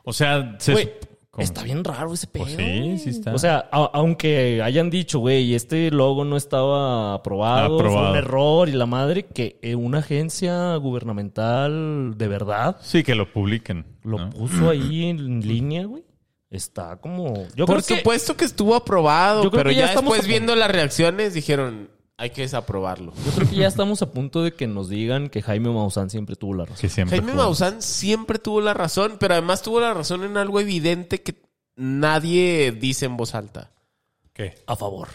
Speaker 1: O sea, se...
Speaker 4: Güey,
Speaker 1: ¿Cómo?
Speaker 4: Está bien raro ese pedo.
Speaker 1: Pues sí, sí está.
Speaker 4: O sea, a- aunque hayan dicho, güey, este logo no estaba aprobado, fue
Speaker 1: Aprobado.
Speaker 4: un error y la madre, que eh, una agencia gubernamental de verdad
Speaker 1: Sí, que lo publiquen.
Speaker 4: lo
Speaker 1: ¿no?
Speaker 4: puso ahí en línea, güey. Está como... Yo
Speaker 3: por
Speaker 4: creo que-
Speaker 3: supuesto que estuvo aprobado,
Speaker 4: Yo creo
Speaker 3: pero
Speaker 4: que ya
Speaker 3: ya,
Speaker 4: estamos
Speaker 3: después
Speaker 4: a punto.
Speaker 3: viendo las reacciones dijeron, hay que desaprobarlo.
Speaker 4: Yo creo que ya estamos a punto de que nos digan que Jaime Maussan siempre tuvo la razón.
Speaker 1: Que siempre
Speaker 3: Jaime
Speaker 1: fue-
Speaker 3: Maussan siempre tuvo la razón, pero además tuvo la razón en algo evidente que nadie dice en voz alta.
Speaker 1: ¿Qué?
Speaker 4: A favor.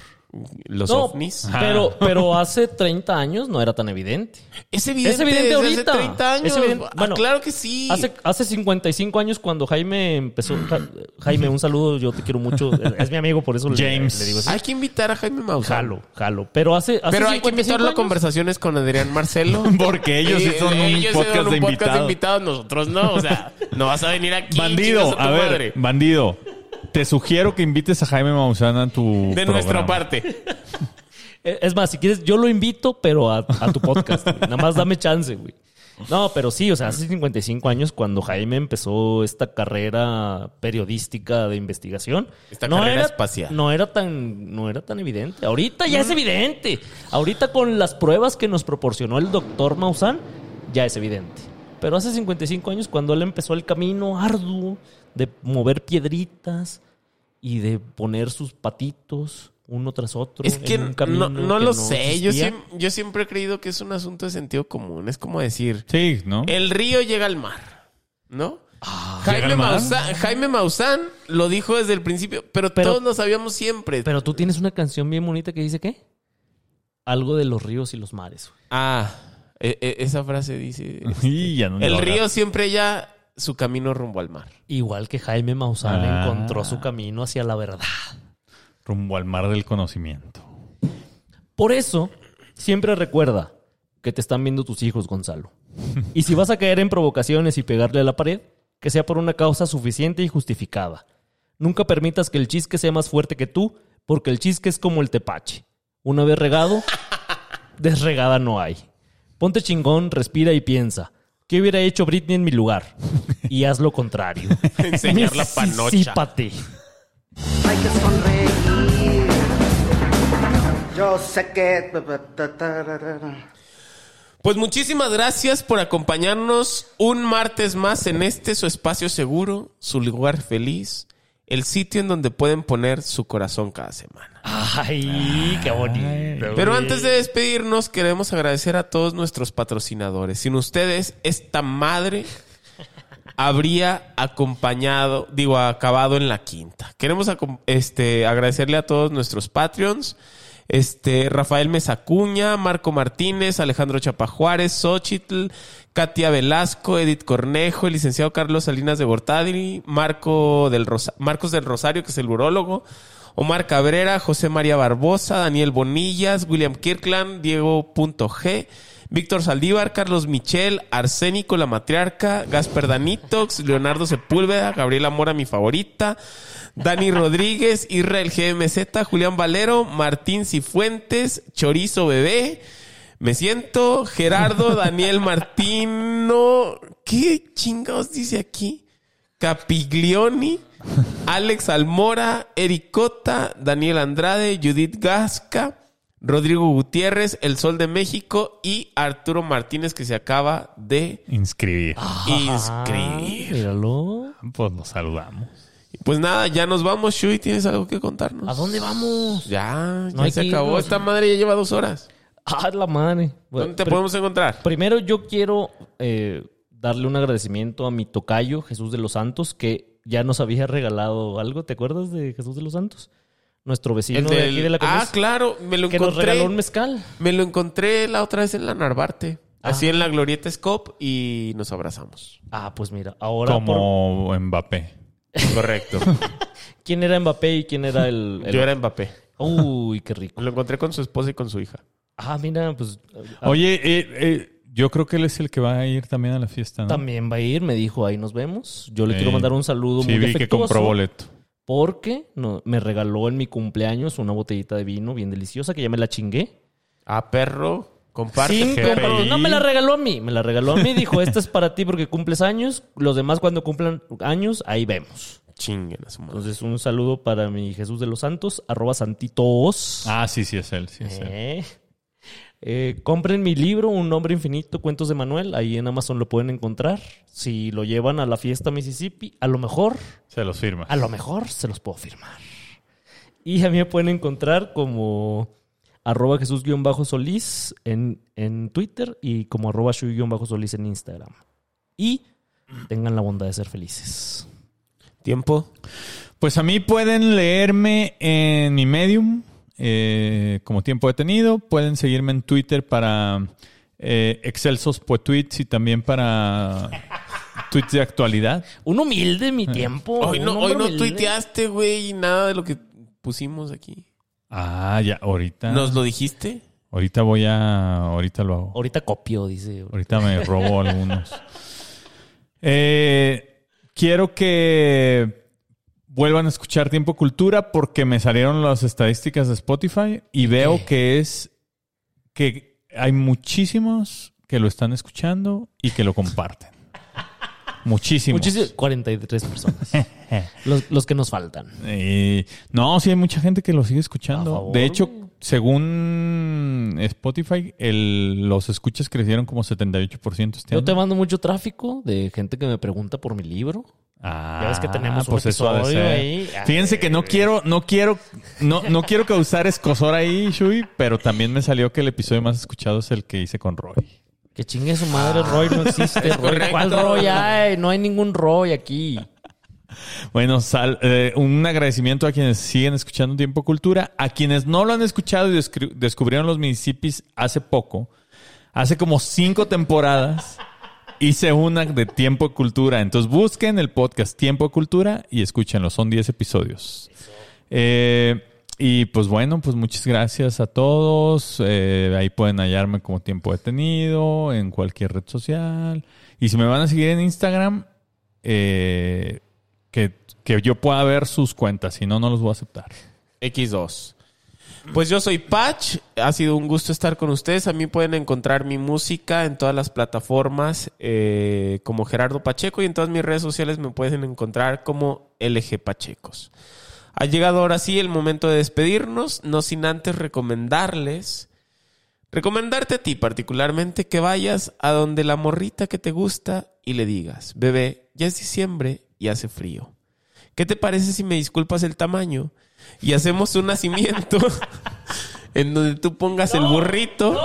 Speaker 3: Los
Speaker 4: No,
Speaker 3: ovnis.
Speaker 4: pero, pero hace 30 años no era tan evidente.
Speaker 3: Es evidente,
Speaker 4: es evidente
Speaker 3: desde
Speaker 4: ahorita.
Speaker 3: hace 30 años.
Speaker 4: Es evidente.
Speaker 3: Ah,
Speaker 4: Bueno,
Speaker 3: claro que sí.
Speaker 4: Hace, hace 55 años cuando Jaime empezó... Ja- Jaime, un saludo, yo te quiero mucho. Es mi amigo, por eso le-
Speaker 1: James.
Speaker 4: Le, digo así.
Speaker 3: Pues Hay que invitar a Jaime Maussan.
Speaker 4: Jalo, jalo. Pero hace, hace
Speaker 3: Ah, Pero hay que
Speaker 4: 55
Speaker 3: invitarlo a
Speaker 4: años-
Speaker 3: conversaciones con Adrián
Speaker 1: [laughs]
Speaker 3: Marcelo. Eh,
Speaker 1: Porque ellos sí son un
Speaker 3: ellos
Speaker 1: podcast
Speaker 3: son un
Speaker 1: de invitados.
Speaker 3: invitados, nosotros no. O sea, no vas a venir aquí. chingas
Speaker 1: Bandido,
Speaker 3: tu
Speaker 1: a ver,
Speaker 3: madre.
Speaker 1: bandido. Te sugiero que invites a Jaime Maussan a tu.
Speaker 3: De nuestra
Speaker 1: programa.
Speaker 3: parte. [laughs]
Speaker 4: Eh, Es más, si quieres, yo lo invito, pero a, a tu podcast. güey. Nada más dame chance, güey. No, pero sí, o sea, hace 55 años cuando Jaime empezó esta carrera periodística de investigación.
Speaker 3: Esta carrera espacial.
Speaker 4: No era tan, no era tan evidente. Ahorita ya es evidente. Ahorita con las pruebas que nos proporcionó el doctor Maussan, ya es evidente. Pero hace 55 años cuando él empezó el camino arduo de mover piedritas y de poner sus patitos uno tras otro.
Speaker 3: Es que
Speaker 4: en un
Speaker 3: no,
Speaker 4: camino
Speaker 3: no
Speaker 4: que
Speaker 3: lo sé. Yo,
Speaker 4: existía.
Speaker 3: siem- yo siempre he creído que es un asunto de sentido común. Es como decir,
Speaker 1: Sí, ¿no?
Speaker 4: Eh,
Speaker 3: el río llega al mar, ¿no?
Speaker 1: Ah, ¿Llega
Speaker 3: Jaime,
Speaker 1: al mar?
Speaker 3: Maussan, Jaime Maussan lo dijo desde el principio, pero,
Speaker 4: Pero-
Speaker 3: todos lo sabíamos siempre.
Speaker 4: Pero tú tienes una canción bien bonita que dice qué? Algo de los ríos y los mares. güey.
Speaker 3: ah, e- e- esa frase dice...
Speaker 1: [laughs] [laughs] Y ya no
Speaker 3: El
Speaker 1: lo
Speaker 3: río
Speaker 1: hagas.
Speaker 3: siempre ya su camino rumbo al mar.
Speaker 4: Igual que Jaime Maussan
Speaker 1: Ah.
Speaker 4: encontró su camino hacia la verdad.
Speaker 1: Rumbo al mar del conocimiento.
Speaker 4: Por eso, siempre recuerda que te están viendo tus hijos, Gonzalo. Y si vas a caer en provocaciones y pegarle a la pared, que sea por una causa suficiente y justificada. Nunca permitas que el chisque sea más fuerte que tú, porque el chisque es como el tepache. Una vez regado, [laughs] desregada no hay. Ponte chingón, respira y piensa. ¿Qué hubiera hecho Britney en mi lugar? Y haz lo contrario.
Speaker 3: [laughs] Enseñar la panocha.
Speaker 4: Misisípate.
Speaker 5: Hay que sonreír. Yo sé que.
Speaker 3: Pues muchísimas gracias por acompañarnos un martes más en este su espacio seguro, su lugar feliz, el sitio en donde pueden poner su corazón cada semana.
Speaker 4: Ay, qué bonito.
Speaker 3: Pero antes de despedirnos, queremos agradecer a todos nuestros patrocinadores. Sin ustedes, esta madre habría acompañado, digo, acabado en la quinta. Queremos acom- este, agradecerle a todos nuestros Patreons. Este, Rafael Mesacuña, Marco Martínez, Alejandro Chapajuárez, Xochitl, Katia Velasco, Edith Cornejo, el licenciado Carlos Salinas de Gortadri, Marco del Rosa- Marcos del Rosario, que es el urólogo, Omar Cabrera, José María Barbosa, Daniel Bonillas, William Kirkland, Diego Punto G, Víctor Saldívar, Carlos Michel, Arsénico la Matriarca, Gasper Danitox, Leonardo Sepúlveda, Gabriela Mora, mi favorita, Dani Rodríguez, Israel GMZ, Julián Valero, Martín Cifuentes, Chorizo Bebé, Me Siento, Gerardo, Daniel Martino, ¿qué chingados dice aquí?
Speaker 4: [laughs]
Speaker 3: Capiglioni, Alex Almora, Ericota, Daniel Andrade, Judith Gasca, Rodrigo Gutiérrez, El Sol de México y Arturo Martínez que se acaba de
Speaker 1: Inscribir.
Speaker 4: Ah,
Speaker 3: inscribir.
Speaker 4: míralo.
Speaker 1: Pues nos saludamos.
Speaker 3: Pues nada, ya nos vamos, Shui, ¿tienes algo que contarnos?
Speaker 4: ¿A dónde vamos?
Speaker 3: Ya, ya
Speaker 4: No hay
Speaker 3: se
Speaker 4: que
Speaker 3: acabó.
Speaker 4: irnos.
Speaker 3: Esta madre ya lleva dos horas.
Speaker 4: [laughs] Ah, la madre. Bueno,
Speaker 3: ¿Dónde te
Speaker 4: pri-
Speaker 3: podemos encontrar?
Speaker 4: Primero yo quiero eh, darle un agradecimiento a mi tocayo, Jesús de los Santos, que ya nos había regalado algo. ¿Te acuerdas de Jesús de los Santos? Nuestro vecino de
Speaker 3: del-
Speaker 4: aquí de la
Speaker 3: ah,
Speaker 4: Comis,
Speaker 3: claro, me lo
Speaker 4: que nos
Speaker 3: encontré.
Speaker 4: regaló un mezcal.
Speaker 3: Me lo encontré la otra vez en la Narvarte. Así en la Glorieta Scope y nos abrazamos.
Speaker 4: Ah, pues mira, ahora por-
Speaker 1: Como Mbappé.
Speaker 3: Correcto.
Speaker 4: ¿Quién era Mbappé y quién era
Speaker 3: [laughs]
Speaker 4: el...? el-
Speaker 3: Yo era Mbappé.
Speaker 4: Uy, qué rico.
Speaker 3: Me lo encontré con su esposa y con su hija.
Speaker 4: Ah, mira, pues... ah,
Speaker 1: Oye, eh, eh, yo creo que él es el que va a ir también a la fiesta, ¿no?
Speaker 4: También va a ir, me dijo, ahí nos vemos. Yo le
Speaker 1: Sí.
Speaker 4: quiero mandar un saludo
Speaker 1: Sí,
Speaker 4: muy
Speaker 1: vi que compró
Speaker 4: afectuoso.
Speaker 1: boleto.
Speaker 4: porque no, me regaló en mi cumpleaños una botellita de vino bien deliciosa que ya me la chingué.
Speaker 3: Ah, perro. Comparte.
Speaker 4: Sin
Speaker 3: perro.
Speaker 4: compromiso. No me la regaló a mí, me la regaló a mí. Dijo, esta es para ti porque cumples años. Los demás cuando cumplan años, ahí vemos.
Speaker 3: Chinguen a su madre.
Speaker 4: Entonces, un saludo para mi Jesús de los Santos, arroba santitos.
Speaker 1: Ah, sí, sí es él, sí es él.
Speaker 4: Eh. Eh, compren mi libro, Un Nombre Infinito, Cuentos de Manuel. Ahí en Amazon lo pueden encontrar. Si lo llevan a la fiesta Mississippi, a lo mejor
Speaker 1: Se los firma.
Speaker 4: a lo mejor se los puedo firmar. Y a mí me pueden encontrar como arroba Jesús-Solís en, en Twitter y como arroba Shui-Solís en Instagram. Y tengan la bondad de ser felices.
Speaker 3: Tiempo.
Speaker 1: Pues a mí pueden leerme en mi medium, eh, como tiempo detenido. Pueden seguirme en Twitter para eh, excelsos tweets y también para [laughs] tweets de actualidad.
Speaker 4: Un humilde mi tiempo.
Speaker 3: Hoy no,
Speaker 4: un
Speaker 3: hoy
Speaker 4: hombre
Speaker 3: no
Speaker 4: humilde.
Speaker 3: tuiteaste, güey, y nada de lo que pusimos aquí.
Speaker 1: Ah, ya, ahorita.
Speaker 3: ¿Nos lo dijiste?
Speaker 1: Ahorita voy a. Ahorita lo hago.
Speaker 4: Ahorita copio, dice.
Speaker 1: Ahorita me robo algunos. Eh, quiero que vuelvan a escuchar Tiempo Cultura porque me salieron las estadísticas de Spotify y veo que es que hay muchísimos que lo están escuchando y que lo comparten. Muchísimos.
Speaker 4: Muchísimas. 43 [laughs] personas. los, los que nos faltan.
Speaker 1: Y- no, sí hay mucha gente que lo sigue
Speaker 4: A
Speaker 1: escuchando.
Speaker 4: favor,
Speaker 1: De hecho,
Speaker 4: güey.
Speaker 1: según Spotify, el- los escuchas crecieron como 78% este
Speaker 4: Yo
Speaker 1: año.
Speaker 4: te mando mucho tráfico de gente que me pregunta por mi libro.
Speaker 1: Ah,
Speaker 4: Ya ves que tenemos un
Speaker 1: eso ha de
Speaker 4: episodio
Speaker 1: ser.
Speaker 4: ahí.
Speaker 1: Fíjense que no quiero, no quiero, no, no quiero causar escosor ahí, Shui, pero también me salió que el episodio más escuchado es el que hice con Roy.
Speaker 4: Que chingue su madre, Roy no existe. Roy.
Speaker 3: correcto.
Speaker 4: ¿Cuál Roy hay? No hay ningún Roy aquí.
Speaker 1: Bueno, sal- eh, un agradecimiento a quienes siguen escuchando Tiempo Cultura, a quienes no lo han escuchado y descri- descubrieron los municipios hace poco, hace como cinco temporadas. Hice una de Tiempo Cultura. Entonces busquen el podcast Tiempo Cultura y escúchenlo. Son 10 episodios. Eh, y pues bueno, pues muchas gracias a todos. Eh, ahí pueden hallarme como tiempo detenido en cualquier red social. Y si me van a seguir en Instagram, eh, que, que yo pueda ver sus cuentas. Si no, no los voy a aceptar.
Speaker 3: X2. Pues yo soy Patch, ha sido un gusto estar con ustedes. A mí pueden encontrar mi música en todas las plataformas eh, como Gerardo Pacheco y en todas mis redes sociales me pueden encontrar como LG Pachecos. Ha llegado ahora sí el momento de despedirnos, no sin antes recomendarles, recomendarte a ti particularmente que vayas a donde la morrita que te gusta y le digas, bebé, ya es diciembre y hace frío. ¿Qué te parece si me disculpas el tamaño? Y hacemos un nacimiento [laughs] en donde tú pongas el burrito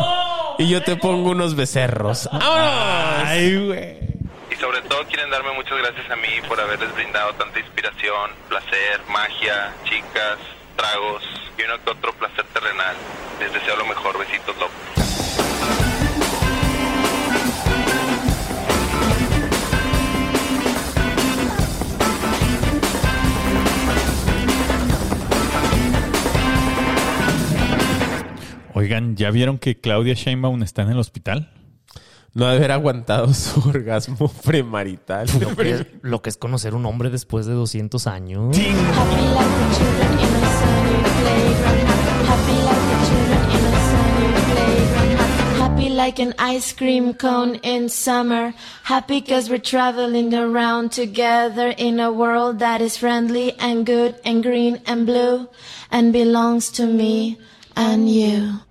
Speaker 3: y yo te pongo unos becerros. ¡Ah! ¡Vámonos!
Speaker 2: Y sobre todo quieren darme muchas gracias a mí por haberles brindado tanta inspiración, placer, magia, chicas, tragos y uno que otro placer terrenal. Les deseo lo mejor. Besitos, López.
Speaker 1: Oigan, ¿ya vieron que Claudia Sheinbaum está en el hospital?
Speaker 3: No haber aguantado su orgasmo [laughs] premarital.
Speaker 4: Lo que, es, lo que es conocer un hombre después de 200 años.
Speaker 6: Happy like the children in a sunny playground. Happy like the children in a sunny playground. Happy like an ice cream cone in summer. Happy cause we're traveling around together in a world that is friendly and good and green and blue and belongs to me and you.